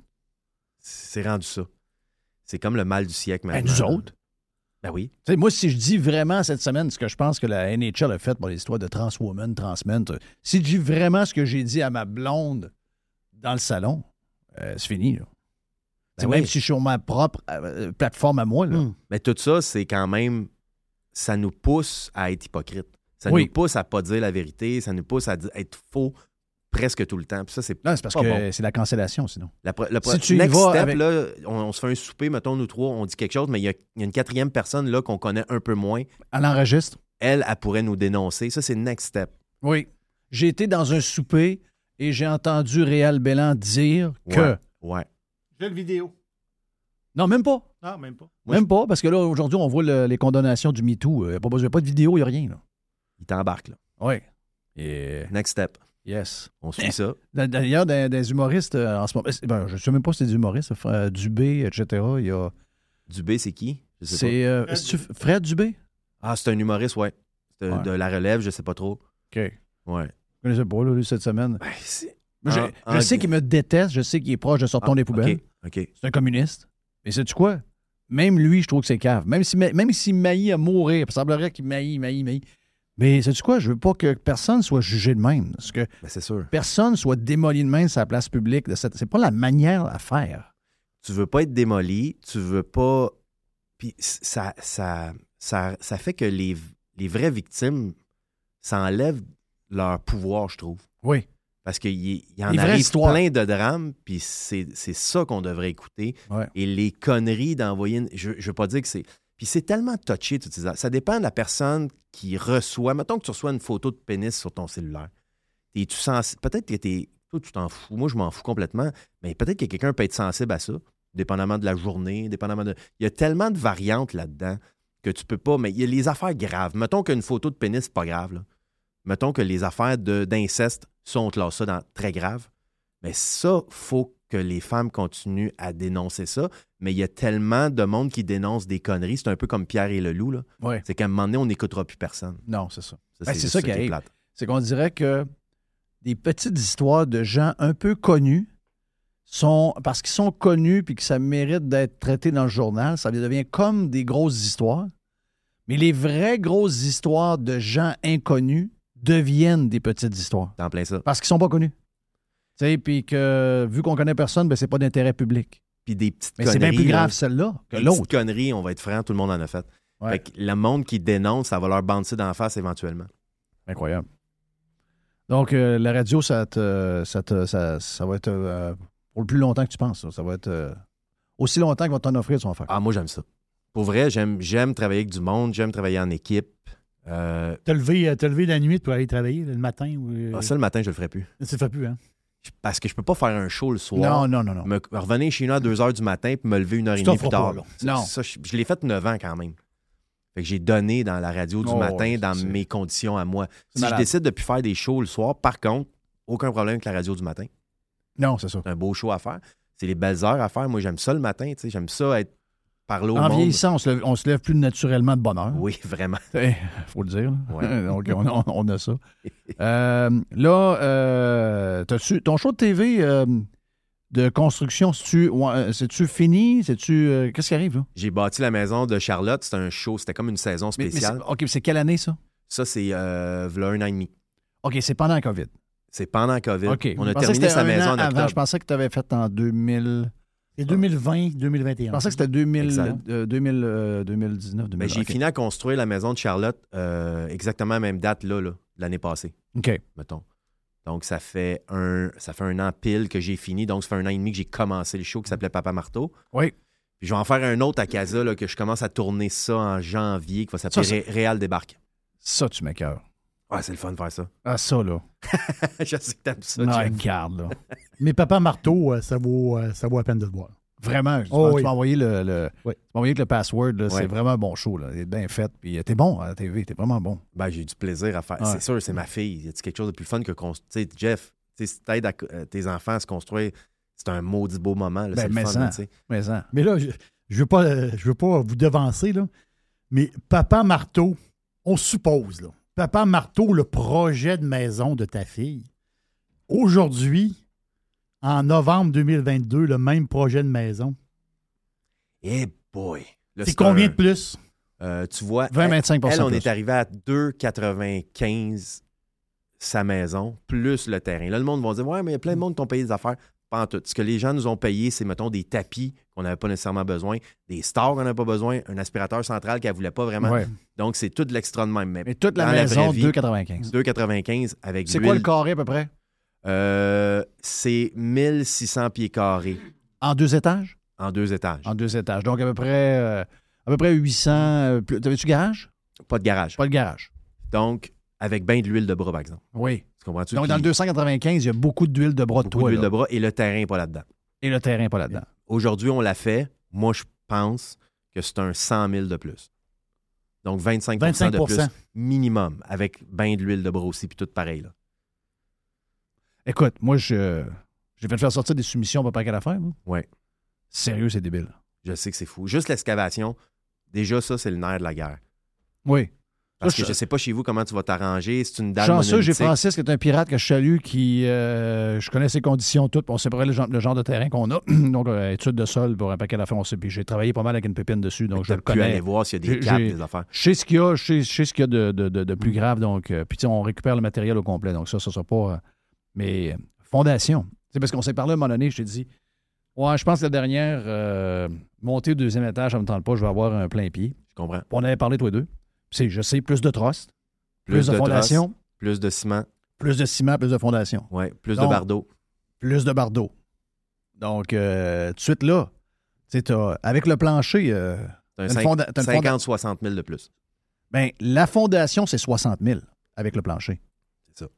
[SPEAKER 4] C'est rendu ça. C'est comme le mal du siècle
[SPEAKER 3] Ben,
[SPEAKER 4] maintenant.
[SPEAKER 3] nous autres.
[SPEAKER 4] Ben oui.
[SPEAKER 3] Tu sais, moi, si je dis vraiment cette semaine ce que je pense que la NHL a fait pour l'histoire de Transwoman, Transmen, tu- si je dis vraiment ce que j'ai dit à ma blonde dans le salon, euh, c'est fini. là. Tu sais,
[SPEAKER 4] Ben oui.
[SPEAKER 3] Même si je suis sur ma propre euh, plateforme à moi, là.
[SPEAKER 6] Hmm.
[SPEAKER 4] Mais tout ça, c'est quand même. Ça nous pousse à être hypocrite. Ça
[SPEAKER 3] Oui.
[SPEAKER 4] nous pousse à pas dire la vérité. Ça nous pousse à di- être faux presque tout le temps. Puis ça, c'est
[SPEAKER 3] non, c'est parce
[SPEAKER 4] pas
[SPEAKER 3] que
[SPEAKER 4] bon.
[SPEAKER 3] c'est la cancellation, sinon.
[SPEAKER 4] La pro- le pro-
[SPEAKER 3] Si tu y
[SPEAKER 4] next
[SPEAKER 3] vas
[SPEAKER 4] step,
[SPEAKER 3] avec-
[SPEAKER 4] là, on, on se fait un souper, mettons, nous trois, on dit quelque chose, mais il y, a- il y a une quatrième personne là qu'on connaît un peu moins.
[SPEAKER 3] Elle enregistre.
[SPEAKER 4] Elle, elle pourrait nous dénoncer. Ça, c'est next step.
[SPEAKER 3] Oui. J'ai été dans un souper et j'ai entendu Réal Bellan dire
[SPEAKER 4] Ouais.
[SPEAKER 3] que.
[SPEAKER 4] Ouais.
[SPEAKER 5] J'ai le vidéo.
[SPEAKER 3] Non, même pas.
[SPEAKER 5] Non, même pas.
[SPEAKER 4] Moi,
[SPEAKER 3] même pas, parce que là, aujourd'hui, on voit le- les condamnations du MeToo. Il n'y a pas besoin- pas de vidéo, il n'y a rien. là.
[SPEAKER 4] Il t'embarque, là.
[SPEAKER 3] Oui. Et...
[SPEAKER 4] Next step.
[SPEAKER 3] Yes.
[SPEAKER 4] On suit ça.
[SPEAKER 3] D'a- D'ailleurs, des, des humoristes euh, en ce moment. c'est- ben, je ne sais même pas si c'est des humoristes, Fr- euh, Dubé, etc. Il y a.
[SPEAKER 4] Dubé, c'est qui? Je sais
[SPEAKER 3] C'est euh,
[SPEAKER 5] Fred
[SPEAKER 3] c'est-tu Fred Dubé?
[SPEAKER 4] pas. Ah, c'est un humoriste, ouais. C'est un-
[SPEAKER 3] Ouais.
[SPEAKER 4] De la relève, je sais pas trop.
[SPEAKER 3] OK.
[SPEAKER 4] Ouais.
[SPEAKER 3] Je ne connaissais pas, là, lui, cette semaine.
[SPEAKER 4] Ben, c'est-
[SPEAKER 3] Je,
[SPEAKER 4] en-
[SPEAKER 3] je
[SPEAKER 4] en-
[SPEAKER 3] sais qu'il me déteste, je sais qu'il est proche de sortons
[SPEAKER 4] Ah,
[SPEAKER 3] des poubelles.
[SPEAKER 4] OK. Ben, OK.
[SPEAKER 3] C'est un communiste. Mais sais-tu quoi? Même lui, je trouve que c'est cave. Même s'il si, même s'il maillit à mourir, il semblerait qu'il maillit, maillit, maillit. Mais sais-tu quoi? Je veux pas que personne soit jugé de même. Parce que
[SPEAKER 4] Ben, c'est sûr.
[SPEAKER 3] personne soit démoli de même sur la place publique. de cette- C'est pas la manière à faire.
[SPEAKER 4] Tu veux pas être démoli, tu veux pas. Puis c- ça, ça, ça, ça fait que les, les vraies victimes s'enlèvent leur pouvoir, je trouve.
[SPEAKER 3] Oui.
[SPEAKER 4] Parce qu'il y, il y en
[SPEAKER 3] Les vraies
[SPEAKER 4] arrive
[SPEAKER 3] histoires.
[SPEAKER 4] plein de drames, puis c'est c'est ça qu'on devrait écouter.
[SPEAKER 3] Ouais.
[SPEAKER 4] Et les conneries d'envoyer. une- Je, je veux pas dire que c'est. Puis c'est tellement touché, toutes ces affaires. Ça dépend de la personne qui reçoit. Mettons que tu reçois une photo de pénis sur ton cellulaire. Et tu sens. Peut-être que t'es. Toi, tu t'en fous. Moi, je m'en fous complètement. Mais peut-être que quelqu'un peut être sensible à ça, dépendamment de la journée, dépendamment de. Il y a tellement de variantes là-dedans que tu peux pas. Mais il y a les affaires graves. Mettons qu'une photo de pénis, c'est pas grave. là. Mettons que les affaires de- d'inceste sont, on classe ça dans très grave. Mais ça, faut que les femmes continuent à dénoncer ça. Mais il y a tellement de monde qui dénonce des conneries. C'est un peu comme Pierre et le loup. là.
[SPEAKER 3] Oui.
[SPEAKER 4] C'est qu'à un moment donné, on n'écoutera plus personne.
[SPEAKER 3] Non, c'est ça. Ben,
[SPEAKER 4] c'est
[SPEAKER 3] c'est ça qui arrive.
[SPEAKER 4] plate.
[SPEAKER 3] c'est qu'on dirait que des petites histoires de gens un peu connus sont parce qu'ils sont connus puis que ça mérite d'être traité dans le journal, ça devient comme des grosses histoires. Mais les vraies grosses histoires de gens inconnus deviennent des petites histoires
[SPEAKER 4] T'es en plein ça.
[SPEAKER 3] parce qu'ils sont pas connus. Tu sais, puis que vu qu'on connaît personne, ben c'est pas d'intérêt public.
[SPEAKER 4] Puis des petites
[SPEAKER 3] Mais c'est
[SPEAKER 4] conneries.
[SPEAKER 3] bien plus
[SPEAKER 4] là,
[SPEAKER 3] grave celle-là que
[SPEAKER 4] des
[SPEAKER 3] l'autre.
[SPEAKER 4] petites conneries, on va être franc, tout le monde en a fait.
[SPEAKER 3] Ouais.
[SPEAKER 4] Fait que le monde qui dénonce, ça va leur bandir d'en face éventuellement.
[SPEAKER 3] Incroyable. Donc, euh, la radio, ça, te- ça, te- ça, ça va être euh, pour le plus longtemps que tu penses. Ça, Ça va être euh, aussi longtemps qu'ils vont t'en offrir, tu vas en faire.
[SPEAKER 4] Ah, moi, j'aime ça. Pour vrai, j'aime j'aime travailler avec du monde, j'aime travailler en équipe. Euh,
[SPEAKER 6] Te lever, euh, te lever la nuit pour aller travailler là, le matin. Ou, euh,
[SPEAKER 4] ah, ça, le matin, je le ferai plus.
[SPEAKER 6] ça se fait plus, hein?
[SPEAKER 4] Je- Parce que je peux pas faire un show le
[SPEAKER 3] non,
[SPEAKER 4] soir.
[SPEAKER 3] non, non, non.
[SPEAKER 4] Me revenir chez nous à 2 h du matin puis me lever une heure
[SPEAKER 6] Tu
[SPEAKER 4] et demie
[SPEAKER 6] t'en
[SPEAKER 4] plus
[SPEAKER 6] feras
[SPEAKER 4] tard.
[SPEAKER 6] pas,
[SPEAKER 4] là.
[SPEAKER 6] là.
[SPEAKER 4] Ça,
[SPEAKER 3] Non.
[SPEAKER 4] ça, je, je l'ai fait 9 ans quand même. Fait que j'ai donné dans la radio du
[SPEAKER 3] Oh,
[SPEAKER 4] matin,
[SPEAKER 3] ouais,
[SPEAKER 4] dans
[SPEAKER 3] c'est-
[SPEAKER 4] mes conditions à moi.
[SPEAKER 3] C'est
[SPEAKER 4] Si je
[SPEAKER 3] malade.
[SPEAKER 4] décide de plus faire des shows le soir, par contre, aucun problème avec la radio du matin.
[SPEAKER 3] Non, c'est ça.
[SPEAKER 4] C'est un beau show à faire. C'est les belles heures à faire. Moi, j'aime ça le matin. tu sais. J'aime ça être parler au
[SPEAKER 3] en
[SPEAKER 4] monde.
[SPEAKER 3] vieillissant, on se, lève, on se lève plus naturellement de bonheur.
[SPEAKER 4] Oui, vraiment.
[SPEAKER 3] Il faut le dire. là.
[SPEAKER 4] Ouais.
[SPEAKER 3] Donc, on, on- on a ça. Euh, là, euh, t'as-tu- ton show de TV euh, de construction, c'est-tu ouais, euh, c'est-tu fini? C'est-tu, euh, Qu'est-ce qui arrive, là?
[SPEAKER 4] J'ai bâti la maison de Charlotte. C'était un show. C'était comme une saison
[SPEAKER 3] Mais- mais
[SPEAKER 4] spéciale.
[SPEAKER 3] c'est- OK, mais c'est quelle année, ça?
[SPEAKER 4] ça, c'est euh, v'là un an et demi.
[SPEAKER 3] OK, c'est pendant la COVID.
[SPEAKER 4] C'est pendant la COVID.
[SPEAKER 3] OK.
[SPEAKER 4] On
[SPEAKER 3] Je pensais que
[SPEAKER 4] a terminé
[SPEAKER 3] c'était
[SPEAKER 4] sa
[SPEAKER 3] un
[SPEAKER 4] maison
[SPEAKER 3] an
[SPEAKER 4] en
[SPEAKER 3] avant.
[SPEAKER 4] octobre.
[SPEAKER 3] Je pensais que tu avais fait en 2000.
[SPEAKER 6] C'est 2020, 2021.
[SPEAKER 3] Je pensais que c'était 2000,
[SPEAKER 4] Exact.
[SPEAKER 3] euh, 2000, euh, 2019,
[SPEAKER 4] Mais j'ai
[SPEAKER 3] 2020.
[SPEAKER 4] fini à construire la maison de Charlotte euh, exactement à la même date là, là, l'année passée,
[SPEAKER 3] OK.
[SPEAKER 4] mettons. Donc, ça fait un ça fait un an pile que j'ai fini. Donc, ça fait un an et demi que j'ai commencé le show qui s'appelait Papa Marteau.
[SPEAKER 3] Oui.
[SPEAKER 4] Puis je vais en faire un autre à Casa là, que je commence à tourner ça en janvier qui va s'appeler
[SPEAKER 3] Ça,
[SPEAKER 4] Ré- Réal débarque.
[SPEAKER 3] Ça, tu m'écœures.
[SPEAKER 4] Ouais, c'est le fun de faire ça.
[SPEAKER 3] Ah, ça, là.
[SPEAKER 4] je sais que t'aimes ça,
[SPEAKER 3] Non,
[SPEAKER 4] Jeff.
[SPEAKER 3] regarde, là.
[SPEAKER 6] Mais Papa Marteau, euh, ça vaut, euh, ça vaut à peine de le voir.
[SPEAKER 3] Vraiment, je-
[SPEAKER 6] Oh,
[SPEAKER 3] tu
[SPEAKER 6] oui.
[SPEAKER 3] m'as envoyé le, le-
[SPEAKER 6] Oui.
[SPEAKER 3] tu m'as envoyé avec le password, là, c'est
[SPEAKER 4] Ouais.
[SPEAKER 3] vraiment un bon show. Là. Il est bien fait. Puis euh, t'es bon à la TV, t'es vraiment bon.
[SPEAKER 4] Ben, j'ai eu du plaisir à faire.
[SPEAKER 3] Ouais.
[SPEAKER 4] C'est sûr, c'est ma fille. Y a quelque chose de plus fun que construire? Tu sais, Jeff, tu sais, si t'aides à co- euh, tes enfants à se construire, c'est un maudit beau moment. là,
[SPEAKER 3] Ben,
[SPEAKER 4] c'est le
[SPEAKER 3] mais
[SPEAKER 4] fun,
[SPEAKER 3] ça.
[SPEAKER 4] là, tu sais.
[SPEAKER 3] Mais hein,
[SPEAKER 6] Mais là, je ne veux, pas, euh, je veux pas vous devancer, là, mais Papa Marteau, on suppose, là, Papa Marteau, le projet de maison de ta fille, aujourd'hui, en novembre 2022, le même projet de maison,
[SPEAKER 4] Eh boy! Là,
[SPEAKER 6] c'est combien
[SPEAKER 4] un-
[SPEAKER 6] de plus?
[SPEAKER 4] Euh, tu vois,
[SPEAKER 3] 20-25
[SPEAKER 4] elle, on
[SPEAKER 3] plus.
[SPEAKER 4] est arrivé à 2,95 sa maison, plus le terrain. Là, le monde va dire Ouais, mais il y a
[SPEAKER 3] Mm.
[SPEAKER 4] plein de monde qui ont payé des affaires. Pas en tout. Ce que les gens nous ont payé, c'est, mettons, des tapis qu'on n'avait pas nécessairement besoin, des stars qu'on n'avait pas besoin, un aspirateur central qu'elle ne voulait pas vraiment.
[SPEAKER 3] Ouais.
[SPEAKER 4] Donc, c'est tout de l'extra de même. Mais
[SPEAKER 3] Mais toute la
[SPEAKER 4] Dans la
[SPEAKER 3] maison,
[SPEAKER 4] vraie vie.
[SPEAKER 3] 2,95.
[SPEAKER 4] 2,95 avec
[SPEAKER 3] C'est
[SPEAKER 4] l'huile.
[SPEAKER 3] quoi le carré à peu près?
[SPEAKER 4] Euh, c'est 1600 pieds carrés
[SPEAKER 3] En deux étages?
[SPEAKER 4] en deux étages.
[SPEAKER 3] En deux étages. Donc à peu près, euh, à peu près 800. euh, plus- T'avais-tu garage?
[SPEAKER 4] Pas de garage.
[SPEAKER 3] Pas le garage.
[SPEAKER 4] Donc, avec bien de l'huile de bras, par exemple.
[SPEAKER 3] Oui.
[SPEAKER 4] Tu comprends-tu?
[SPEAKER 3] Donc
[SPEAKER 4] Puis,
[SPEAKER 3] dans le 295, il y a beaucoup d'huile de bras de
[SPEAKER 4] beaucoup
[SPEAKER 3] toi.
[SPEAKER 4] d'huile
[SPEAKER 3] là.
[SPEAKER 4] de bras et le terrain pas là-dedans.
[SPEAKER 3] Et le terrain pas là-dedans.
[SPEAKER 4] Aujourd'hui, on l'a fait. Moi, je pense que c'est un 100 000 de plus. Donc, 25,
[SPEAKER 6] 25
[SPEAKER 4] de plus minimum avec bien de l'huile de bras aussi, puis tout pareil. Là.
[SPEAKER 3] Écoute, moi, je, j'ai fait faire sortir des soumissions, pas qu'à la faire. moi.
[SPEAKER 4] Ouais.
[SPEAKER 3] Sérieux, c'est débile.
[SPEAKER 4] Je sais que c'est fou. Juste l'excavation, déjà, ça, c'est le nerf de la guerre.
[SPEAKER 3] Oui.
[SPEAKER 4] Parce
[SPEAKER 3] Là,
[SPEAKER 4] que
[SPEAKER 3] je-
[SPEAKER 4] je sais pas chez vous comment tu vas t'arranger. C'est une dalle
[SPEAKER 3] Chanceux, j'ai
[SPEAKER 4] monolithique.
[SPEAKER 3] Francis, qui est un pirate que je salue, qui. euh, je connais ses conditions toutes. puis On sait pas le genre, le genre de terrain qu'on a. donc, euh, étude de sol pour un paquet d'affaires, on sait. Puis j'ai travaillé pas mal avec une pépine dessus, donc je
[SPEAKER 4] T'as
[SPEAKER 3] le
[SPEAKER 4] pu
[SPEAKER 3] connais.
[SPEAKER 4] aller voir s'il y a
[SPEAKER 3] J'ai-
[SPEAKER 4] des câbles,
[SPEAKER 3] j'ai-
[SPEAKER 4] des affaires.
[SPEAKER 3] Je sais ce qu'il y a, je sais, je sais ce qu'il y a de, de- de- de plus grave. Donc, euh, puis tu sais, on récupère le matériel au complet. Donc, ça, ça sera pas. euh, mais euh, fondation. C'est parce qu'on s'est parlé à un moment donné, je t'ai dit. Ouais, je pense que la dernière euh, montée au deuxième étage, ça me tente pas, je vais avoir un plein pied.
[SPEAKER 4] Je comprends.
[SPEAKER 3] On avait parlé tous les deux. C'est, je sais, plus de trust, plus, de,
[SPEAKER 4] trosses,
[SPEAKER 3] fondation,
[SPEAKER 4] plus de ciment,
[SPEAKER 3] plus de ciment, plus de fondation.
[SPEAKER 4] ouais, plus
[SPEAKER 3] Donc,
[SPEAKER 4] de bardeaux.
[SPEAKER 3] plus de bardeaux. Donc, euh, tout de suite là, tu sais, t'as- avec le plancher, euh,
[SPEAKER 4] T'as un
[SPEAKER 3] t'as une
[SPEAKER 4] cinq-
[SPEAKER 3] fonda- t'as une fonda-
[SPEAKER 4] 50-60 000 de plus.
[SPEAKER 3] ben, la fondation, c'est 60 000 avec le plancher.
[SPEAKER 4] C'est ça.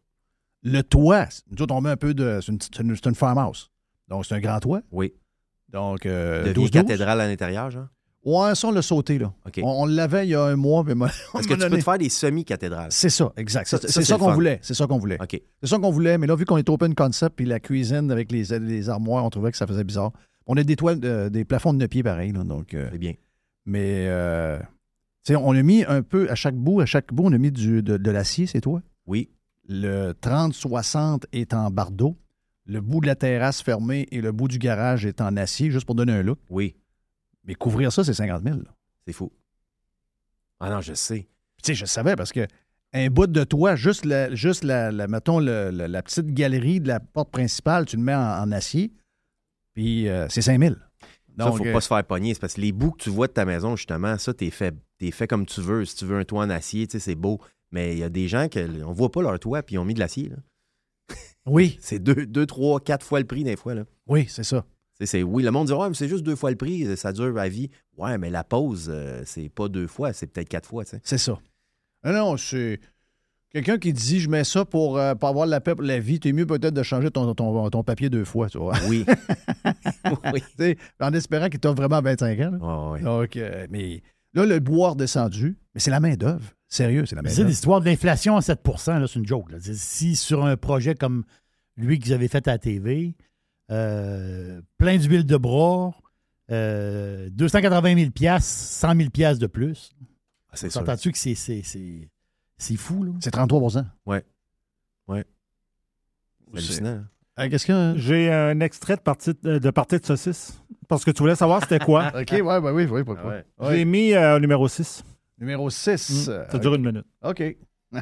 [SPEAKER 3] Le toit, c'est- nous autres, on met un peu de. C'est une, petite- c'est une- c'est une farmhouse. Donc, c'est un grand toit.
[SPEAKER 4] Oui.
[SPEAKER 3] Donc, euh,
[SPEAKER 4] De vieille
[SPEAKER 3] 12
[SPEAKER 4] cathédrale à l'intérieur, genre.
[SPEAKER 3] Ouais, ça, on l'a sauté, là.
[SPEAKER 4] OK.
[SPEAKER 3] On, on l'avait il y a un mois, puis moi, on
[SPEAKER 4] Est-ce que
[SPEAKER 3] m'a
[SPEAKER 4] tu peux
[SPEAKER 3] donné-
[SPEAKER 4] te faire des semi-cathédrales?
[SPEAKER 3] C'est ça, exact.
[SPEAKER 4] Ça,
[SPEAKER 3] C'est
[SPEAKER 4] ça,
[SPEAKER 3] c'est
[SPEAKER 4] c'est
[SPEAKER 3] ça
[SPEAKER 4] le
[SPEAKER 3] qu'on
[SPEAKER 4] fun.
[SPEAKER 3] voulait. C'est ça qu'on voulait.
[SPEAKER 4] OK.
[SPEAKER 3] C'est ça qu'on voulait, mais là, vu qu'on est open concept, puis la cuisine avec les, les armoires, on trouvait que ça faisait bizarre. On a des toits, euh, des plafonds de neuf pieds pareil, là, donc. euh,
[SPEAKER 4] C'est bien.
[SPEAKER 3] mais, euh, tu sais, on a mis un peu, à chaque bout, à chaque bout, on a mis du, de, de l'acier, c'est toi.
[SPEAKER 4] Oui.
[SPEAKER 3] Le 30-60 est en bardeau. Le bout de la terrasse fermée et le bout du garage est en acier, juste pour donner un look.
[SPEAKER 4] Oui.
[SPEAKER 3] Mais couvrir ça, c'est 50 000. là.
[SPEAKER 4] C'est fou. Ah non, je sais.
[SPEAKER 3] Puis, Tu sais, je savais parce que un bout de toit, juste la, juste la, la- mettons, le- le- la petite galerie de la porte principale, tu le mets en, en acier, puis euh, c'est 5000.
[SPEAKER 4] Ça,
[SPEAKER 3] Donc,
[SPEAKER 4] faut
[SPEAKER 3] euh,
[SPEAKER 4] pas se faire pogner. C'est parce que les bouts que tu vois de ta maison, justement, ça, t'es fait, t'es fait comme tu veux. Si tu veux un toit en acier, tu sais, c'est beau. Mais il y a des gens que on voit pas leur toit puis ils ont mis de l'acier. là.
[SPEAKER 3] Oui,
[SPEAKER 4] C'est deux, deux, trois, quatre fois le prix des fois. Là.
[SPEAKER 3] euh, oui, c'est ça.
[SPEAKER 4] C'est- c'est- oui, le monde dit Ouais, mais c'est juste deux fois le prix, euh, ça dure à vie. Ouais, mais la pause, euh, c'est pas deux fois, c'est peut-être quatre fois. tu sais.
[SPEAKER 3] C'est ça. Ah non, c'est. Quelqu'un qui dit je mets ça pour euh, pas avoir la paix pour la vie, t'es mieux peut-être de changer ton, ton, ton papier deux fois, tu vois.
[SPEAKER 4] Oui. oui.
[SPEAKER 3] Tu sais, en espérant qu'il t'offre vraiment 25 ans. là.
[SPEAKER 4] Ouais, ouais.
[SPEAKER 3] Donc, euh, mais là, le bois redescendu, mais c'est la main-d'œuvre. Sérieux,
[SPEAKER 4] Ah,
[SPEAKER 3] c'est la
[SPEAKER 4] ben
[SPEAKER 6] Mais c'est
[SPEAKER 3] main-d'œuvre.
[SPEAKER 6] l'histoire de l'inflation à 7 là, c'est une joke. là. C'est- Si sur un projet comme lui que vous avez fait à la TV, euh, plein d'huile de bras, euh, 280 000 piastres, 100 000 piastres de plus.
[SPEAKER 4] Ah, c'est sûr.
[SPEAKER 6] T'entends-tu que c'est- c'est- c'est c'est fou, là?
[SPEAKER 3] C'est 33
[SPEAKER 4] C'est hallucinant. hein.
[SPEAKER 3] Euh, Qu'est-ce que.
[SPEAKER 5] J'ai un extrait de partie de, de partie de saucisse. Parce que tu voulais savoir c'était quoi.
[SPEAKER 3] OK, ouais, Ah ouais, oui, oui, pourquoi?
[SPEAKER 4] ouais.
[SPEAKER 5] J'ai mis euh, au numéro 6.
[SPEAKER 3] Numéro 6.
[SPEAKER 5] Ça dure une minute.
[SPEAKER 3] Ah, OK.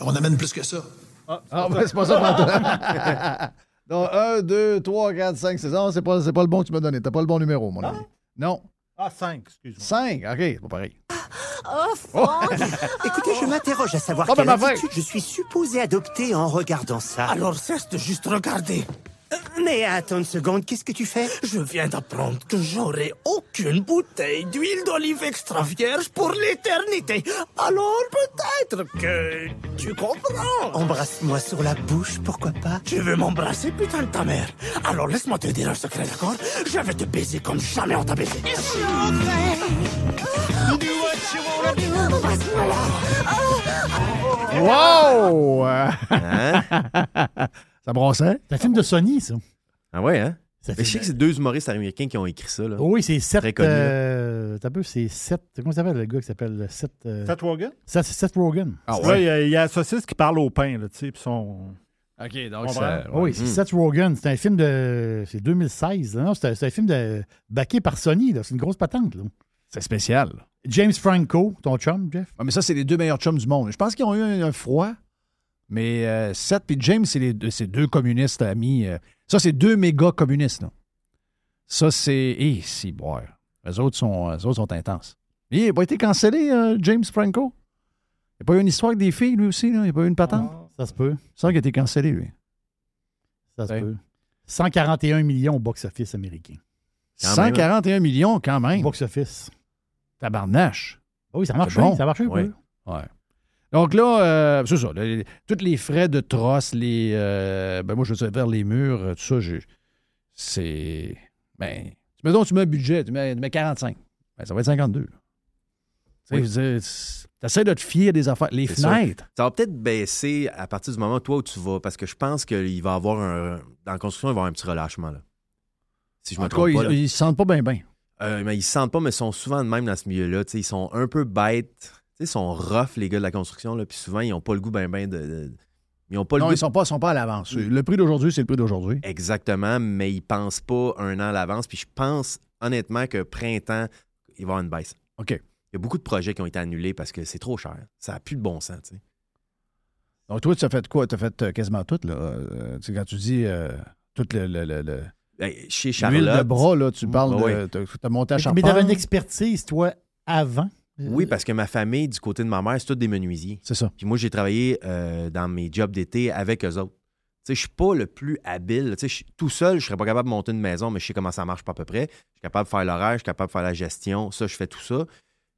[SPEAKER 9] On amène plus que ça.
[SPEAKER 3] Ah, ben, c'est pas ça, pantoute. Donc, 1, 2, 3, 4, 5, 6. Non, c'est pas, c'est pas le bon que tu m'as donné. T'as pas le bon numéro, mon ami. Non.
[SPEAKER 5] Ah, 5, excuse-moi.
[SPEAKER 3] 5. OK, c'est pas pareil.
[SPEAKER 10] Écoutez, je m'interroge à savoir
[SPEAKER 3] Oh, ben,
[SPEAKER 10] quelle
[SPEAKER 3] ma
[SPEAKER 10] attitude je suis supposé adopter en regardant ça. Euh,
[SPEAKER 9] Alors cesse de juste regarder.
[SPEAKER 10] Mais attends une seconde, qu'est-ce que tu fais
[SPEAKER 9] Je viens d'apprendre que j'aurai aucune bouteille d'huile d'olive extra vierge pour l'éternité. Alors peut-être que tu comprends.
[SPEAKER 10] Embrasse-moi sur la bouche, pourquoi pas
[SPEAKER 9] Tu veux m'embrasser, putain de ta mère. Alors laisse-moi te dire un secret, d'accord Je vais te baiser comme jamais on t'a baisé.
[SPEAKER 3] Wow!
[SPEAKER 4] Hein?
[SPEAKER 3] ça brassait?
[SPEAKER 6] C'est un film de Sony, ça.
[SPEAKER 4] Ah ouais, hein?
[SPEAKER 6] Ça
[SPEAKER 4] Mais je
[SPEAKER 6] fait-
[SPEAKER 4] sais que c'est deux humoristes américains qui ont écrit ça. Là.
[SPEAKER 6] Oui, c'est
[SPEAKER 4] Très
[SPEAKER 6] 7.
[SPEAKER 4] connu, là.
[SPEAKER 6] T'as peu, c'est 7. Comment il s'appelle le gars qui s'appelle 7.
[SPEAKER 5] Seth Rogen?
[SPEAKER 6] Ça, c'est Seth Rogen.
[SPEAKER 3] Ah
[SPEAKER 5] Là, il y a- il y, a la saucisse qui parle au pain, là, tu sais, puis son...
[SPEAKER 3] OK, donc
[SPEAKER 5] ça-
[SPEAKER 4] Ah
[SPEAKER 6] Oui,
[SPEAKER 4] Mm.
[SPEAKER 6] c'est Seth Rogen. C'est un film de. C'est 2016. là. Non, c'est un, c'est un film de. backé par Sony, là. C'est une grosse patente, là.
[SPEAKER 3] C'est spécial.
[SPEAKER 6] James Franco, ton chum, Jeff.
[SPEAKER 3] Ah, mais ça, c'est les deux meilleurs chums du monde. Je pense qu'ils ont eu un, un froid, mais euh, Seth et James, c'est les deux, c'est deux communistes amis. euh. ça, c'est deux méga communistes. là. Ça, c'est. Eh, si, boire. Les autres sont, eux autres sont intenses. Mais il n'a pas été cancellé, euh, James Franco. Il n'y a pas eu une histoire avec des filles, lui aussi. Là. Il n'y a pas eu une patente.
[SPEAKER 6] Ça se peut.
[SPEAKER 3] C'est ça qui a été cancellé, lui.
[SPEAKER 6] Ça se
[SPEAKER 3] Ouais.
[SPEAKER 6] peut. 141 millions au box-office américain.
[SPEAKER 4] Quand même. hein.
[SPEAKER 3] 141 millions, quand
[SPEAKER 6] Au
[SPEAKER 3] même.
[SPEAKER 6] Box-office.
[SPEAKER 3] Tabarnache.
[SPEAKER 6] Ah oui, ça marche.
[SPEAKER 3] C'est bon.
[SPEAKER 6] Ça marche un
[SPEAKER 4] Ouais.
[SPEAKER 6] peu.
[SPEAKER 3] Donc là, euh, c'est ça. le- le- tous les frais de trosse, les. euh, ben moi, je veux dire, vers les murs, euh, tout ça, j'ai- c'est. Ben. tu- Mettons, tu mets un budget, tu mets, tu mets 45. Ben, ça va être 52. là. Tu sais, je veux dire, c'est- t'essaies de te fier des affaires. Les
[SPEAKER 4] C'est sûr.
[SPEAKER 3] fenêtres.
[SPEAKER 4] Ça va peut-être baisser à partir du moment toi où tu vas, parce que je pense qu'il va avoir un. Dans la construction, il va y avoir un petit relâchement. Là. Si je me
[SPEAKER 3] en tout cas,
[SPEAKER 4] trompe pas. là.
[SPEAKER 3] ils, ils se sentent pas bien, bien.
[SPEAKER 4] Euh, mais ils se sentent pas, mais sont souvent de même dans ce milieu-là. Tu sais, Ils sont un peu bêtes. Tu sais, Ils sont rough, les gars de la construction. Là, puis souvent, ils n'ont pas le goût ben ben de. de- Ils n'ont pas le
[SPEAKER 3] Non,
[SPEAKER 4] goût.
[SPEAKER 3] ils sont pas, sont pas à l'avance. Le prix d'aujourd'hui, c'est le prix d'aujourd'hui.
[SPEAKER 4] Exactement, mais ils pensent pas un an à l'avance. Puis je pense honnêtement que printemps, il va y avoir une baisse.
[SPEAKER 3] OK.
[SPEAKER 4] Il y a beaucoup de projets qui ont été annulés parce que c'est trop cher. Ça n'a plus de bon sens. tu sais.
[SPEAKER 3] Donc, toi, tu as fait quoi? Tu as fait euh, quasiment tout, là. Euh, tu sais, quand tu dis euh, tout le. le, le, le-
[SPEAKER 4] Ben, chez
[SPEAKER 3] l'huile de
[SPEAKER 4] Charlotte. Mm. Ah
[SPEAKER 3] bras, là, tu parles
[SPEAKER 4] Oui.
[SPEAKER 3] de. t'as- T'as monté à
[SPEAKER 6] Mais
[SPEAKER 3] Charpente.
[SPEAKER 6] t'avais une expertise, toi, avant.
[SPEAKER 4] Oui,
[SPEAKER 6] ben,
[SPEAKER 4] parce que ma famille, du côté de ma mère, c'est tous des menuisiers.
[SPEAKER 3] C'est ça.
[SPEAKER 4] Puis moi, j'ai travaillé euh, dans mes jobs d'été avec eux autres. Tu sais, je suis pas le plus habile. Tu sais, je suis- tout seul, je serais pas capable de monter une maison, mais je sais comment ça marche pas à peu près. Je suis capable de faire l'horaire, je suis capable de faire la gestion. Ça, je fais tout ça.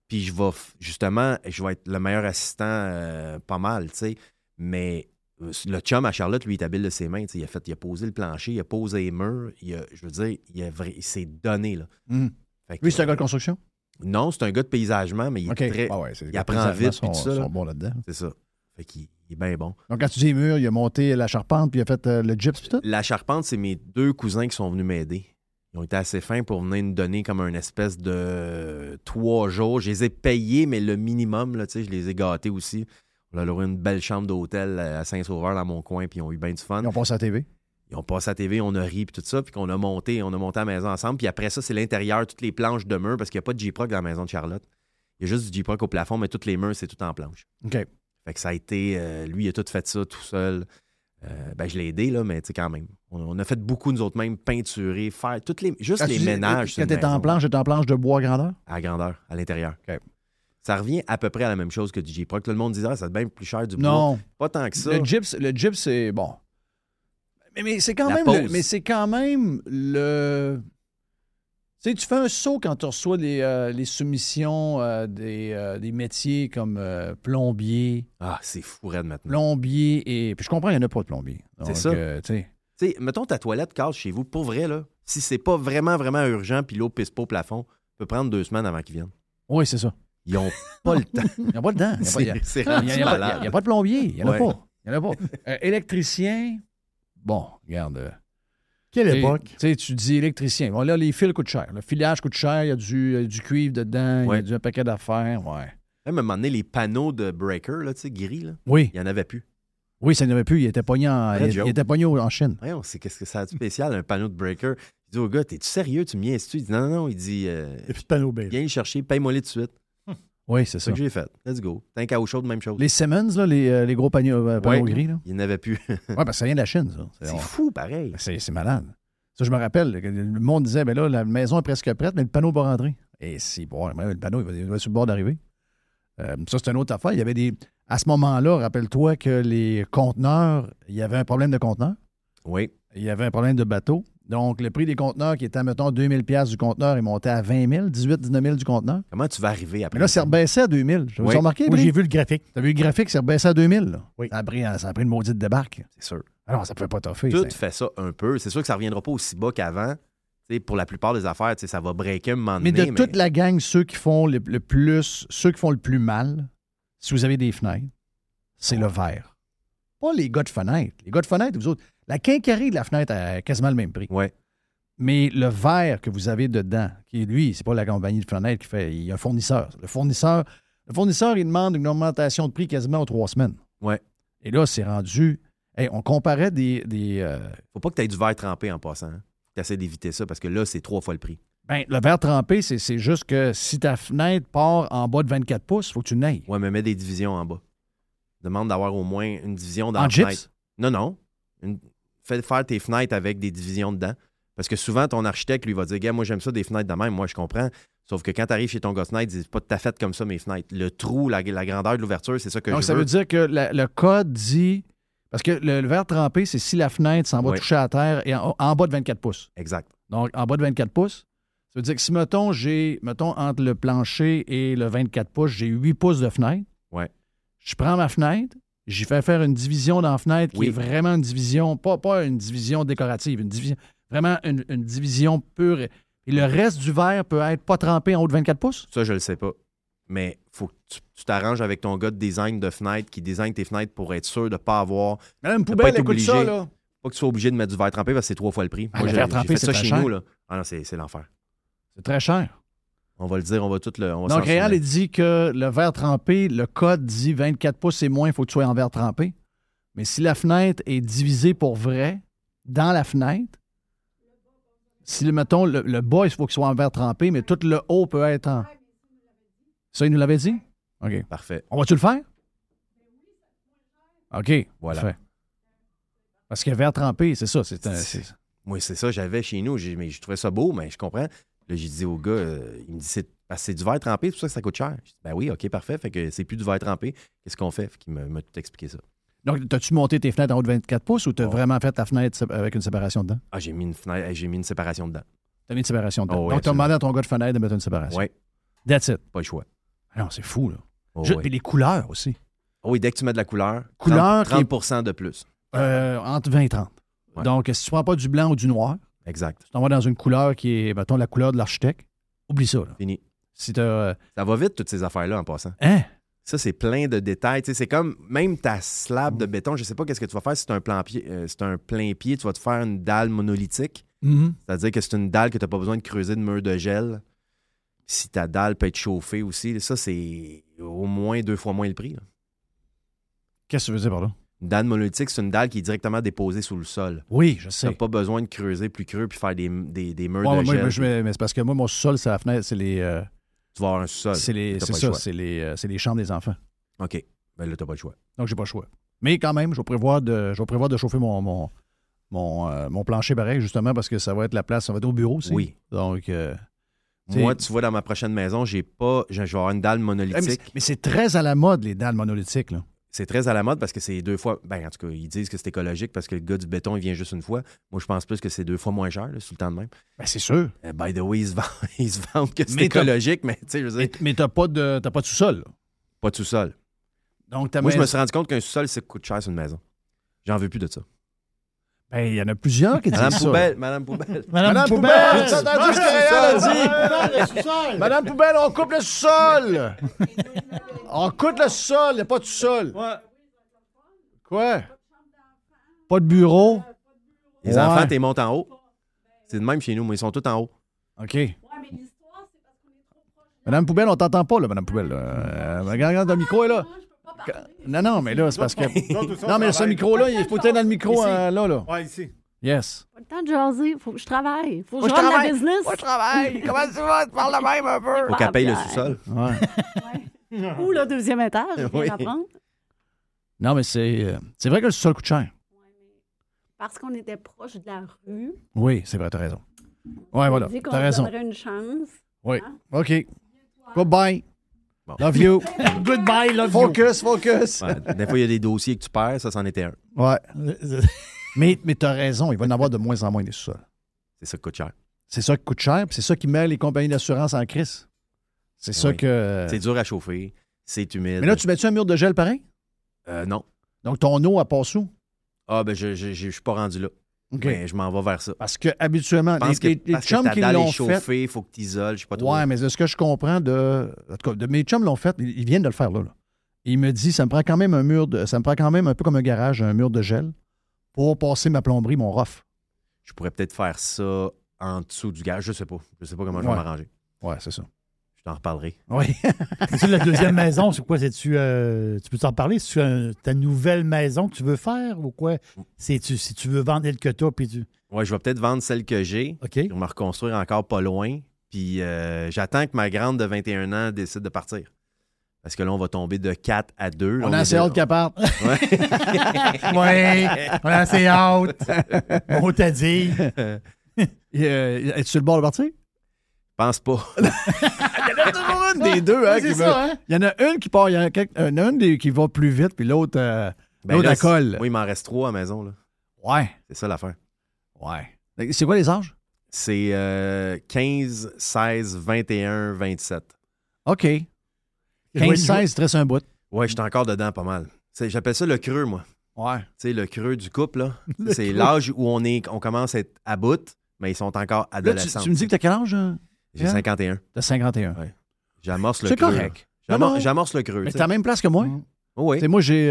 [SPEAKER 4] Puis je vais, f- justement, je vais être le meilleur assistant euh, pas mal, tu sais. Mais euh, le chum à Charlotte, lui, il est habile de ses mains. tu sais. Il a, fait, il a posé le plancher, il a posé les murs. Il a- je veux dire, il, a vrai- il s'est donné, là.
[SPEAKER 3] Mm.
[SPEAKER 4] Fait que-
[SPEAKER 3] Lui, c'est un gars de construction?
[SPEAKER 4] Non, c'est un gars de paysagement, mais il est
[SPEAKER 3] OK.
[SPEAKER 4] très...
[SPEAKER 3] Ah ouais, c'est-
[SPEAKER 4] il apprend
[SPEAKER 3] les
[SPEAKER 4] vite,
[SPEAKER 3] Allemands
[SPEAKER 4] puis tout
[SPEAKER 3] sont,
[SPEAKER 4] ça, là.
[SPEAKER 3] sont bons là-dedans.
[SPEAKER 4] C'est ça. Fait qu'il il est bien bon.
[SPEAKER 3] Donc, quand tu dis mur, il a monté la charpente, puis il a fait euh, le gyps, puis tout.
[SPEAKER 4] La charpente, c'est mes deux cousins qui sont venus m'aider. Ils ont été assez fins pour venir nous donner comme une espèce de trois jours. Je les ai payés, mais le minimum, là, tu sais, je les ai gâtés aussi. On leur a loué une belle chambre d'hôtel à Saint-Sauveur, dans mon coin, puis ils ont eu bien du fun.
[SPEAKER 3] Ils ont passé à la TV.
[SPEAKER 4] Ils ont passé à la TV, on a ri, puis tout ça, puis qu'on a monté, on a monté à la maison ensemble. Puis après ça, c'est l'intérieur, toutes les planches de mur, parce qu'il n'y a pas de J-Proc dans la maison de Charlotte. Il y a juste du J-Proc au plafond, mais toutes les murs, c'est tout en planche.
[SPEAKER 3] OK.
[SPEAKER 4] Fait que ça a été. euh, lui, il a tout fait ça tout seul. Euh, ben, je l'ai aidé, là, mais tu sais, quand même. On, on a fait beaucoup, nous autres, même peinturer, faire toutes les, juste
[SPEAKER 3] Quand
[SPEAKER 4] les
[SPEAKER 3] Ah, tu dis-
[SPEAKER 4] ménages. sur
[SPEAKER 3] Quand
[SPEAKER 4] une
[SPEAKER 3] t'es en
[SPEAKER 4] maison,
[SPEAKER 3] planche, t'es en planche de bois à grandeur?
[SPEAKER 4] À la grandeur, à l'intérieur.
[SPEAKER 3] OK.
[SPEAKER 4] Ça revient à peu près à la même chose que du J-Proc. Tout le monde disait, ah, ça devient plus cher du bois.
[SPEAKER 3] Non.
[SPEAKER 4] Pas tant que ça.
[SPEAKER 3] Le gyps, le gyps, c'est bon. Mais, mais c'est quand
[SPEAKER 4] La
[SPEAKER 3] même. le-
[SPEAKER 4] pause.
[SPEAKER 3] mais c'est quand même le. Tu sais, tu fais un saut quand tu reçois les, euh, les soumissions euh, des, euh, des métiers comme euh, plombier,
[SPEAKER 4] Ah, c'est fou, raide maintenant.
[SPEAKER 3] plombier et. Puis je comprends, il n'y en a pas de plombier.
[SPEAKER 4] C'est
[SPEAKER 3] Donc,
[SPEAKER 4] ça.
[SPEAKER 3] euh, tu sais.
[SPEAKER 4] Tu sais, mettons ta toilette casse chez vous, pour vrai, là. Si c'est pas vraiment, vraiment urgent, puis l'eau pisse pas au plafond, peut prendre deux semaines avant qu'ils viennent.
[SPEAKER 3] Oui, c'est ça.
[SPEAKER 4] Ils ont pas le temps.
[SPEAKER 3] Il n'y a pas de dents. Il y a pas- il y a-
[SPEAKER 4] C'est- C'est
[SPEAKER 3] Il
[SPEAKER 4] rendu
[SPEAKER 3] n'y a, pas-
[SPEAKER 4] malade.
[SPEAKER 3] il y a pas de plombier. Il n'y en a
[SPEAKER 4] Ouais.
[SPEAKER 3] pas. Il y en a pas. Euh, électricien, bon, regarde. euh,
[SPEAKER 6] Quelle
[SPEAKER 3] Et,
[SPEAKER 6] époque.
[SPEAKER 3] Tu sais, tu dis électricien. Bon, là, les fils coûtent cher. Le filage coûte cher. Il y a du, euh, du cuivre dedans. Il y a
[SPEAKER 4] Ouais.
[SPEAKER 3] du, un paquet d'affaires. Ouais.
[SPEAKER 4] Même à un moment donné, les panneaux de breaker, là, tu sais, gris, là,
[SPEAKER 3] Oui.
[SPEAKER 4] il n'y en avait plus.
[SPEAKER 3] Oui, ça n'avait plus. Il était pogné en,
[SPEAKER 4] Vrai
[SPEAKER 3] il,
[SPEAKER 4] joke.
[SPEAKER 3] il était pogné au- en Chine.
[SPEAKER 4] Voyons, c'est qu'est-ce que ça a de spécial, un panneau de breaker. Il dit au gars, t'es-tu sérieux, tu me niaises-tu? Il dit non, non, non. Il dit, euh,
[SPEAKER 6] Et puis de panneau beige.
[SPEAKER 4] viens le chercher, paye-moi le de suite.
[SPEAKER 3] Oui, c'est
[SPEAKER 4] C'est ça
[SPEAKER 3] ça.
[SPEAKER 4] que j'ai fait. Let's go. T'as un caoutchouc de même chose.
[SPEAKER 3] Les Siemens, là, les, euh, les gros panneaux, euh, panneaux
[SPEAKER 4] Ouais.
[SPEAKER 3] gris. Là.
[SPEAKER 4] Il n'y en avait plus.
[SPEAKER 3] Ouais, parce que ça vient de la Chine, ça. C'est-
[SPEAKER 4] c'est
[SPEAKER 3] on-
[SPEAKER 4] fou, pareil.
[SPEAKER 3] Ben, C'est c'est malade. Ça, je me rappelle, que le monde disait, ben là, la maison est presque prête, mais le panneau va rentrer. Et si, bon, le panneau, il va, il va sur le bord d'arriver. Euh, ça, c'est une autre affaire. Il y avait des. À ce moment-là, rappelle-toi que les conteneurs, il y avait un problème de conteneurs.
[SPEAKER 4] Oui.
[SPEAKER 3] Il y avait un problème de bateau. Donc, le prix des conteneurs, qui était, mettons, 2000 pièces du conteneur, est monté à 20 000, 18 19 000 du conteneur.
[SPEAKER 4] Comment tu vas arriver après?
[SPEAKER 3] Mais là, c'est rebaissé à 2000. Vous
[SPEAKER 4] Oui.
[SPEAKER 3] avez remarqué?
[SPEAKER 6] Moi,
[SPEAKER 3] Brie?
[SPEAKER 6] j'ai vu le graphique.
[SPEAKER 3] T'as vu le graphique, c'est rebaissé à 2000. là.
[SPEAKER 6] Oui.
[SPEAKER 3] Ça, a pris, ça a pris une maudite débarque.
[SPEAKER 4] C'est sûr.
[SPEAKER 3] Alors, ça ne pouvait pas toffer.
[SPEAKER 4] Tout
[SPEAKER 3] ça.
[SPEAKER 4] fait ça un peu. C'est sûr que ça ne reviendra pas aussi bas qu'avant. Tu sais, pour la plupart des affaires, tu sais, ça va breaker un moment
[SPEAKER 3] Mais
[SPEAKER 4] donné.
[SPEAKER 3] de toute la gang, ceux qui font le, le plus, ceux qui font le plus mal, si vous avez des fenêtres, c'est le verre. Pas les gars de fenêtres. Les gars de fenêtres, vous autres, la quincaillerie de la fenêtre a quasiment le même prix.
[SPEAKER 4] Ouais.
[SPEAKER 3] Mais le verre que vous avez dedans, qui lui, c'est pas la compagnie de fenêtres qui fait, il y a un fournisseur. Le fournisseur, le fournisseur, il demande une augmentation de prix quasiment aux trois semaines.
[SPEAKER 4] Ouais.
[SPEAKER 3] Et là, c'est rendu. Hey, on comparait des. des, euh,
[SPEAKER 4] Faut pas que tu aies du verre trempé en passant. Tu essaies d'éviter ça parce que là, c'est trois fois le prix.
[SPEAKER 3] ben, le verre trempé, c'est c'est juste que si ta fenêtre part en bas de 24 pouces, il faut que tu n'ailles.
[SPEAKER 4] Ouais, mais mets des divisions en bas. Demande d'avoir au moins une division dans
[SPEAKER 3] En
[SPEAKER 4] la
[SPEAKER 3] gyps?
[SPEAKER 4] fenêtre. Non, non. Une- Fais faire tes fenêtres avec des divisions dedans. Parce que souvent, ton architecte, lui, va dire Gars, moi, j'aime ça, des fenêtres de même. Moi, je comprends. Sauf que quand tu arrives chez ton gosse il dit C'est pas de ta fête comme ça, mes fenêtres. Le trou, la, la grandeur de l'ouverture, c'est ça que
[SPEAKER 3] Donc,
[SPEAKER 4] je
[SPEAKER 3] ça
[SPEAKER 4] veux.
[SPEAKER 3] veut dire que la- le code dit. Parce que le, le verre trempé, c'est si la fenêtre s'en va
[SPEAKER 4] Oui.
[SPEAKER 3] toucher à terre et en, en bas de 24 pouces.
[SPEAKER 4] Exact.
[SPEAKER 3] Donc, en bas de 24 pouces, ça veut dire que si, mettons, j'ai, mettons, entre le plancher et le 24 pouces, j'ai 8 pouces de fenêtre.
[SPEAKER 4] Ouais.
[SPEAKER 3] Je prends ma fenêtre, j'y fais faire une division dans la fenêtre qui
[SPEAKER 4] Oui.
[SPEAKER 3] est vraiment une division, pas, pas une division décorative, une division, vraiment une, une division pure. Et le reste du verre peut être pas trempé en haut de 24 pouces?
[SPEAKER 4] Ça, je le sais pas. Mais faut que tu tu t'arranges avec ton gars de design de fenêtres qui design tes fenêtres pour être sûr de ne pas avoir.
[SPEAKER 3] Madame
[SPEAKER 4] Poubelle,
[SPEAKER 3] elle
[SPEAKER 4] écoute
[SPEAKER 3] obligé.
[SPEAKER 4] ça, là. Pas que tu sois obligé de mettre du verre trempé parce que c'est trois fois le prix.
[SPEAKER 3] Ah,
[SPEAKER 4] Moi,
[SPEAKER 3] le
[SPEAKER 4] j'ai-
[SPEAKER 3] verre
[SPEAKER 4] j'ai
[SPEAKER 3] trempé,
[SPEAKER 4] fait
[SPEAKER 3] c'est
[SPEAKER 4] ça
[SPEAKER 3] pas
[SPEAKER 4] chez
[SPEAKER 3] cher.
[SPEAKER 4] nous, là. Ah non, c'est c'est l'enfer.
[SPEAKER 3] C'est très cher.
[SPEAKER 4] On va le dire, on va tout le. On va
[SPEAKER 3] Donc,
[SPEAKER 4] s'en souvenir.
[SPEAKER 3] Réal, il dit que le verre trempé, le code dit 24 pouces et moins, il faut que tu sois en verre trempé. Mais si la fenêtre est divisée pour vrai, dans la fenêtre, si, le- mettons, le, le bas, il faut qu'il soit en verre trempé, mais tout le haut peut être en. Ça, il nous l'avait dit? OK.
[SPEAKER 4] Parfait.
[SPEAKER 3] On va-tu le faire? OK.
[SPEAKER 4] Voilà.
[SPEAKER 3] parfait. Parce que verre trempé, c'est ça. C'est un-
[SPEAKER 4] C'est-
[SPEAKER 3] c'est-
[SPEAKER 4] Moi, c'est ça, j'avais chez nous. J'ai- Mais je trouvais ça beau, mais je comprends. Là, j'ai dit au gars, euh, il me dit c'est parce que c'est du verre trempé, c'est pour ça que ça coûte cher. J'ai dit, ben oui, ok, parfait. Fait que c'est plus du verre trempé. Qu'est-ce qu'on fait? Fait qu'il me- m'a tout expliqué ça.
[SPEAKER 3] Donc, as-tu monté tes fenêtres en haut de 24 pouces ou t'as vraiment fait ta fenêtre sé- avec une séparation dedans?
[SPEAKER 4] Ah, j'ai mis une fenêtre, j'ai mis une séparation dedans.
[SPEAKER 3] T'as mis une séparation dedans.
[SPEAKER 4] Oh, oui,
[SPEAKER 3] Donc, t'as
[SPEAKER 4] absolument.
[SPEAKER 3] demandé à ton gars de fenêtre de mettre une séparation.
[SPEAKER 4] Ouais,
[SPEAKER 3] That's it.
[SPEAKER 4] pas le choix.
[SPEAKER 3] Ah Non, c'est fou, là.
[SPEAKER 4] Oh,
[SPEAKER 3] Juste-
[SPEAKER 4] ouais.
[SPEAKER 3] puis les couleurs aussi.
[SPEAKER 4] Ah oui, dès que tu mets de la couleur,
[SPEAKER 3] Couleur
[SPEAKER 4] 30, 30% de plus.
[SPEAKER 3] Euh, entre 20 et 30.
[SPEAKER 4] Ouais.
[SPEAKER 3] Donc, si tu prends pas du blanc ou du noir,
[SPEAKER 4] Exact.
[SPEAKER 3] tu t'en vas dans une couleur qui est, mettons, la couleur de l'architecte, oublie ça, là.
[SPEAKER 4] Fini.
[SPEAKER 3] Si t'as. euh,
[SPEAKER 4] Ça va vite, toutes ces affaires-là, en passant.
[SPEAKER 3] hein?
[SPEAKER 4] Ça, c'est plein de détails. Tu sais, c'est comme même ta slab de
[SPEAKER 3] Mm.
[SPEAKER 4] béton. Je sais pas qu'est-ce que tu vas faire si c'est un, plan pied, euh, c'est un plein pied. Tu vas te faire une dalle monolithique.
[SPEAKER 3] Mhm.
[SPEAKER 4] C'est-à-dire que c'est une dalle que tu n'as pas besoin de creuser de mur de gel. Si ta dalle peut être chauffée aussi, ça, c'est au moins deux fois moins le prix. là.
[SPEAKER 3] Qu'est-ce que tu veux dire par là?
[SPEAKER 4] Une dalle monolithique, c'est une dalle qui est directement déposée sous le sol.
[SPEAKER 3] Oui, je
[SPEAKER 4] Tu
[SPEAKER 3] sais.
[SPEAKER 4] n'as pas besoin de creuser plus creux puis faire des, des, des murs
[SPEAKER 3] Ouais, ouais,
[SPEAKER 4] de
[SPEAKER 3] moi,
[SPEAKER 4] gel.
[SPEAKER 3] moi, je mets- mais c'est parce que moi, mon sol, c'est la fenêtre, c'est les. euh,
[SPEAKER 4] Tu vas avoir un sol.
[SPEAKER 3] c'est les-
[SPEAKER 4] T'as
[SPEAKER 3] c'est
[SPEAKER 4] pas le
[SPEAKER 3] ça,
[SPEAKER 4] choix.
[SPEAKER 3] c'est les, euh, c'est les chambres des enfants.
[SPEAKER 4] OK. Ben là, tu pas le choix.
[SPEAKER 3] Donc, j'ai pas le choix. Mais quand même, je vais prévoir de, je vais prévoir de chauffer mon, mon, mon, euh, mon plancher pareil, justement, parce que ça va être la place, ça va être au bureau aussi.
[SPEAKER 4] Oui.
[SPEAKER 3] Donc. euh, C'est-
[SPEAKER 4] Moi, tu vois, dans ma prochaine maison, j'ai pas. Je je vais avoir une dalle
[SPEAKER 3] Eh, mais
[SPEAKER 4] monolithique.
[SPEAKER 3] c'est- mais c'est très à la mode, les dalles monolithiques. Là.
[SPEAKER 4] C'est très à la mode parce que c'est deux fois. Ben, en tout cas, ils disent que c'est écologique parce que le gars du béton, il vient juste une fois. Moi, je pense plus que c'est deux fois moins cher, là, sous le temps de même.
[SPEAKER 3] Ben, c'est sûr.
[SPEAKER 4] Euh, by the way, ils se vendent, ils se vendent que c'est
[SPEAKER 3] Mais t'as-
[SPEAKER 4] écologique, mais tu sais, je veux
[SPEAKER 3] Mais,
[SPEAKER 4] dire,
[SPEAKER 3] mais t'as pas de t'as pas de sous-sol. là.
[SPEAKER 4] pas de sous-sol.
[SPEAKER 3] Donc ta
[SPEAKER 4] Moi, je
[SPEAKER 3] maison-
[SPEAKER 4] me suis rendu compte qu'un sous-sol, ça coûte cher sur une maison. J'en veux plus de ça.
[SPEAKER 3] Ben, il y en a plusieurs qui disent
[SPEAKER 4] Madame
[SPEAKER 3] ça.
[SPEAKER 4] Poubelle, Madame Poubelle.
[SPEAKER 6] Madame, Poubelle!
[SPEAKER 3] Ah, entendu ce que a dit? Madame Poubelle, on coupe le sous-sol! on coupe le sous-sol, il n'y a pas de sous-sol. Quoi? Pas de bureau?
[SPEAKER 4] Les
[SPEAKER 3] Ouais.
[SPEAKER 4] enfants, t'es montes en haut. C'est de même chez nous, mais ils sont tous en haut.
[SPEAKER 3] OK. Madame Poubelle, on t'entend pas, là, Madame Poubelle. là. Euh, regarde, regarde, le micro est là. Non, non, mais là, c'est parce que. Non, mais ce micro-là, il faut être dans le micro,
[SPEAKER 5] Ici.
[SPEAKER 3] euh, là, là.
[SPEAKER 5] Ouais, ici.
[SPEAKER 3] Yes.
[SPEAKER 11] Pas le temps de jaser. Faut que je travaille. Faut
[SPEAKER 3] Moi,
[SPEAKER 11] que je
[SPEAKER 3] je
[SPEAKER 11] rende la
[SPEAKER 3] travaille.
[SPEAKER 11] business.
[SPEAKER 3] Moi, je travaille. Comment tu vas? Tu parles de même un peu.
[SPEAKER 4] Faut qu'elle paye le
[SPEAKER 3] Ah,
[SPEAKER 4] sous-sol.
[SPEAKER 11] Ou le deuxième étage, je viens
[SPEAKER 3] Oui.
[SPEAKER 11] d'apprendre.
[SPEAKER 3] Non, mais c'est euh, c'est vrai que le sous-sol coûte cher.
[SPEAKER 11] Parce qu'on était proche de la rue.
[SPEAKER 3] Oui, c'est vrai, t'as raison. Ouais, voilà,
[SPEAKER 11] Vu qu'on
[SPEAKER 3] t'as raison.
[SPEAKER 11] donnerait une chance.
[SPEAKER 3] Oui. OK. Goodbye. Love you.
[SPEAKER 6] Goodbye, love
[SPEAKER 3] Focus, focus.
[SPEAKER 4] Ouais, des fois, il y a des dossiers que tu perds, ça, c'en était un.
[SPEAKER 3] Ouais. mais mais t'as raison, il va y en avoir de moins en moins des sous-sols.
[SPEAKER 4] C'est ça qui coûte cher.
[SPEAKER 3] C'est ça qui coûte cher, puis c'est ça qui met les compagnies d'assurance en crise. C'est ça
[SPEAKER 4] Oui.
[SPEAKER 3] que.
[SPEAKER 4] C'est dur à chauffer, c'est humide.
[SPEAKER 3] Mais là, tu mets-tu un mur de gel pareil?
[SPEAKER 4] Euh, non.
[SPEAKER 3] Donc, ton eau, elle passe où?
[SPEAKER 4] Ah, ben, je je- je- je suis pas rendu là.
[SPEAKER 3] OK.
[SPEAKER 4] Mais je m'en vais vers ça.
[SPEAKER 3] Parce que habituellement,
[SPEAKER 4] Je pense que,
[SPEAKER 3] les, les- les
[SPEAKER 4] parce que
[SPEAKER 3] chums
[SPEAKER 4] ta
[SPEAKER 3] qui
[SPEAKER 4] dalle est
[SPEAKER 3] l'ont fait.
[SPEAKER 4] chauffée, faut que tu isoles, je sais pas trop.
[SPEAKER 3] Ouais, mais de ce que je comprends de. En tout cas, de mes chums l'ont fait, ils ils viennent de le faire là, là. Il me dit, ça me prend quand même un mur de. Ça me prend quand même un peu comme un garage, un mur de gel pour passer ma plomberie, mon rough.
[SPEAKER 4] Je pourrais peut-être faire ça en dessous du gaz, je sais pas. Je sais pas comment je vais
[SPEAKER 3] Ouais.
[SPEAKER 4] m'arranger.
[SPEAKER 3] Ouais, c'est ça.
[SPEAKER 4] Je t'en reparlerai.
[SPEAKER 3] Oui.
[SPEAKER 6] C'est la deuxième maison, c'est quoi? C'est-tu, euh, tu peux t'en parler? C'est-tu un- ta nouvelle maison que tu veux faire ou quoi? C'est-tu, si tu veux vendre le que t'as, puis tu...
[SPEAKER 4] Ouais, je vais peut-être vendre celle que j'ai.
[SPEAKER 6] OK.
[SPEAKER 4] Pour me reconstruire encore pas loin. Puis euh, j'attends que ma grande de 21 ans décide de partir. Parce que là, on va tomber de 4 à 2.
[SPEAKER 3] On a assez hâte qu'elle parte.
[SPEAKER 6] Ouais, on a assez hâte. On t'a dit.
[SPEAKER 3] Et, euh, Es-tu sur le bord de partir?
[SPEAKER 4] Pense pas.
[SPEAKER 3] Il y en a toujours une des deux, hein,
[SPEAKER 6] Ouais,
[SPEAKER 3] qui
[SPEAKER 6] c'est
[SPEAKER 3] veut-
[SPEAKER 6] ça, hein?
[SPEAKER 3] Il y en a une qui part, il y en a quelques- il y en a une des- qui va plus vite, puis l'autre, euh,
[SPEAKER 4] Ben
[SPEAKER 3] l'autre,
[SPEAKER 4] là,
[SPEAKER 3] elle colle.
[SPEAKER 4] Moi, il m'en reste 3 à la maison. là.
[SPEAKER 3] Ouais,
[SPEAKER 4] C'est ça l'affaire.
[SPEAKER 3] ouais. Ben, C'est quoi les âges?
[SPEAKER 4] C'est euh, 15, 16, 21, 27.
[SPEAKER 3] OK. 15-16, stress un bout.
[SPEAKER 4] Ouais, j'étais encore dedans pas mal. C'est- J'appelle ça le creux, moi.
[SPEAKER 3] Ouais.
[SPEAKER 4] Tu sais, le creux du couple, là.
[SPEAKER 3] Le
[SPEAKER 4] C'est
[SPEAKER 3] creux.
[SPEAKER 4] l'âge où on, est, on commence à être à bout, mais ils sont encore
[SPEAKER 3] Là, tu,
[SPEAKER 4] adolescents.
[SPEAKER 3] tu me dis que t'as quel âge? hein?
[SPEAKER 4] J'ai 51.
[SPEAKER 3] T'as 51.
[SPEAKER 4] J'amorce le
[SPEAKER 3] C'est
[SPEAKER 4] creux.
[SPEAKER 3] correct. Non, non.
[SPEAKER 4] J'amorce, j'amorce le creux.
[SPEAKER 3] Mais
[SPEAKER 4] tu sais.
[SPEAKER 3] t'as la même place que moi.
[SPEAKER 4] Oh oui.
[SPEAKER 3] Tu sais, moi, j'ai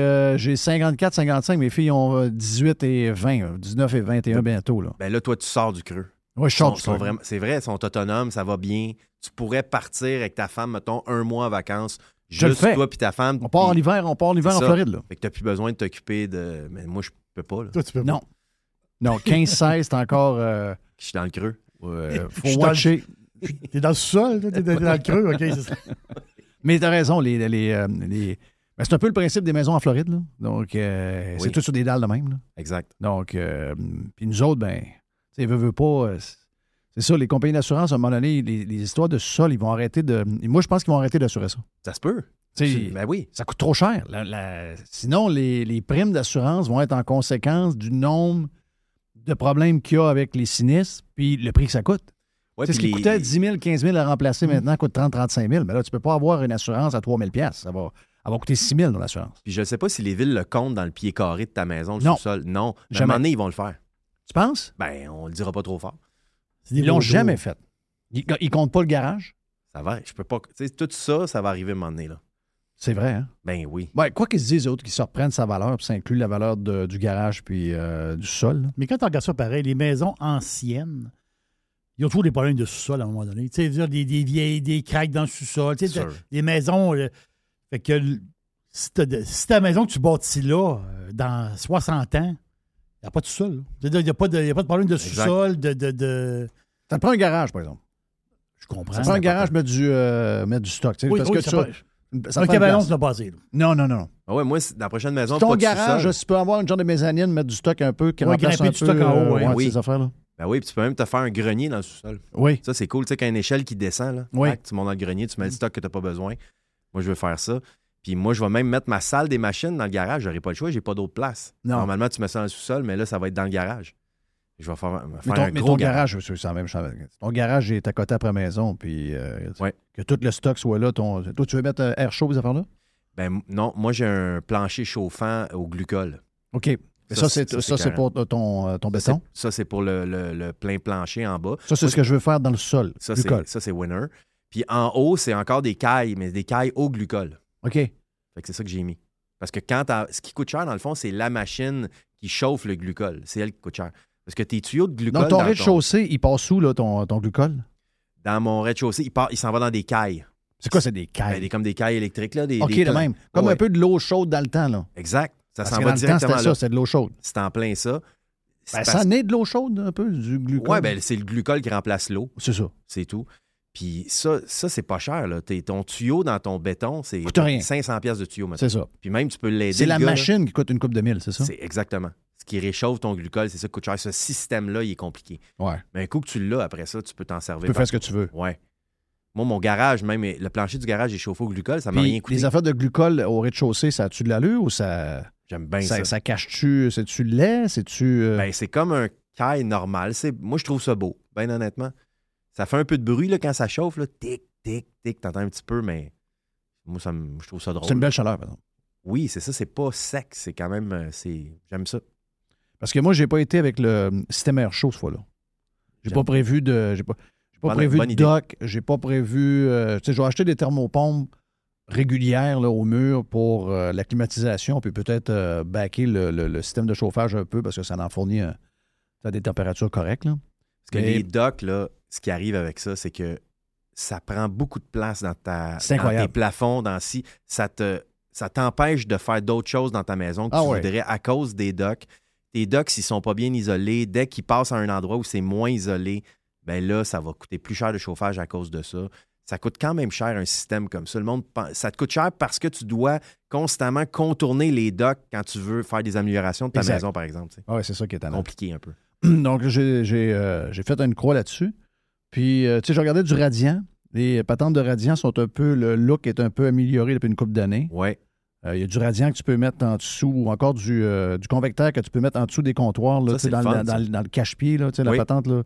[SPEAKER 3] 54-55. Mes filles ont euh, 18 et 20, euh, 19 et 21 bientôt. Là.
[SPEAKER 4] Ben là, toi, tu sors du creux.
[SPEAKER 3] Ouais, je
[SPEAKER 4] Ils
[SPEAKER 3] sors
[SPEAKER 4] sont-
[SPEAKER 3] du
[SPEAKER 4] sont
[SPEAKER 3] creux.
[SPEAKER 4] vraiment- C'est vrai, ils sont autonomes, ça va bien. Tu pourrais partir avec ta femme, mettons, un mois en vacances.
[SPEAKER 3] Je le
[SPEAKER 4] Juste
[SPEAKER 3] fais.
[SPEAKER 4] toi puis ta femme.
[SPEAKER 3] On part en
[SPEAKER 4] puis-
[SPEAKER 3] hiver, on part en hiver
[SPEAKER 4] C'est
[SPEAKER 3] en
[SPEAKER 4] ça.
[SPEAKER 3] Floride. Là.
[SPEAKER 4] Fait que t'as plus besoin de t'occuper de. Mais moi, je peux pas, là.
[SPEAKER 6] Toi, tu peux pas.
[SPEAKER 3] Non. Non, 15-16, c'est encore. euh,
[SPEAKER 4] Je suis dans le creux.
[SPEAKER 3] euh,
[SPEAKER 6] Je suis
[SPEAKER 3] faut
[SPEAKER 6] dans le-
[SPEAKER 3] watcher.
[SPEAKER 6] T'es dans le sol, t'es dans dans le creux, OK, c'est ça.
[SPEAKER 3] Mais t'as raison, les. les, euh, les- Ben, c'est un peu le principe des maisons en Floride. Là. Donc, euh, c'est
[SPEAKER 4] Oui.
[SPEAKER 3] tout sur des dalles de même. là.
[SPEAKER 4] Exact.
[SPEAKER 3] Donc, euh, puis nous autres, ben, tu sais, veux, veux pas. euh, c'est- c'est ça, les compagnies d'assurance, à un moment donné, les, les histoires de sol, ils vont arrêter de. Moi, je pense qu'ils vont arrêter d'assurer ça.
[SPEAKER 4] Ça se peut.
[SPEAKER 3] Tu sais,
[SPEAKER 4] Ben oui.
[SPEAKER 3] Ça coûte trop cher. La- la- Sinon, les, les primes d'assurance vont être en conséquence du nombre de problèmes qu'il y a avec les sinistres, puis le prix que ça coûte.
[SPEAKER 4] Ouais,
[SPEAKER 3] Tu sais, ce
[SPEAKER 4] puis
[SPEAKER 3] qui
[SPEAKER 4] les-
[SPEAKER 3] coûtait 10 000, 15 000 à
[SPEAKER 6] Hmm.
[SPEAKER 3] remplacer maintenant coûte 30, 35 000. Mais là, tu peux pas avoir une assurance à 3 000 Ça va, elle va coûter 6 000 dans l'assurance.
[SPEAKER 4] Puis je sais pas si les villes le comptent dans le pied carré de ta maison, le
[SPEAKER 3] Non.
[SPEAKER 4] sous-sol. Non. Mais À un
[SPEAKER 3] Jamais.
[SPEAKER 4] moment donné, ils vont le faire.
[SPEAKER 3] Tu penses?
[SPEAKER 4] Ben, on le dira pas trop fort.
[SPEAKER 6] C'est des
[SPEAKER 3] Ils l'ont
[SPEAKER 6] beaux jours.
[SPEAKER 3] jamais fait. Ils, ils comptent pas le garage.
[SPEAKER 4] Ça va. Je peux pas. Tu sais, tout ça, ça va arriver à un moment donné, là.
[SPEAKER 3] C'est vrai, hein?
[SPEAKER 4] Ben oui.
[SPEAKER 3] Ouais, quoi qu'ils se disent, les autres, qu'ils se reprennent sa valeur, puis ça inclut la valeur de- du garage puis euh, du sol. là.
[SPEAKER 6] Mais quand tu regardes ça pareil, les maisons anciennes, ils ont toujours des problèmes de sous-sol à un moment donné. Tu sais, je veux dire, des, des vieilles, des craques dans le sous-sol, tu sais,
[SPEAKER 4] Sûr.
[SPEAKER 6] des maisons. euh, fait que l- si, t'as de- si ta maison que tu bâtis là, euh, dans 60 ans, il n'y a pas de sous-sol. là. Je veux dire, Il n'y a, pas de- il y a pas de problème de sous-sol, de, de, de-
[SPEAKER 3] Ça te prend un garage, par exemple.
[SPEAKER 6] Je comprends.
[SPEAKER 3] Ça te prend un garage, mettre du, euh, mettre du stock. tu sais,
[SPEAKER 6] Oui,
[SPEAKER 3] parce
[SPEAKER 6] oui,
[SPEAKER 3] que
[SPEAKER 6] ça
[SPEAKER 3] ça-
[SPEAKER 6] prend-
[SPEAKER 3] ça
[SPEAKER 6] un
[SPEAKER 3] prend une
[SPEAKER 6] cabanon,
[SPEAKER 3] place.
[SPEAKER 6] tu l'as basé. là.
[SPEAKER 3] Non, non, non. non.
[SPEAKER 4] Ah ouais, moi, c'est- dans la prochaine maison,
[SPEAKER 3] Ton
[SPEAKER 4] pas de
[SPEAKER 3] garage,
[SPEAKER 4] sous-sol.
[SPEAKER 3] tu peux avoir une genre de mezzanine, mettre du stock un peu, qui
[SPEAKER 6] Ouais,
[SPEAKER 3] remplace
[SPEAKER 6] grimper
[SPEAKER 3] un
[SPEAKER 6] du
[SPEAKER 3] peu,
[SPEAKER 6] stock en haut,
[SPEAKER 3] euh,
[SPEAKER 6] ouais.
[SPEAKER 3] ouais,
[SPEAKER 4] Oui.
[SPEAKER 3] ces affaires-là.
[SPEAKER 4] Ben oui, puis tu peux même te faire un grenier dans le sous-sol.
[SPEAKER 3] Oui.
[SPEAKER 4] Ça, c'est cool. Tu sais, quand une échelle qui descend, là,
[SPEAKER 3] Oui.
[SPEAKER 4] tac, tu montes dans le grenier, tu mets le stock que tu n'as pas besoin. Moi, je veux faire ça. Puis moi, je vais même mettre ma salle des machines dans le garage. J'aurai pas le choix, j'ai pas d'autre place.
[SPEAKER 3] Non.
[SPEAKER 4] Normalement, tu mets ça dans le sous-sol, mais là, ça va être dans le garage. Je vais faire, me faire
[SPEAKER 3] Mais ton,
[SPEAKER 4] un
[SPEAKER 3] mais
[SPEAKER 4] gros
[SPEAKER 3] ton
[SPEAKER 4] garage.
[SPEAKER 3] garage, c'est c'est la même chose. Ton garage est à côté après maison, puis euh,
[SPEAKER 4] Ouais.
[SPEAKER 3] que tout le stock soit là. Ton... Toi, tu veux mettre un air chaud, ces affaires-là?
[SPEAKER 4] Ben m- non, moi, j'ai un plancher chauffant au glucol.
[SPEAKER 3] OK. Mais ça,
[SPEAKER 4] Ça,
[SPEAKER 3] c'est
[SPEAKER 4] c'est-
[SPEAKER 3] ça,
[SPEAKER 4] ça, c'est
[SPEAKER 3] c'est pour euh, ton, euh, ton béton.
[SPEAKER 4] C'est- Ça, c'est pour le, le- le plein plancher en bas.
[SPEAKER 3] Ça, c'est ce que je veux faire dans le sol.
[SPEAKER 4] Ça,
[SPEAKER 3] du
[SPEAKER 4] c'est,
[SPEAKER 3] col.
[SPEAKER 4] ça, c'est winner. Puis en haut, c'est encore des cailles, mais des cailles au glucol.
[SPEAKER 3] OK.
[SPEAKER 4] Fait que c'est ça que j'ai mis. Parce que quand t'as- ce qui coûte cher, dans le fond, c'est la machine qui chauffe le glucol. C'est elle qui coûte cher. Parce que tes tuyaux de glucose.
[SPEAKER 3] Donc, ton rez-de-chaussée, il passe où, là, ton, ton glucole?
[SPEAKER 4] Dans mon rez-de-chaussée, il, part- il s'en va dans des cailles.
[SPEAKER 3] C'est quoi, c'est des cailles?
[SPEAKER 4] des, comme des cailles électriques, là. Ben, Des,
[SPEAKER 3] OK,
[SPEAKER 4] des
[SPEAKER 3] de
[SPEAKER 4] plans-
[SPEAKER 3] même. Comme
[SPEAKER 4] Ouais,
[SPEAKER 3] un peu de l'eau chaude dans le temps, là.
[SPEAKER 4] Exact. Ça
[SPEAKER 3] Parce
[SPEAKER 4] s'en
[SPEAKER 3] que
[SPEAKER 4] va
[SPEAKER 3] dans le temps,
[SPEAKER 4] directement
[SPEAKER 3] c'était ça,
[SPEAKER 4] là.
[SPEAKER 3] c'est de l'eau chaude.
[SPEAKER 4] C'est en plein ça.
[SPEAKER 3] Ben,
[SPEAKER 4] C'est
[SPEAKER 3] ça
[SPEAKER 4] parce-
[SPEAKER 3] naît de l'eau chaude, un peu, du glucose.
[SPEAKER 4] Ouais, ben, c'est le glucole qui remplace l'eau.
[SPEAKER 3] C'est ça.
[SPEAKER 4] C'est tout. Puis ça, ça c'est pas cher. Là. T'es- ton tuyau dans ton béton, c'est
[SPEAKER 3] Coûte rien.
[SPEAKER 4] 500 pièces de tuyau. mettons.
[SPEAKER 3] C'est ça.
[SPEAKER 4] Puis même, tu peux l'aider.
[SPEAKER 3] C'est
[SPEAKER 4] le
[SPEAKER 3] la
[SPEAKER 4] gars, là.
[SPEAKER 3] machine qui coûte une coupe de mille, c'est ça?
[SPEAKER 4] C'est exactement. Ce qui réchauffe ton glucole, c'est ça qui coûte cher. Ce système-là, il est compliqué.
[SPEAKER 3] Ouais.
[SPEAKER 4] Mais un coup que tu l'as, après ça, tu peux t'en servir.
[SPEAKER 3] Tu peux faire ce que tu veux.
[SPEAKER 4] Ouais. Moi, mon garage, même le plancher du garage est chauffé au glucole, ça m'a
[SPEAKER 3] Puis,
[SPEAKER 4] rien coûté.
[SPEAKER 3] les affaires de glucole au rez-de-chaussée, ça a-tu de l'allure ou ça.
[SPEAKER 4] J'aime bien Ben, ça.
[SPEAKER 3] Ça cache-tu. C'est-tu le lait? C'est-tu. euh,
[SPEAKER 4] Ben, c'est comme un caille normal. C'est... Moi, je trouve ça beau, bien honnêtement. Ça fait un peu de bruit là, quand ça chauffe. Là. Tic, tic, tic. T'entends un petit peu, mais moi, ça me- je trouve ça drôle.
[SPEAKER 3] c'est une belle chaleur, par exemple.
[SPEAKER 4] Oui, c'est ça. C'est pas sec. C'est quand même. euh, C'est... J'aime ça.
[SPEAKER 3] Parce que moi, j'ai pas été avec le hum, système air chaud, ce fois-là. J'ai pas prévu de. J'ai pas, j'ai pas
[SPEAKER 4] Bonne-
[SPEAKER 3] prévu
[SPEAKER 4] bonne
[SPEAKER 3] de
[SPEAKER 4] idée.
[SPEAKER 3] doc. J'ai pas prévu. euh, tu sais, je vais acheter des thermopompes régulières là, au mur pour euh, la climatisation, puis peut-être euh, backer le, le- le système de chauffage un peu parce que ça en fournit euh, à des températures correctes. là.
[SPEAKER 4] Parce que
[SPEAKER 3] Mais-
[SPEAKER 4] les docks, là, ce qui arrive avec ça, c'est que ça prend beaucoup de place dans, ta,
[SPEAKER 3] C'est
[SPEAKER 4] dans
[SPEAKER 3] incroyable.
[SPEAKER 4] tes plafonds, dans si ça te ça t'empêche de faire d'autres choses dans ta maison que
[SPEAKER 3] Ah
[SPEAKER 4] tu
[SPEAKER 3] ouais.
[SPEAKER 4] voudrais à cause des docks. Tes docks, s'ils sont pas bien isolés, dès qu'ils passent à un endroit où c'est moins isolé, ben là, ça va coûter plus cher de chauffage à cause de ça. Ça coûte quand même cher un système comme ça. Le monde, pense- ça te coûte cher parce que tu dois constamment contourner les docks quand tu veux faire des améliorations de ta
[SPEAKER 3] Exact.
[SPEAKER 4] maison, par exemple. tu sais.
[SPEAKER 3] Ah ouais, c'est ça qui est étonnant.
[SPEAKER 4] Compliqué un peu.
[SPEAKER 3] Donc, j'ai j'ai, euh, j'ai fait une croix là-dessus. Puis, euh, tu sais, je regardais du radiant. Les patentes de radiant sont un peu. Le look est un peu amélioré depuis une couple d'années.
[SPEAKER 4] Ouais.
[SPEAKER 3] Euh, Il y a du radiant que tu peux mettre en dessous, ou encore du, euh, du convecteur que tu peux mettre en dessous des comptoirs, là,
[SPEAKER 4] Ça,
[SPEAKER 3] tu sais,
[SPEAKER 4] c'est
[SPEAKER 3] dans,
[SPEAKER 4] le
[SPEAKER 3] le-
[SPEAKER 4] fun,
[SPEAKER 3] dans
[SPEAKER 4] ça.
[SPEAKER 3] le- dans le cache-pied, là, tu sais, la
[SPEAKER 4] Oui.
[SPEAKER 3] patente, là,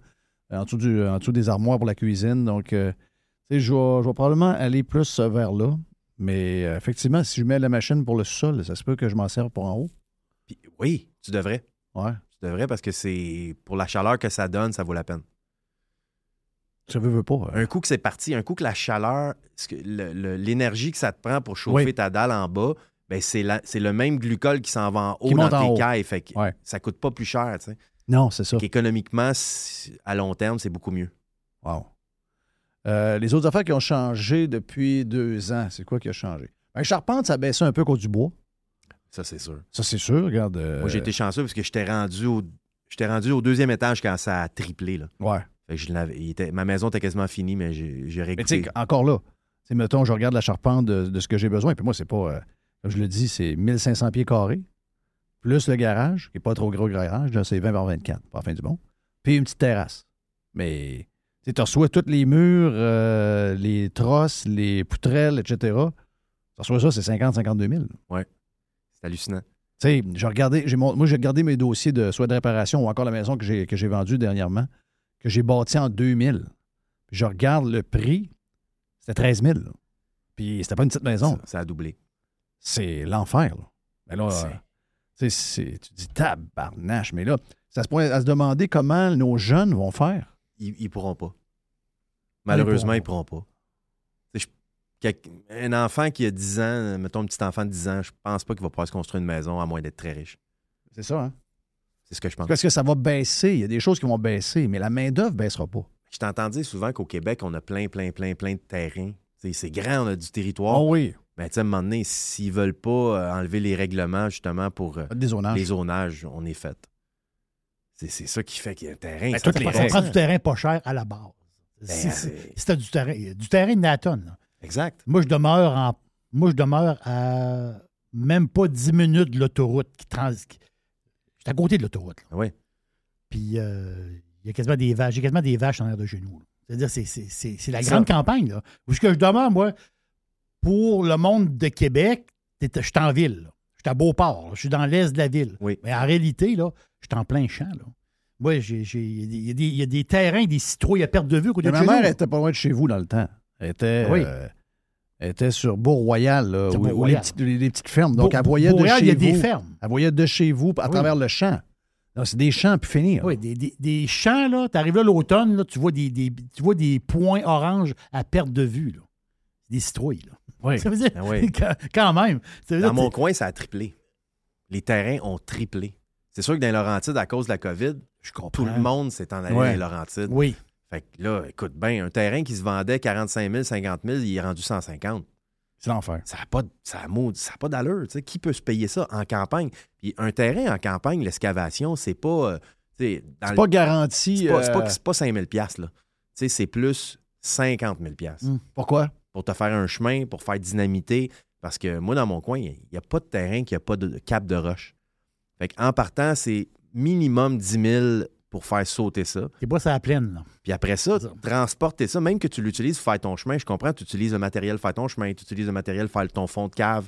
[SPEAKER 3] en, dessous du- en dessous des armoires pour la cuisine. Donc, euh, tu sais, je vais je vais probablement aller plus euh, vers là. Mais euh, effectivement, si je mets la machine pour le sol, ça se peut que je m'en serve pour en haut.
[SPEAKER 4] Oui, tu devrais.
[SPEAKER 3] Ouais.
[SPEAKER 4] Tu devrais parce que c'est pour la chaleur que ça donne, ça vaut la peine.
[SPEAKER 3] Ça veut, veut pas. euh,
[SPEAKER 4] Un coup que c'est parti, un coup que la chaleur, ce que- le- le- l'énergie que ça te prend pour chauffer
[SPEAKER 3] Oui.
[SPEAKER 4] ta dalle en bas, ben c'est la- c'est le même glucole qui s'en va en haut
[SPEAKER 3] Qui
[SPEAKER 4] dans
[SPEAKER 3] monte en
[SPEAKER 4] tes
[SPEAKER 3] haut.
[SPEAKER 4] cailles. Fait que
[SPEAKER 3] Ouais.
[SPEAKER 4] ça coûte pas plus cher. tu sais.
[SPEAKER 3] Non, c'est ça.
[SPEAKER 4] Économiquement, si- à long terme, c'est beaucoup mieux.
[SPEAKER 3] Wow. Euh, les autres affaires qui ont changé depuis deux ans, c'est quoi qui a changé? Ben, charpente, ça baissait un peu à cause du bois.
[SPEAKER 4] Ça, c'est sûr.
[SPEAKER 3] Ça, c'est sûr, regarde. euh,
[SPEAKER 4] Moi, j'ai été chanceux parce que j'étais rendu au. J'étais rendu au deuxième étage quand ça a triplé. Là.
[SPEAKER 3] Ouais.
[SPEAKER 4] Fait que je l'avais- il était- ma maison était quasiment finie, mais j'ai j'ai
[SPEAKER 3] Mais tu
[SPEAKER 4] réglé.
[SPEAKER 3] sais, encore là, tu sais, mettons, je regarde la charpente de, de ce que j'ai besoin. Puis moi, c'est pas, euh, comme je le dis, c'est 1500 pieds carrés, plus le garage, qui n'est pas trop gros garage, là, c'est 20 par 24, pas la fin du bon. Puis une petite terrasse. Mais tu sais, tu reçois tous les murs, euh, les trosses, les poutrelles, etc. Tu reçois ça, c'est 50-52 000.
[SPEAKER 4] Ouais. C'est hallucinant.
[SPEAKER 3] Tu sais, j'ai regardé, j'ai mon- moi, j'ai regardé mes dossiers de soit de réparation ou encore la maison que j'ai, que j'ai vendue dernièrement, que j'ai bâtie en 2000. Puis Je regarde le prix, c'était 13 000. là. Puis c'était pas une petite maison.
[SPEAKER 4] Ça, ça a doublé.
[SPEAKER 3] C'est l'enfer, là. Mais là,
[SPEAKER 4] C'est-
[SPEAKER 3] euh, tu sais, c'est- tu dis tabarnache, mais là, ça se pourrait à se demander comment nos jeunes vont faire.
[SPEAKER 4] ils, ils pourront pas. Malheureusement,
[SPEAKER 3] Ils
[SPEAKER 4] ils pourront pas. Tu sais, je- quelqu- un enfant qui a 10 ans, mettons un petit enfant de 10 ans, je pense pas qu'il va pouvoir se construire une maison à moins d'être très riche.
[SPEAKER 3] C'est ça, hein?
[SPEAKER 4] C'est ce que je pense.
[SPEAKER 3] Parce que ça va baisser. Il y a des choses qui vont baisser, mais la main-d'œuvre baissera pas.
[SPEAKER 4] Je t'entends dire souvent qu'au Québec, on a plein, plein, plein, plein de terrains. Tu sais, C'est grand, on a du territoire.
[SPEAKER 3] Oh oui.
[SPEAKER 4] Mais tu sais, à un moment donné, s'ils veulent pas euh, enlever les règlements justement pour euh,
[SPEAKER 3] Des zonages.
[SPEAKER 4] les zonages, on est fait. C'est c'est ça qui fait qu'il y a un terrain.
[SPEAKER 6] Ben,
[SPEAKER 4] ça
[SPEAKER 6] tout
[SPEAKER 4] fait
[SPEAKER 6] les-
[SPEAKER 4] pas
[SPEAKER 6] on
[SPEAKER 4] de
[SPEAKER 6] prend
[SPEAKER 4] sens.
[SPEAKER 6] du terrain pas cher à la base.
[SPEAKER 3] Ben,
[SPEAKER 6] si
[SPEAKER 3] euh,
[SPEAKER 6] si-
[SPEAKER 4] c'est-
[SPEAKER 6] si t'as du terrain, il y a du terrain de Nathan. là.
[SPEAKER 4] Exact.
[SPEAKER 6] Moi, je demeure en, moi, je demeure à même pas 10 minutes de l'autoroute qui trans. qui- J'étais à côté de l'autoroute. là.
[SPEAKER 4] Oui.
[SPEAKER 6] Puis euh, il y a quasiment des vaches. J'ai quasiment des vaches en l'air de genoux. là. C'est-à-dire, c'est, c'est, c'est, c'est la
[SPEAKER 4] C'est
[SPEAKER 6] grande
[SPEAKER 4] ça.
[SPEAKER 6] campagne. Là. Où ce que je demeure, moi, pour le monde de Québec, t'es- je suis en ville. là. Je suis à Beauport. là. Je suis dans l'est de la ville. Mais en réalité, là, je suis en plein champ. Là. Moi, j'ai, j'ai- il y a des- il y, a des- il y a des terrains, des citrouilles à perte de vue. à côté
[SPEAKER 3] Mais
[SPEAKER 6] de
[SPEAKER 3] ma
[SPEAKER 6] chez
[SPEAKER 3] mère
[SPEAKER 6] nous.
[SPEAKER 3] était pas loin de chez vous dans le temps. Elle était,
[SPEAKER 6] Ah Oui.
[SPEAKER 3] euh, elle était sur Beau-Royal, là,
[SPEAKER 6] Sur
[SPEAKER 3] où- où
[SPEAKER 6] Beau-Royal.
[SPEAKER 3] les, petites, les- les petites fermes. Donc,
[SPEAKER 6] Beau-
[SPEAKER 3] elle voyait de
[SPEAKER 6] Beau-Royal,
[SPEAKER 3] chez
[SPEAKER 6] il y a
[SPEAKER 3] vous.
[SPEAKER 6] des fermes.
[SPEAKER 3] Elle voyait de chez vous à travers le champ. Donc, c'est des champs, puis finir.
[SPEAKER 6] Oui, des, des- des champs, là, tu arrives là l'automne, là, tu, vois des, des- tu vois des points oranges à perte de vue. Là. Des citrouilles. Là.
[SPEAKER 3] Oui.
[SPEAKER 6] Ça veut dire,
[SPEAKER 4] Ah oui.
[SPEAKER 6] quand, quand même. Ça veut
[SPEAKER 4] Dans
[SPEAKER 6] dire,
[SPEAKER 4] mon
[SPEAKER 6] tu-
[SPEAKER 4] coin, ça a triplé. Les terrains ont triplé. C'est sûr que dans les Laurentides, à cause de la COVID, tout le monde s'est en allé
[SPEAKER 6] Ouais.
[SPEAKER 4] dans les Laurentides.
[SPEAKER 6] Oui.
[SPEAKER 4] Fait que là, écoute bien, un terrain qui se vendait 45 000, 50 000, il est rendu 150.
[SPEAKER 3] C'est l'enfer.
[SPEAKER 4] Ça n'a pas, de- ça a maud- ça a pas d'allure. tu sais. Qui peut se payer ça en campagne? Puis un terrain en campagne, l'excavation, c'est pas. euh, tu sais, dans
[SPEAKER 3] C'est
[SPEAKER 4] le-
[SPEAKER 3] pas garanti,
[SPEAKER 4] C'est pas, c'est pas-
[SPEAKER 3] euh,
[SPEAKER 4] c'est pas 5 000 là. Tu sais, c'est plus 50 000
[SPEAKER 3] Hum. Pourquoi?
[SPEAKER 4] Pour te faire un chemin, pour faire dynamiter. Parce que moi, dans mon coin, il n'y a pas de terrain qui n'a pas de, de cap de roche. Fait en partant, c'est minimum 10 000 pour faire sauter ça.
[SPEAKER 6] Les bois, c'est à la plaine, là.
[SPEAKER 4] Puis après ça, transporter ça, même que tu l'utilises pour faire ton chemin, je comprends, tu utilises le matériel pour faire ton chemin, tu utilises le matériel pour faire ton fond de cave,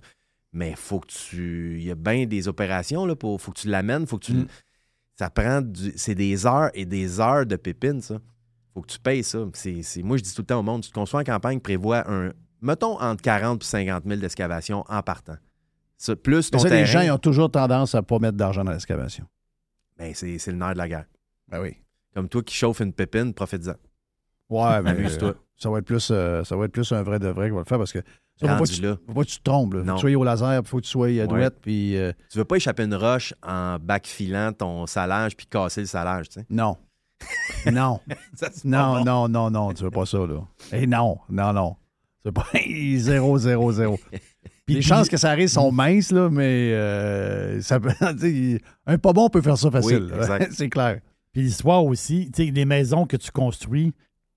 [SPEAKER 4] mais faut que tu. Il y a bien des opérations, là, pour. Faut que tu l'amènes, faut que
[SPEAKER 3] Mm.
[SPEAKER 4] tu. Ça prend du. C'est des heures et des heures de pépines, ça. Faut que tu payes ça. C'est, c'est- Moi, je dis tout le temps au monde, tu te construis en campagne, prévois un. Mettons entre 40 et 50 000 d'excavation en partant. Ça, plus ton
[SPEAKER 3] Mais ça,
[SPEAKER 4] terrain.
[SPEAKER 3] les gens ils ont toujours tendance à pas mettre d'argent dans l'excavation.
[SPEAKER 4] ben, c'est, c'est le nerf de la guerre.
[SPEAKER 3] Ben oui.
[SPEAKER 4] Comme toi qui chauffe une pépine, profite-en.
[SPEAKER 3] Ouais, mais
[SPEAKER 4] Amuse-toi.
[SPEAKER 3] euh, ça va être plus euh, ça va être plus un vrai de vrai qu'on va le faire parce que ça, faut, pas que
[SPEAKER 4] Rendu
[SPEAKER 3] tu,
[SPEAKER 4] là.
[SPEAKER 3] faut pas que tu te trompes. là. Faut que
[SPEAKER 4] Non.
[SPEAKER 3] tu sois au laser, faut que tu sois à douette. puis... euh,
[SPEAKER 4] Tu veux pas échapper une roche en backfilant ton salage puis casser le salage, tu sais.
[SPEAKER 3] Non. Non. non, non, non, non, tu veux pas ça, là. Et non, non, non. Tu veux pas. zéro, zéro, zéro. les
[SPEAKER 6] puis-
[SPEAKER 3] chances que ça arrive sont minces, là, mais euh, ça peut- tu sais, un pas bon peut faire ça facile. là. C'est clair.
[SPEAKER 6] Puis l'histoire aussi, tu sais, les maisons que tu construis,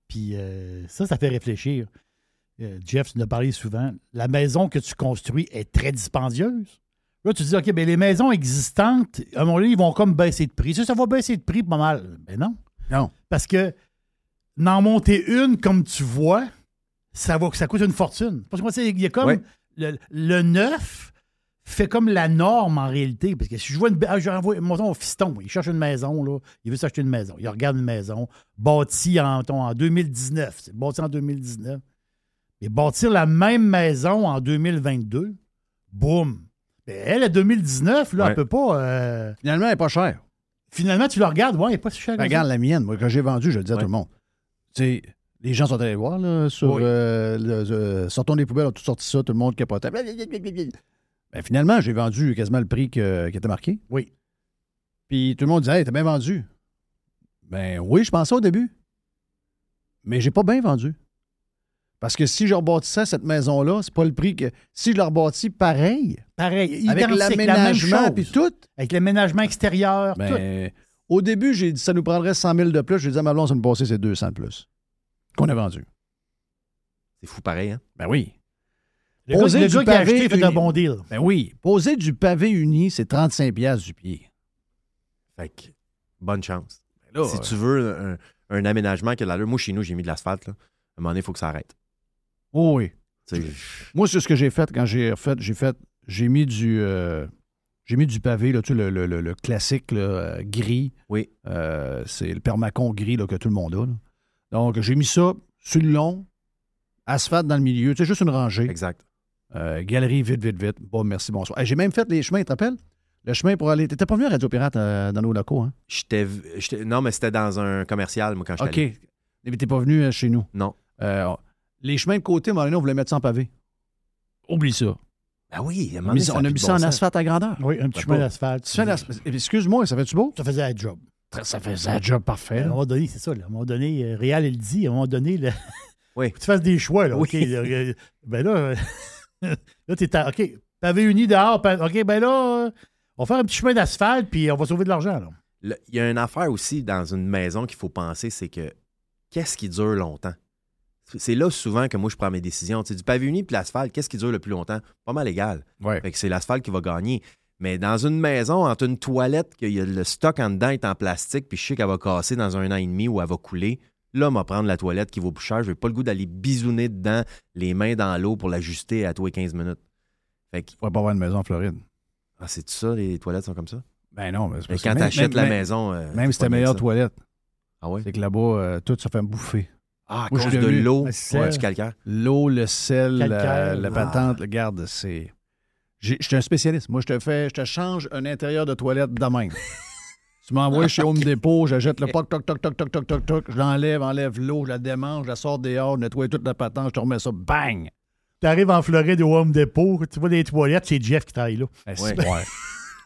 [SPEAKER 6] puis euh, ça, ça fait réfléchir. Euh, Jeff, tu en as parlé souvent. La maison que tu construis est très dispendieuse. Là, tu dis, OK, ben les maisons existantes, à un moment donné, ils vont comme baisser de prix. Ça, ça va baisser de prix pas mal. Ben non.
[SPEAKER 3] Non.
[SPEAKER 6] Parce que n'en monter une comme tu vois, ça, va, ça coûte une fortune. Parce que moi, c'est- il y a comme
[SPEAKER 4] Ouais.
[SPEAKER 6] le, le neuf fait comme la norme en réalité. Parce que si je vois une. be- Ah, j'envoie, mettons, au fiston, il cherche une maison, là, il veut s'acheter une maison. Il regarde une maison, bâtie en, mettons, en 2019. C'est bâti en 2019. Et bâtir la même maison en 2022, boum. Ben, elle, à 2019, là,
[SPEAKER 3] Ouais.
[SPEAKER 6] elle peut pas. euh,
[SPEAKER 3] Finalement, elle n'est pas chère.
[SPEAKER 6] Finalement, tu la regardes, ouais, elle n'est pas si chère.
[SPEAKER 3] Ben, regarde la mienne, moi, que j'ai vendue, je le dis à tout le monde. Tu sais, les gens sont allés voir là, sur euh, le- euh, Sortons des poubelles, on a tout sorti ça, tout le monde capotait. Ben, finalement, j'ai vendu quasiment le prix que- qui était marqué.
[SPEAKER 6] Oui.
[SPEAKER 3] Puis tout le monde disait, hey, t'as bien vendu. Ben oui, je pensais au début. Mais j'ai pas bien vendu. Parce que si je rebâtissais cette maison-là, c'est pas le prix que. Si je la rebâtis pareil,
[SPEAKER 6] Pareil,
[SPEAKER 3] Avec
[SPEAKER 6] identique, la même
[SPEAKER 3] l'aménagement
[SPEAKER 6] chose.
[SPEAKER 3] puis tout.
[SPEAKER 6] Avec l'aménagement extérieur, tout.
[SPEAKER 3] ben, au début, j'ai dit ça nous prendrait 100 000 de plus. J'ai dit à ma blonde, ça nous passait, c'est 200 de plus. Qu'on a vendu.
[SPEAKER 4] C'est fou pareil, hein?
[SPEAKER 3] Ben oui.
[SPEAKER 6] Le gars- le gars qui a acheté fait un bon deal.
[SPEAKER 3] Ben oui. Poser du pavé uni, c'est 35 piastres du pied.
[SPEAKER 4] Fait que, bonne chance.
[SPEAKER 3] Ben là,
[SPEAKER 4] si
[SPEAKER 3] euh,
[SPEAKER 4] tu veux un, un aménagement qui a de l'allure, moi, chez nous, j'ai mis de l'asphalte, là. À un moment donné, il faut que ça arrête.
[SPEAKER 3] Oh oui.
[SPEAKER 4] Tu sais,
[SPEAKER 3] Moi, c'est ce que j'ai fait quand j'ai refait. J'ai fait, j'ai mis du, euh, j'ai mis du pavé, là, tu sais, le, le- le- le classique là, euh, gris. euh,
[SPEAKER 4] Oui.
[SPEAKER 3] c'est le permacon gris là, que tout le monde a. là. Donc, j'ai mis ça sur le long, asphalte dans le milieu, tu sais, juste une rangée.
[SPEAKER 4] Exact.
[SPEAKER 3] Euh, galerie, vite, vite, vite. Bon, merci, bonsoir. Hey, j'ai même fait les chemins, tu te rappelles? Le chemin pour aller. T'étais pas venu à Radio Pirate euh, dans nos locaux, hein?
[SPEAKER 4] j'étais v- j'étais- Non, mais c'était dans un commercial, moi, quand j'étais
[SPEAKER 3] OK.
[SPEAKER 4] allé.
[SPEAKER 3] Mais t'es pas venu euh, chez nous?
[SPEAKER 4] Non.
[SPEAKER 3] Euh, on- les chemins de côté, à un moment donné, on voulait mettre ça en pavé. Oublie ça.
[SPEAKER 4] Ben oui, à un
[SPEAKER 3] On
[SPEAKER 4] moment
[SPEAKER 3] a mis
[SPEAKER 4] donné,
[SPEAKER 3] ça,
[SPEAKER 4] a
[SPEAKER 3] on a
[SPEAKER 4] plus
[SPEAKER 3] mis
[SPEAKER 4] de
[SPEAKER 3] ça
[SPEAKER 4] bon
[SPEAKER 3] en
[SPEAKER 4] sens. Mm.
[SPEAKER 3] asphalte à grandeur.
[SPEAKER 6] Oui, un petit chemin d'asphalte.
[SPEAKER 3] Tu fais l'asphalte. Eh, Excuse-moi, ça fait-tu beau?
[SPEAKER 6] Ça faisait la job.
[SPEAKER 3] Ça faisait la job
[SPEAKER 4] Hein?
[SPEAKER 3] parfait.
[SPEAKER 6] À un moment donné, c'est ça. là. À un moment donné, euh, Réal, il dit, à un moment donné, là,
[SPEAKER 4] Oui.
[SPEAKER 6] faut que tu fasses des choix. Là,
[SPEAKER 4] Oui.
[SPEAKER 6] OK, là, euh, ben là, euh, là t'es à- OK, pavé uni dehors. pa- OK, ben là, euh, on va faire un petit chemin d'asphalte, puis on va sauver de l'argent. là.
[SPEAKER 4] Le- Il y a une affaire aussi dans une maison qu'il faut penser, c'est que qu'est-ce qui dure longtemps? C'est là souvent que moi je prends mes décisions. Tu sais, du pavé uni puis l'asphalte, qu'est-ce qui dure le plus longtemps? Pas mal égal. Fait que c'est l'asphalte qui va gagner. Mais dans une maison, entre une toilette, que y a le stock en dedans est en plastique, puis je sais qu'elle va casser dans un an et demi ou elle va couler, là, on va prendre la toilette qui vaut plus cher. Je n'ai pas le goût d'aller bisouner dedans, les mains dans l'eau pour l'ajuster à tous les 15 minutes. Fait que,
[SPEAKER 3] pourrait pas avoir une maison en Floride.
[SPEAKER 4] ah, c'est ça, les toilettes sont comme ça?
[SPEAKER 3] Ben non, mais c'est
[SPEAKER 4] Mais
[SPEAKER 3] parce que
[SPEAKER 4] quand
[SPEAKER 3] même-
[SPEAKER 4] t'achètes
[SPEAKER 3] même-
[SPEAKER 4] la
[SPEAKER 3] même-
[SPEAKER 4] maison, euh,
[SPEAKER 3] même
[SPEAKER 4] tu
[SPEAKER 3] si t'as
[SPEAKER 4] pognes
[SPEAKER 3] meilleure
[SPEAKER 4] ça.
[SPEAKER 3] toilette.
[SPEAKER 4] Ah ouais?
[SPEAKER 3] C'est que là-bas, euh, tout se fait bouffer.
[SPEAKER 4] Ah, à
[SPEAKER 3] Moi, je
[SPEAKER 4] cause
[SPEAKER 3] suis
[SPEAKER 4] de
[SPEAKER 3] devenu-
[SPEAKER 4] l'eau,
[SPEAKER 3] Le
[SPEAKER 4] ouais, du calcaire.
[SPEAKER 3] L'eau, le sel, la-
[SPEAKER 4] Calcaire.
[SPEAKER 3] la, patente, regarde, c'est. j'ai- Je suis un spécialiste. Moi, je te fais, je te change un intérieur de toilette demain. tu m'envoies chez Home Depot, j'achète le poc, toc, toc, toc, toc, toc, toc, toc, je l'enlève, enlève l'eau, je la démange, je la sors dehors, je nettoie toute la patente, je te remets ça, bang!
[SPEAKER 6] Tu arrives en Floride au Home Depot, tu vois des toilettes, c'est Jeff qui travaille là.
[SPEAKER 3] Eh, c'est- ouais.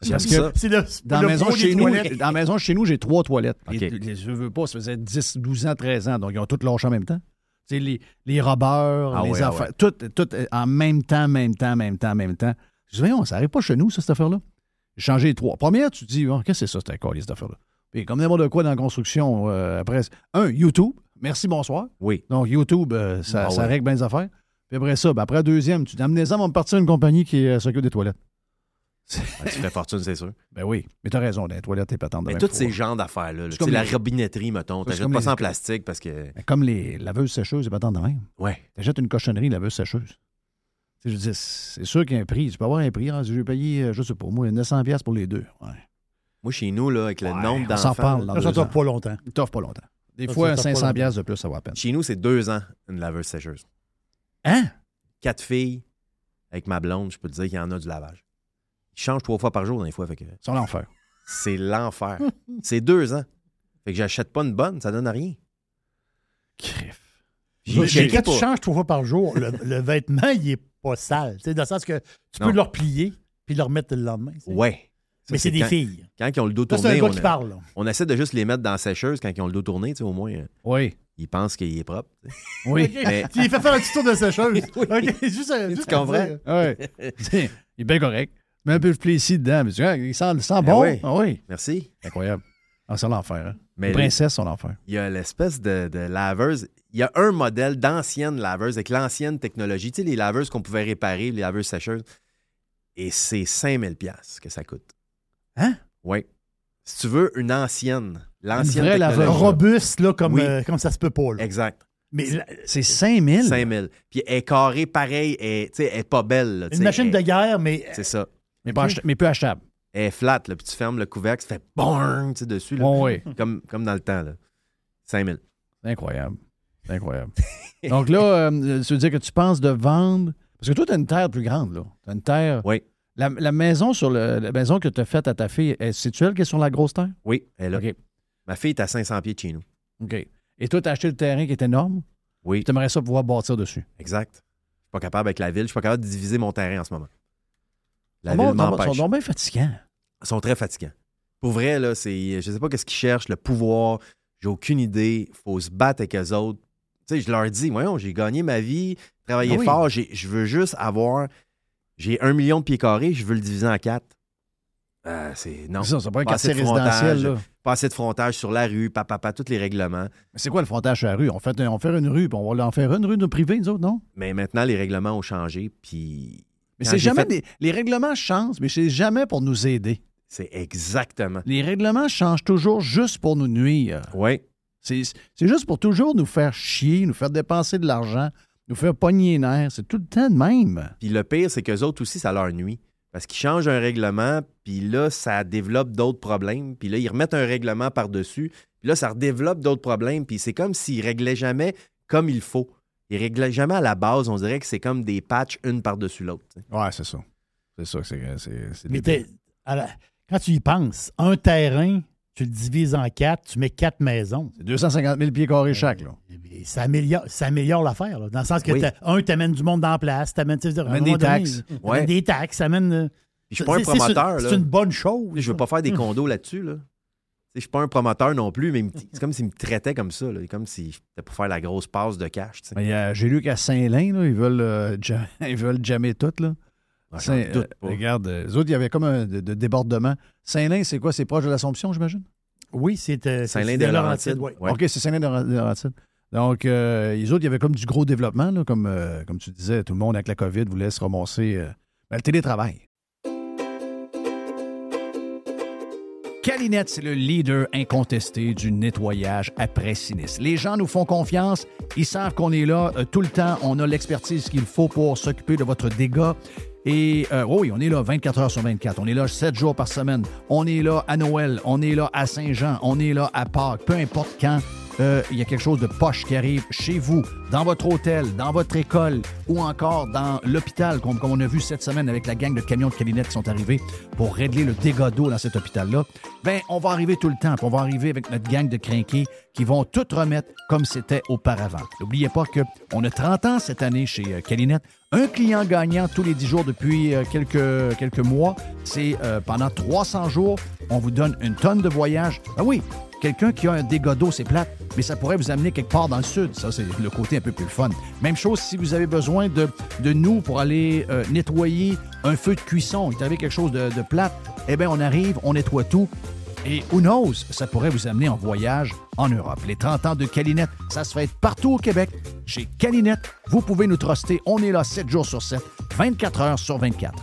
[SPEAKER 3] C'est parce
[SPEAKER 6] Ça,
[SPEAKER 3] que
[SPEAKER 6] c'est le-
[SPEAKER 3] dans,
[SPEAKER 6] le
[SPEAKER 3] la maison
[SPEAKER 6] pro des
[SPEAKER 3] chez nous,
[SPEAKER 6] toilettes.
[SPEAKER 3] dans la maison chez nous, j'ai trois toilettes. Et les- je veux pas, ça faisait 10, 12 ans, 13 ans, donc ils ont toutes lâché en même temps. Tu sais, les, les robeurs,
[SPEAKER 4] Ah
[SPEAKER 3] les
[SPEAKER 4] ouais, ah
[SPEAKER 3] affaires,
[SPEAKER 4] ouais.
[SPEAKER 3] tout, tout, euh, en même temps, même temps, même temps, même temps. Je dis, voyons, ça arrive pas chez nous, ça, cette affaire-là. J'ai changé les trois. Première, tu te dis, oh, qu'est-ce que c'est ça, cette calice d'affaire-là? Puis comme n'importe quoi dans la construction, euh, après, un, YouTube, merci, bonsoir.
[SPEAKER 4] Oui.
[SPEAKER 3] Donc, YouTube, euh, ça,
[SPEAKER 4] Ah
[SPEAKER 3] ça
[SPEAKER 4] ouais.
[SPEAKER 3] règle bien les affaires. Puis après ça, ben, après la deuxième, tu dis, amenez-en, on va me partir une compagnie qui euh, s'occupe des toilettes.
[SPEAKER 4] Ouais, tu fais fortune, c'est sûr.
[SPEAKER 3] Ben oui, mais t'as raison, dans les toilettes, t'es patente de
[SPEAKER 4] Mais
[SPEAKER 3] même
[SPEAKER 4] tous
[SPEAKER 3] fois.
[SPEAKER 4] ces genres d'affaires-là, là,
[SPEAKER 3] C'est
[SPEAKER 4] tu sais,
[SPEAKER 3] comme
[SPEAKER 4] la
[SPEAKER 3] les-
[SPEAKER 4] robinetterie,
[SPEAKER 3] Ça,
[SPEAKER 4] mettons,
[SPEAKER 3] c'est
[SPEAKER 4] t'achètes
[SPEAKER 3] comme
[SPEAKER 4] pas
[SPEAKER 3] les-
[SPEAKER 4] ça en plastique parce que.
[SPEAKER 3] Mais Comme les laveuses sécheuses, c'est patente de même.
[SPEAKER 4] Ouais.
[SPEAKER 3] T'achètes une cochonnerie, laveuse sécheuse. Tu sais, Je dis, c'est sûr qu'il y a un prix. Tu peux avoir un prix. Ah, J'ai payé, euh, je sais pas, moi, 900$ piastres pour les deux. Ouais.
[SPEAKER 4] Moi, chez nous, là, avec le nombre
[SPEAKER 3] on s'en
[SPEAKER 4] d'enfants.
[SPEAKER 3] parle dans
[SPEAKER 4] là,
[SPEAKER 3] deux ans.
[SPEAKER 6] pas longtemps.
[SPEAKER 3] Ils t'offrent pas longtemps. Des
[SPEAKER 4] Ça,
[SPEAKER 3] fois,
[SPEAKER 4] ça, ça, pas
[SPEAKER 3] 500$
[SPEAKER 4] longtemps.
[SPEAKER 3] piastres de plus, ça va à peine.
[SPEAKER 4] Chez nous, c'est deux ans, une laveuse sécheuse.
[SPEAKER 3] Hein?
[SPEAKER 4] Quatre filles, avec ma blonde, je peux te dire qu'il y en a du lavage. Ils changent trois fois par jour, des fois. Fait que
[SPEAKER 3] C'est l'enfer.
[SPEAKER 4] c'est l'enfer. c'est deux ans. Fait que j'achète pas une bonne, ça donne à rien. Crif.
[SPEAKER 6] Mais quand tu changes trois fois par jour, le, le vêtement, il est pas sale. Tu sais, Dans le sens que tu peux
[SPEAKER 4] Non.
[SPEAKER 6] le replier puis le remettre le lendemain. tu sais.
[SPEAKER 4] Ouais. Ça,
[SPEAKER 6] Mais c'est des
[SPEAKER 4] quand-
[SPEAKER 6] filles.
[SPEAKER 4] Quand ils ont le dos
[SPEAKER 6] Ça, c'est
[SPEAKER 4] tourné,
[SPEAKER 6] un gars
[SPEAKER 4] on,
[SPEAKER 6] qui parle, là.
[SPEAKER 4] on essaie de juste les mettre dans la sécheuse quand ils ont le dos tourné, tu sais, au moins. euh,
[SPEAKER 3] Oui.
[SPEAKER 4] Ils pensent qu'il est propre. tu sais.
[SPEAKER 3] Oui.
[SPEAKER 4] Mais-
[SPEAKER 6] Tu lui fais faire un petit tour de sécheuse. OK, juste, un- juste
[SPEAKER 4] Tu comprends?
[SPEAKER 6] un-
[SPEAKER 3] Ouais. C'est- Il est bien correct. Mais un peu de plessis dedans. Mais tu vois, il sent, il sent
[SPEAKER 4] Ah
[SPEAKER 3] bon.
[SPEAKER 4] oui.
[SPEAKER 3] Ah oui.
[SPEAKER 4] Merci.
[SPEAKER 3] Incroyable. Ah, c'est l'enfer. Hein?
[SPEAKER 4] Mais
[SPEAKER 3] les
[SPEAKER 4] les-
[SPEAKER 3] princesses sont l'enfer.
[SPEAKER 4] Il y a l'espèce de, de laveuse. Il y a un modèle d'ancienne laveuse avec l'ancienne technologie. Tu sais, les laveuses qu'on pouvait réparer, les laveuses sécheuses. Et c'est 5000 pièces que ça coûte.
[SPEAKER 3] Hein?
[SPEAKER 4] Oui. Si tu veux une ancienne, l'ancienne
[SPEAKER 3] vraie
[SPEAKER 4] technologie.
[SPEAKER 3] laveuse.
[SPEAKER 6] Robuste, là, comme,
[SPEAKER 4] Oui. Eh,
[SPEAKER 6] euh, comme ça se peut pas. là.
[SPEAKER 4] Exact.
[SPEAKER 6] Mais la-
[SPEAKER 3] C'est 5000.
[SPEAKER 4] 5000. Puis elle est carrée pareil. Elle, tu sais, elle est pas belle. là, tu
[SPEAKER 6] une
[SPEAKER 4] sais,
[SPEAKER 6] machine
[SPEAKER 4] elle-
[SPEAKER 6] de guerre, mais
[SPEAKER 4] C'est ça.
[SPEAKER 3] Mais, pas ach- mais peu achetable.
[SPEAKER 4] Elle est flat. Là, puis tu fermes le couvercle, ça fait bang tu sais, dessus. là.
[SPEAKER 3] Bon, oui.
[SPEAKER 4] comme, comme dans le temps. Là. 5000.
[SPEAKER 3] C'est incroyable. C'est incroyable. Donc là, euh, ça veut dire que tu penses de vendre. Parce que toi, tu as une terre plus grande, là. Tu une terre.
[SPEAKER 4] Oui.
[SPEAKER 3] La, la maison sur le, la maison que tu as faite à ta fille, est- c'est-tu elle qui est sur la grosse terre?
[SPEAKER 4] Oui, elle a.
[SPEAKER 3] OK.
[SPEAKER 4] Ma fille est à 500 pieds de chez nous.
[SPEAKER 3] OK. Et toi, tu as acheté le terrain qui est énorme.
[SPEAKER 4] Oui.
[SPEAKER 3] Tu aimerais ça pouvoir bâtir dessus.
[SPEAKER 4] Exact. Je suis pas capable avec la ville. Je suis pas capable de diviser mon terrain en ce moment. La
[SPEAKER 3] Ils sont
[SPEAKER 4] ville
[SPEAKER 3] donc-
[SPEAKER 4] m'empêche.
[SPEAKER 3] Ah Ils sont donc bien fatigants.
[SPEAKER 4] Ils sont très fatigants. Pour vrai, là, c'est. Je sais pas qu'est-ce qu'ils cherchent, le pouvoir. J'ai aucune idée. Faut se battre avec eux autres. Tu sais, je leur dis, voyons, j'ai gagné ma vie, travaillé
[SPEAKER 3] Ah oui.
[SPEAKER 4] fort. j'ai- Je veux juste avoir. J'ai un million de pieds carrés, je veux le diviser en quatre. Euh, c'est. Non.
[SPEAKER 3] C'est ça, ça prend un
[SPEAKER 4] Pas assez
[SPEAKER 3] quartier
[SPEAKER 4] de frontage,
[SPEAKER 3] résidentiel, là.
[SPEAKER 4] Pas assez de frontage sur la rue, papa, papa, tous les règlements.
[SPEAKER 3] Mais c'est quoi le frontage sur la rue? On fait, un- on fait une rue, puis on va en faire une rue de privée, nous autres, non?
[SPEAKER 4] Mais maintenant, les règlements ont changé, puis.
[SPEAKER 3] Mais
[SPEAKER 4] quand
[SPEAKER 3] c'est
[SPEAKER 4] j'ai
[SPEAKER 3] jamais
[SPEAKER 4] fait-
[SPEAKER 3] des- Les règlements changent, mais c'est jamais pour nous aider.
[SPEAKER 4] C'est exactement.
[SPEAKER 3] Les règlements changent toujours juste pour nous nuire.
[SPEAKER 4] Oui.
[SPEAKER 3] C'est c'est juste pour toujours nous faire chier, nous faire dépenser de l'argent, nous faire pogner les nerfs. C'est tout le temps de même.
[SPEAKER 4] Puis le pire, c'est qu'eux autres aussi, ça leur nuit. Parce qu'ils changent un règlement, puis là, ça développe d'autres problèmes. Puis là, ils remettent un règlement par-dessus. Puis là, ça redéveloppe d'autres problèmes. Puis c'est comme s'ils réglaient jamais comme il faut. Ils réglaient jamais à la base. On dirait que c'est comme des patchs une par-dessus l'autre. tu sais.
[SPEAKER 3] Ouais, c'est ça. C'est ça. c'est- c'est- c'est
[SPEAKER 6] Mais
[SPEAKER 3] débile.
[SPEAKER 6] t'es- à la- quand tu y penses, un terrain, tu le divises en quatre, tu mets quatre maisons.
[SPEAKER 3] C'est 250 000 pieds carrés chaque. Là.
[SPEAKER 6] Et ça améliore, ça améliore l'affaire, là, dans le sens que,
[SPEAKER 4] Oui.
[SPEAKER 6] t'as- un, tu amènes du monde dans la place, tu amènes
[SPEAKER 3] Amène des taxes.
[SPEAKER 4] Ouais.
[SPEAKER 6] des taxes, ça amène. euh,
[SPEAKER 4] Puis je suis pas un
[SPEAKER 6] c'est- c'est- c'est-
[SPEAKER 4] promoteur. là.
[SPEAKER 6] C'est une Hmm. bonne chose.
[SPEAKER 4] Je veux pas faire des condos là-dessus. Là. Tu sais, Je suis pas un promoteur non plus, mais ils me- c'est comme s'ils me traitaient comme ça. là. Comme si c'était pour faire la grosse passe de cash. tu sais.
[SPEAKER 3] Mais, euh, J'ai lu qu'à Saint-Lin, là, ils veulent euh, jam- ils veulent jammer tout. Là.
[SPEAKER 4] Ah, j'en
[SPEAKER 3] Saint-
[SPEAKER 4] doute
[SPEAKER 3] euh,
[SPEAKER 4] pas.
[SPEAKER 3] regarde, euh, les autres, il y avait comme un de- de débordement. Saint-Lin, c'est quoi? C'est proche de l'Assomption, j'imagine?
[SPEAKER 6] Oui, c'est. euh, c'est-
[SPEAKER 4] Saint-Lin
[SPEAKER 6] c'est
[SPEAKER 4] des
[SPEAKER 6] de
[SPEAKER 4] Laurentides.
[SPEAKER 6] Laurentides, oui.
[SPEAKER 4] Ouais.
[SPEAKER 3] OK, c'est Saint-Lin-de-Racine. Donc, euh, les autres, il y avait comme du gros développement, là, comme, euh, comme tu disais, tout le monde avec la COVID voulait se ramasser. euh, ben, le télétravail. Calinette, c'est le leader incontesté du nettoyage après sinistre. Les gens nous font confiance, ils savent qu'on est là euh, tout le temps, on a l'expertise qu'il faut pour s'occuper de votre dégât. Et euh, oh oui, on est là 24 heures sur 24, on est là 7 jours par semaine, on est là à Noël, on est là à Saint-Jean, on est là à Pâques, peu importe quand. euh, il y a quelque chose de poche qui arrive chez vous, dans votre hôtel, dans votre école ou encore dans l'hôpital, comme, comme on a vu cette semaine avec la gang de camions de Calinette qui sont arrivés pour régler le dégât d'eau dans cet hôpital-là, ben on va arriver tout le temps, puis on va arriver avec notre gang de crinqués qui vont tout remettre comme c'était auparavant. N'oubliez pas que on a 30 ans cette année chez euh, Calinette. Un client gagnant tous les 10 jours depuis euh, quelques, quelques mois. C'est euh, pendant 300 jours, on vous donne une tonne de voyages. Ah oui, quelqu'un qui a un dégât d'eau, c'est plate, mais ça pourrait vous amener quelque part dans le sud. Ça, c'est le côté un peu plus fun. Même chose si vous avez besoin de, de nous pour aller euh, nettoyer un feu de cuisson. Vous avez quelque chose de, de plate, eh bien, on arrive, on nettoie tout. Et who knows, ça pourrait vous amener en voyage en Europe. Les 30 ans de Calinette, ça se fait partout au Québec. Chez Calinette, vous pouvez nous truster. On est là 7 jours sur 7, 24 heures sur 24.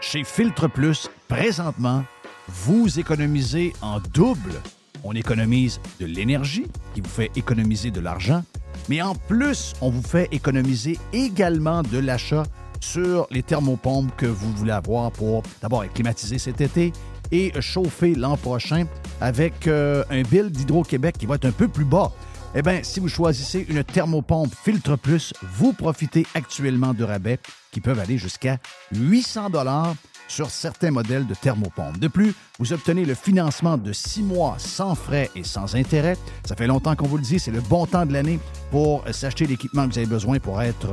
[SPEAKER 3] Chez Filtre Plus, présentement, vous économisez en double. On économise de l'énergie qui vous fait économiser de l'argent, mais en plus, on vous fait économiser également de l'achat sur les thermopompes que vous voulez avoir pour d'abord être climatisé cet été et chauffer l'an prochain avec euh, un bill d'Hydro-Québec qui va être un peu plus bas. Eh bien, si vous choisissez une thermopompe Filtre Plus, vous profitez actuellement de rabais qui peuvent aller jusqu'à 800 dollars sur certains modèles de thermopompes. De plus, vous obtenez le financement de six mois sans frais et sans intérêt. Ça fait longtemps qu'on vous le dit, c'est le bon temps de l'année pour s'acheter l'équipement que vous avez besoin pour être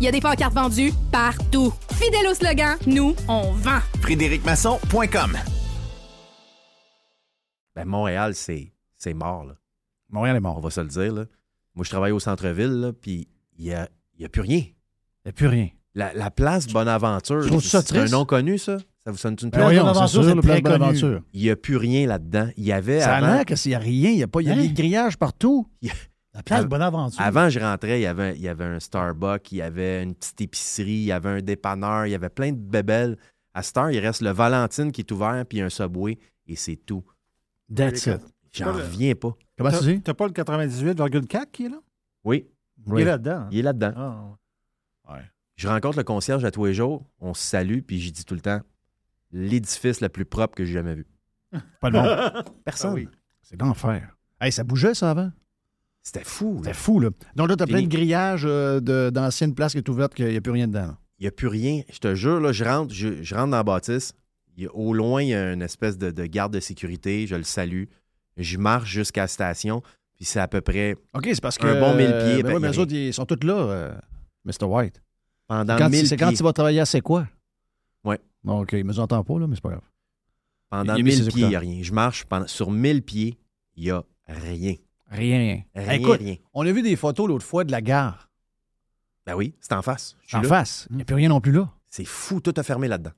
[SPEAKER 12] il y a des pancartes vendues partout. Fidèle au slogan, nous, on vend.
[SPEAKER 1] FrédéricMasson.com
[SPEAKER 4] Ben, Montréal, c'est, c'est mort, là.
[SPEAKER 3] Montréal est mort.
[SPEAKER 4] On va se le dire, là. Moi, je travaille au centre-ville, là, puis il n'y a, il y a plus rien.
[SPEAKER 3] Il n'y a plus rien.
[SPEAKER 4] La, la place Bonaventure,
[SPEAKER 3] tu trouves ça
[SPEAKER 4] c'est un
[SPEAKER 3] triste?
[SPEAKER 4] nom connu, ça? Ça vous sonne
[SPEAKER 3] Ben
[SPEAKER 4] une place
[SPEAKER 3] voyons, Bonaventure, c'est sûr, c'est le très Place Bonaventure. connu.
[SPEAKER 4] Il n'y a plus rien là-dedans. Il y avait
[SPEAKER 3] Ça a
[SPEAKER 4] avant...
[SPEAKER 3] l'air que s'il n'y a rien, il y a pas, il y a
[SPEAKER 4] Hein?
[SPEAKER 3] des grillages partout.
[SPEAKER 6] La
[SPEAKER 4] place
[SPEAKER 6] Bonaventure.
[SPEAKER 4] Avant, je rentrais, il y, avait, il y avait un Starbucks, il y avait une petite épicerie, il y avait un dépanneur, il y avait plein de bébelles. À cette heure, il reste le Valentine qui est ouvert, puis un Subway, et c'est tout.
[SPEAKER 3] That's it.
[SPEAKER 4] J'en reviens pas.
[SPEAKER 5] T'as- T'as pas le 98,4 qui est là?
[SPEAKER 4] Oui.
[SPEAKER 5] Il est là-dedans.
[SPEAKER 4] Il est là-dedans.
[SPEAKER 5] Ah, ouais.
[SPEAKER 4] Je rencontre le concierge à tous les jours, on se salue, puis j'y dis tout le temps l'édifice le plus propre que j'ai jamais vu.
[SPEAKER 3] Pas de monde.
[SPEAKER 4] Personne.
[SPEAKER 3] C'est l'enfer. Ah! Hey, ça bougeait, ça, avant?
[SPEAKER 4] C'était fou.
[SPEAKER 3] C'était fou, là. Donc là, t'as plein
[SPEAKER 4] Fini.
[SPEAKER 3] de grillages euh, de- d'anciennes places qui est ouverte, qu'il n'y a plus rien dedans. là.
[SPEAKER 4] Il n'y a plus rien. Je te jure, là, je rentre, je, je rentre dans la bâtisse. Il y a- au loin, il y a une espèce de, de garde de sécurité. Je le salue. Je marche jusqu'à la station. Puis c'est à peu près
[SPEAKER 3] OK, c'est parce que.
[SPEAKER 4] un bon mille
[SPEAKER 3] euh,
[SPEAKER 4] pieds.
[SPEAKER 3] ben
[SPEAKER 4] ben,
[SPEAKER 3] ouais,
[SPEAKER 4] il y
[SPEAKER 3] mais
[SPEAKER 4] a
[SPEAKER 3] eux
[SPEAKER 4] rien.
[SPEAKER 3] autres, ils sont tous là, euh, Mr. White.
[SPEAKER 4] Pendant
[SPEAKER 3] Quand-
[SPEAKER 4] 1000
[SPEAKER 3] C'est quand
[SPEAKER 4] pieds.
[SPEAKER 3] tu vas travailler à C'est quoi?
[SPEAKER 4] Ouais.
[SPEAKER 3] Donc, il me entend pas, là, mais c'est pas grave.
[SPEAKER 4] Pendant
[SPEAKER 3] Il a mis
[SPEAKER 4] 1000
[SPEAKER 3] ses
[SPEAKER 4] pieds, il n'y a
[SPEAKER 3] écouteurs.
[SPEAKER 4] rien. Je marche pendant- sur 1000 pieds, il n'y a rien.
[SPEAKER 3] Rien.
[SPEAKER 4] Rien,
[SPEAKER 3] Eh, Écoute,
[SPEAKER 4] rien.
[SPEAKER 3] on a vu des photos l'autre fois de la gare.
[SPEAKER 4] Ben oui, c'est en face. Je suis
[SPEAKER 3] En
[SPEAKER 4] là. Hum.
[SPEAKER 3] face. Il n'y a plus rien non plus là.
[SPEAKER 4] C'est fou, tout a fermé là-dedans.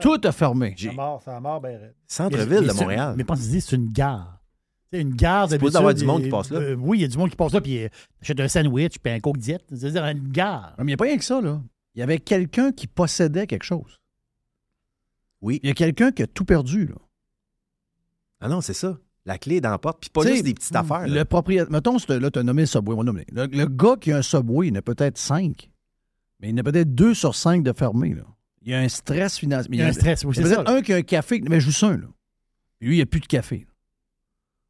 [SPEAKER 3] Tout a fermé.
[SPEAKER 6] Ça mort, ça mort, ben. raide.
[SPEAKER 4] Centre-ville
[SPEAKER 6] Mais
[SPEAKER 4] de
[SPEAKER 6] c'est-
[SPEAKER 4] Montréal.
[SPEAKER 6] Mais pensez-y, c'est une gare. C'est une gare
[SPEAKER 4] C'est
[SPEAKER 6] de
[SPEAKER 4] supposé avoir du monde qui passe là.
[SPEAKER 6] oui, il y a du monde qui passe là, puis euh, achète un sandwich, puis un coke diète. C'est-à-dire une gare.
[SPEAKER 3] Ah, Mais il n'y a pas rien que ça, là. Il y avait quelqu'un qui possédait quelque chose.
[SPEAKER 4] Oui.
[SPEAKER 3] Il y a quelqu'un qui a tout perdu, là.
[SPEAKER 4] Ah non, c'est ça. La clé est dans la porte. Puis pas
[SPEAKER 3] T'sais,
[SPEAKER 4] juste des petites affaires. là.
[SPEAKER 3] hmm, Le propriétaire. Mettons, c'est- là, tu as nommé le Subway. on va le nommer. Le, le gars qui a un Subway, il en a peut-être cinq. Mais il en a peut-être deux sur cinq de fermés, là. Il y a un stress financier.
[SPEAKER 6] Il y a un stress, oui,
[SPEAKER 3] Il y a
[SPEAKER 6] c'est
[SPEAKER 3] peut-être
[SPEAKER 6] ça, là.
[SPEAKER 3] un qui a un café. Mais juste un, là. Lui, il n'y a plus de café.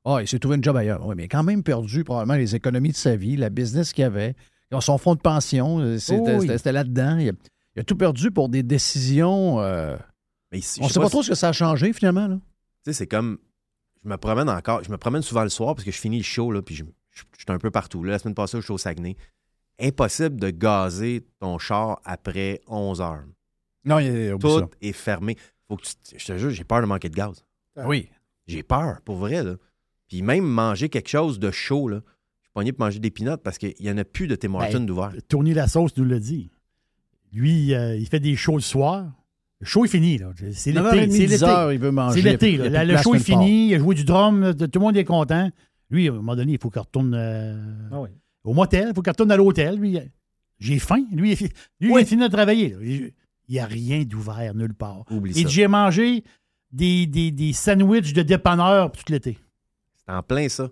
[SPEAKER 3] Ah, il s'est trouvé une job ailleurs. Oui, mais il a quand même perdu probablement les économies de sa vie, la business qu'il avait, son fonds de pension. euh, C'était
[SPEAKER 4] Oh oui.
[SPEAKER 3] c'était- c'était là-dedans. Il a, il a tout perdu pour des décisions. euh,
[SPEAKER 4] Mais ici,
[SPEAKER 3] on
[SPEAKER 4] je
[SPEAKER 3] ne sait pas, trop ce que ça a changé, finalement, là.
[SPEAKER 4] Tu sais, c'est comme. Je me promène encore. Je me promène souvent le soir parce que je finis le show, là, puis je, je- je suis un peu partout. Là, la semaine passée, je suis au Saguenay. Impossible de gazer ton char après 11 heures.
[SPEAKER 3] Non, il y a- oublie
[SPEAKER 4] Tout
[SPEAKER 3] ça.
[SPEAKER 4] est fermé. Faut que tu t- je te jure, j'ai peur de manquer de gaz.
[SPEAKER 3] Ah Oui.
[SPEAKER 4] J'ai peur, pour vrai. Là. Puis même manger quelque chose de chaud, là. je suis pogné pour manger des pinottes parce qu'il n'y en a plus de Tim Hortons
[SPEAKER 6] Ben,
[SPEAKER 4] d'ouvert.
[SPEAKER 6] Tony La Sauce nous l'a dit. Lui, euh, il fait des shows le soir. Le show est fini, là. C'est
[SPEAKER 3] 9h30,
[SPEAKER 6] l'été. C'est
[SPEAKER 3] 10
[SPEAKER 6] l'été.
[SPEAKER 3] heures, il veut manger.
[SPEAKER 6] C'est l'été,
[SPEAKER 3] Il y a
[SPEAKER 6] là.
[SPEAKER 3] plus
[SPEAKER 6] La-
[SPEAKER 3] de
[SPEAKER 6] Le
[SPEAKER 3] place
[SPEAKER 6] show est
[SPEAKER 3] nulle part.
[SPEAKER 6] fini. Il a joué du drum. là, Tout le monde est content. Lui, à un moment donné, il faut qu'il retourne euh, au motel. Il faut qu'il retourne à l'hôtel. Lui, j'ai faim. Lui, il fi- lui, il a fini de travailler. là. Il n'y a rien d'ouvert nulle part.
[SPEAKER 4] Oublie
[SPEAKER 6] Et
[SPEAKER 4] ça.
[SPEAKER 6] j'ai mangé des, des, des sandwichs de dépanneur tout l'été.
[SPEAKER 4] C'est en plein ça.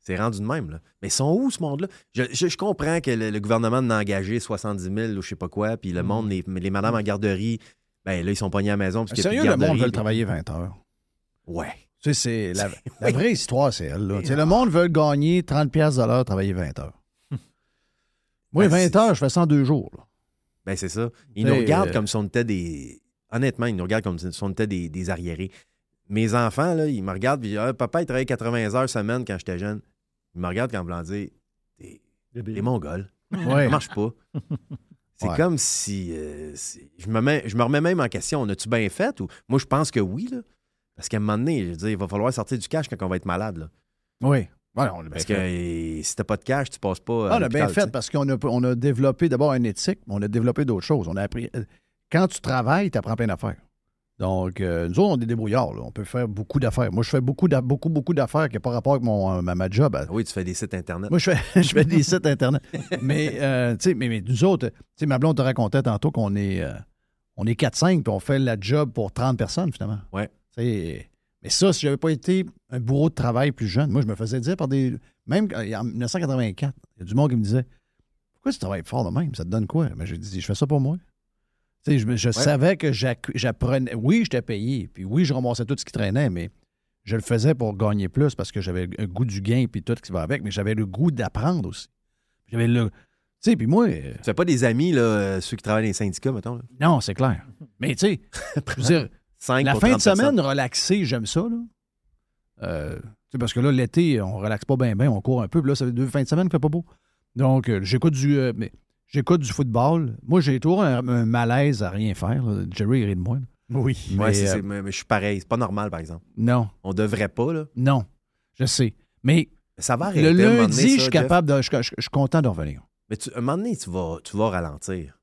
[SPEAKER 4] C'est rendu de même. Là. Mais ils sont où, ce monde-là? Je, je- je comprends que le, le gouvernement en a engagé 70 000 ou je sais pas quoi, puis
[SPEAKER 3] Mm.
[SPEAKER 4] le monde, les, les madames en garderie, ben là, ils sont pognés à la maison. Parce qu'il y a plus de
[SPEAKER 3] Sérieux, le monde
[SPEAKER 4] garderie,
[SPEAKER 3] veut
[SPEAKER 4] puis-
[SPEAKER 3] travailler 20 heures.
[SPEAKER 4] Ouais.
[SPEAKER 3] Tu sais, c'est la, la vraie histoire, c'est elle. là. Tu sais, le monde veut gagner 30 pièces de l'heure, travailler 20 heures. Ben, Moi, 20 heures, je fais ça en deux jours. là.
[SPEAKER 4] Ben, c'est ça. Ils
[SPEAKER 3] C'est,
[SPEAKER 4] nous regardent
[SPEAKER 3] euh,
[SPEAKER 4] comme si on était des. Honnêtement, ils nous regardent comme si on était des, des arriérés. Mes enfants, là, ils me regardent, puis Ah, papa, il travaillait 80 heures semaine quand j'étais jeune. Ils me regardent quand me dire T'es t'es mongol.
[SPEAKER 3] Ouais.
[SPEAKER 4] Ça marche pas. C'est
[SPEAKER 3] Ouais.
[SPEAKER 4] comme si. euh, si- je, me mets- je me remets même en question on a-tu bien fait ou. Moi, je pense que oui, là. Parce qu'à un moment donné, je veux dire, il va falloir sortir du cash quand on va être malade, là.
[SPEAKER 3] Oui. Voilà, on l'a bien
[SPEAKER 4] Parce que
[SPEAKER 3] fait.
[SPEAKER 4] euh, si t'as pas de cash, tu passes pas. à
[SPEAKER 3] Ah, on a bien
[SPEAKER 4] l'hôpital, tu
[SPEAKER 3] fait
[SPEAKER 4] sais.
[SPEAKER 3] parce qu'on a, on a développé d'abord une éthique, mais on a développé d'autres choses. On a appris. euh, Quand tu travailles, tu apprends plein d'affaires. Donc, euh, nous autres, on est débrouillards. là. On peut faire beaucoup d'affaires. Moi, je fais beaucoup, d'a- beaucoup, beaucoup d'affaires qui n'ont pas rapport avec mon, euh, ma, ma job. à-
[SPEAKER 4] Oui, tu fais des sites Internet.
[SPEAKER 3] Moi, je fais, je fais des sites Internet. Mais, euh, tu sais, mais, mais nous autres, tu sais, ma blonde te racontait tantôt qu'on est, euh, on est 4-5 puis on fait la job pour 30 personnes, finalement.
[SPEAKER 4] Ouais.
[SPEAKER 3] Tu sais, mais ça, si j'avais pas été un bourreau de travail plus jeune, moi, je me faisais dire par des. Même quand- en 1984, il y a du monde qui me disait Pourquoi tu travailles fort de même Ça te donne quoi Mais j'ai dit Je fais ça pour moi. Tu sais, je, me- je savais que j'ac- j'apprenais. Oui, j'étais payé, puis oui, je ramassais tout ce qui traînait, mais je le faisais pour gagner plus parce que j'avais le goût du gain puis tout ce qui va avec, mais j'avais le goût d'apprendre aussi. J'avais le. Tu sais, puis moi. euh,
[SPEAKER 4] Tu fais pas des amis, là, euh, ceux qui travaillent dans les syndicats, mettons. Là.
[SPEAKER 3] Non, c'est clair. Mais tu sais, je veux dire,
[SPEAKER 4] Cinq
[SPEAKER 3] la
[SPEAKER 4] pour
[SPEAKER 3] fin de
[SPEAKER 4] 30
[SPEAKER 3] semaine,
[SPEAKER 4] personnes.
[SPEAKER 3] relaxée, j'aime ça. Là. Euh, tu sais, parce que là, l'été, on relaxe pas bien, bien, on court un peu. Puis là, ça fait deux fins de semaine qu'il fait pas beau. Donc, euh, j'écoute du, euh, mais j'écoute du football. Moi, j'ai toujours un, un malaise à rien faire. là. Jerry, il rit de moi. là.
[SPEAKER 6] Oui.
[SPEAKER 4] Ouais,
[SPEAKER 3] Mais,
[SPEAKER 4] c'est-
[SPEAKER 3] euh,
[SPEAKER 4] c'est- mais, mais je suis pareil. C'est pas normal, par exemple.
[SPEAKER 3] Non.
[SPEAKER 4] On devrait pas, là.
[SPEAKER 3] Non, je sais. Mais
[SPEAKER 4] Ça va arrêter.
[SPEAKER 3] le
[SPEAKER 4] à un moment
[SPEAKER 3] lundi,
[SPEAKER 4] donné, ça,
[SPEAKER 3] je suis
[SPEAKER 4] Jeff.
[SPEAKER 3] capable de. Je je- je suis content d'en revenir.
[SPEAKER 4] Mais tu, à un moment donné, tu vas, tu vas ralentir.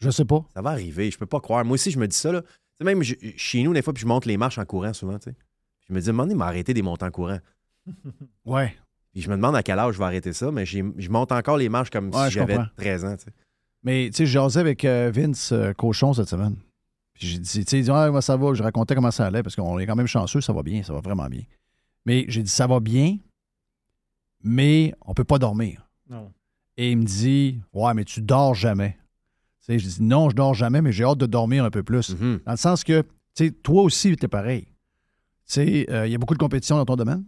[SPEAKER 3] Je sais pas.
[SPEAKER 4] Ça va arriver. Je peux pas croire. Moi aussi, je me dis ça, là. Tu sais, même je- chez nous, des fois, puis je monte les marches en courant souvent, tu sais. Je me dis, à un moment donné, il m'a arrêté des montants courants.
[SPEAKER 3] Ouais.
[SPEAKER 4] Puis je me demande à quel âge je vais arrêter ça, mais j'ai- je monte encore les marches comme
[SPEAKER 3] Ouais,
[SPEAKER 4] si
[SPEAKER 3] je
[SPEAKER 4] j'avais
[SPEAKER 3] comprends.
[SPEAKER 4] 13 ans, tu sais.
[SPEAKER 3] Mais tu sais, je jasais avec euh, Vince euh, Cochon cette semaine. Puis j'ai dit, tu sais, il dit, ah, moi, ça va. Je racontais comment ça allait parce qu'on est quand même chanceux, ça va bien, ça va vraiment bien. Mais j'ai dit, ça va bien, mais on peut pas dormir.
[SPEAKER 5] Non.
[SPEAKER 3] Et il me dit, ouais, mais tu dors jamais. Tu sais, je dis, non, je dors jamais, mais j'ai hâte de dormir un peu plus. Dans le sens que, tu sais, toi aussi, t'es pareil. Tu sais, euh, il y a beaucoup de compétition dans ton domaine.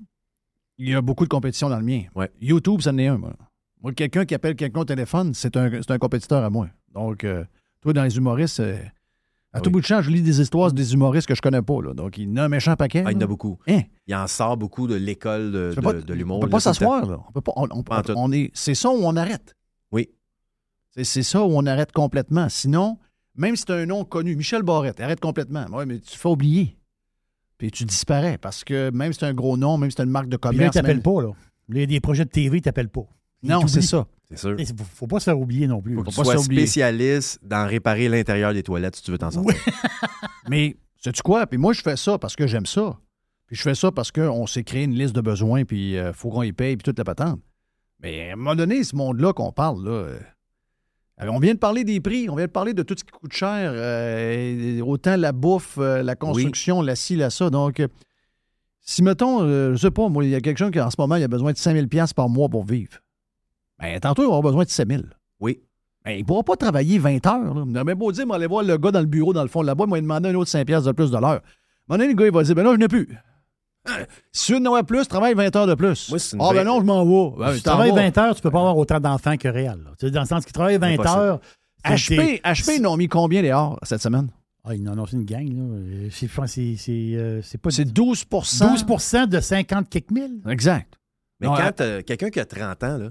[SPEAKER 3] Il y a beaucoup de compétition dans le mien. YouTube, ça en est un, moi. Moi, quelqu'un qui appelle quelqu'un au téléphone, c'est un, c'est un compétiteur à moi. Donc, euh, toi, dans les humoristes, euh, à tout bout de champ, je lis des histoires des humoristes que je connais pas. là. Donc, il y en a un méchant paquet.
[SPEAKER 4] Ah, il y en
[SPEAKER 3] là.
[SPEAKER 4] a beaucoup.
[SPEAKER 3] Hein?
[SPEAKER 4] Il en sort beaucoup de l'école de,
[SPEAKER 3] Tu peux
[SPEAKER 4] de,
[SPEAKER 3] pas-
[SPEAKER 4] de l'humour.
[SPEAKER 3] On peut
[SPEAKER 4] là,
[SPEAKER 3] pas
[SPEAKER 4] tout le
[SPEAKER 3] s'asseoir,
[SPEAKER 4] temps.
[SPEAKER 3] là. On peut pas. on- on-
[SPEAKER 4] Pas en tout.
[SPEAKER 3] on est, c'est ça où on arrête.
[SPEAKER 4] Oui.
[SPEAKER 3] C'est, c'est ça où on arrête complètement. Sinon, même si tu as un nom connu, Michel Barrette, arrête complètement. Ouais, mais tu te fais oublier. Puis tu disparais parce que même si tu un gros nom, même si tu une marque de
[SPEAKER 6] Puis là, ils
[SPEAKER 3] commerce.
[SPEAKER 6] t'appellent
[SPEAKER 3] même-
[SPEAKER 6] pas, là. Là, il y a des projets de TV, ils t'appellent pas. Ils
[SPEAKER 3] Non, c'est
[SPEAKER 6] t'oublient.
[SPEAKER 3] ça.
[SPEAKER 4] C'est sûr.
[SPEAKER 6] Il faut, Euh. faut pas se faire oublier non plus.
[SPEAKER 4] Faut que tu sois spécialiste dans réparer l'intérieur des toilettes si tu veux t'en sortir.
[SPEAKER 3] Mais sais-tu quoi? Puis moi, je fais ça parce que j'aime ça. Puis je fais ça parce qu'on s'est créé une liste de besoins, puis euh, faut qu'on y paye, puis toute la patente. Mais à un moment donné, ce monde-là qu'on parle, là, euh, on vient de parler des prix, on vient de parler de tout ce qui coûte cher, euh, autant la bouffe, euh, la construction, la ci, la ça. Donc, euh, si, mettons, euh, je sais pas, moi, il y a quelqu'un qui, en ce moment, il a besoin de 5000 pièces par mois pour vivre. Ben, tantôt, il va avoir besoin de 7000.
[SPEAKER 4] Oui.
[SPEAKER 3] Ben, il ne pourra pas travailler 20 heures. Là. Il a même beau dire, moi, aller voir le gars dans le bureau, dans le fond, là-bas, moi, il demander un autre 5 pièces de plus de l'heure. Mon le gars, il va dire, ben non, je n'ai plus. Hein? Si tu veux en avoir plus, travaille 20 heures de plus.
[SPEAKER 4] une
[SPEAKER 3] ah, ben
[SPEAKER 4] vraie-
[SPEAKER 3] non, je m'en vais. Ben,
[SPEAKER 6] si
[SPEAKER 3] tu
[SPEAKER 6] tu
[SPEAKER 3] t'en
[SPEAKER 6] travailles
[SPEAKER 3] vas.
[SPEAKER 6] 20 heures, tu peux pas avoir autant d'enfants que réel. là. Tu sais, Dans le sens qu'ils travaillent 20
[SPEAKER 3] Impossible.
[SPEAKER 6] heures. c'est-
[SPEAKER 3] HP, HP, ils n'ont mis combien les heures cette semaine?
[SPEAKER 6] Ah, ils en ont annoncé une gang, là. Je pense que c'est- c'est euh, c'est pas.
[SPEAKER 3] C'est 12
[SPEAKER 6] 12 de 50 quelques mille.
[SPEAKER 3] Exact.
[SPEAKER 4] Mais
[SPEAKER 6] Non,
[SPEAKER 4] quand
[SPEAKER 6] à-
[SPEAKER 4] t'as quelqu'un qui a 30 ans, là,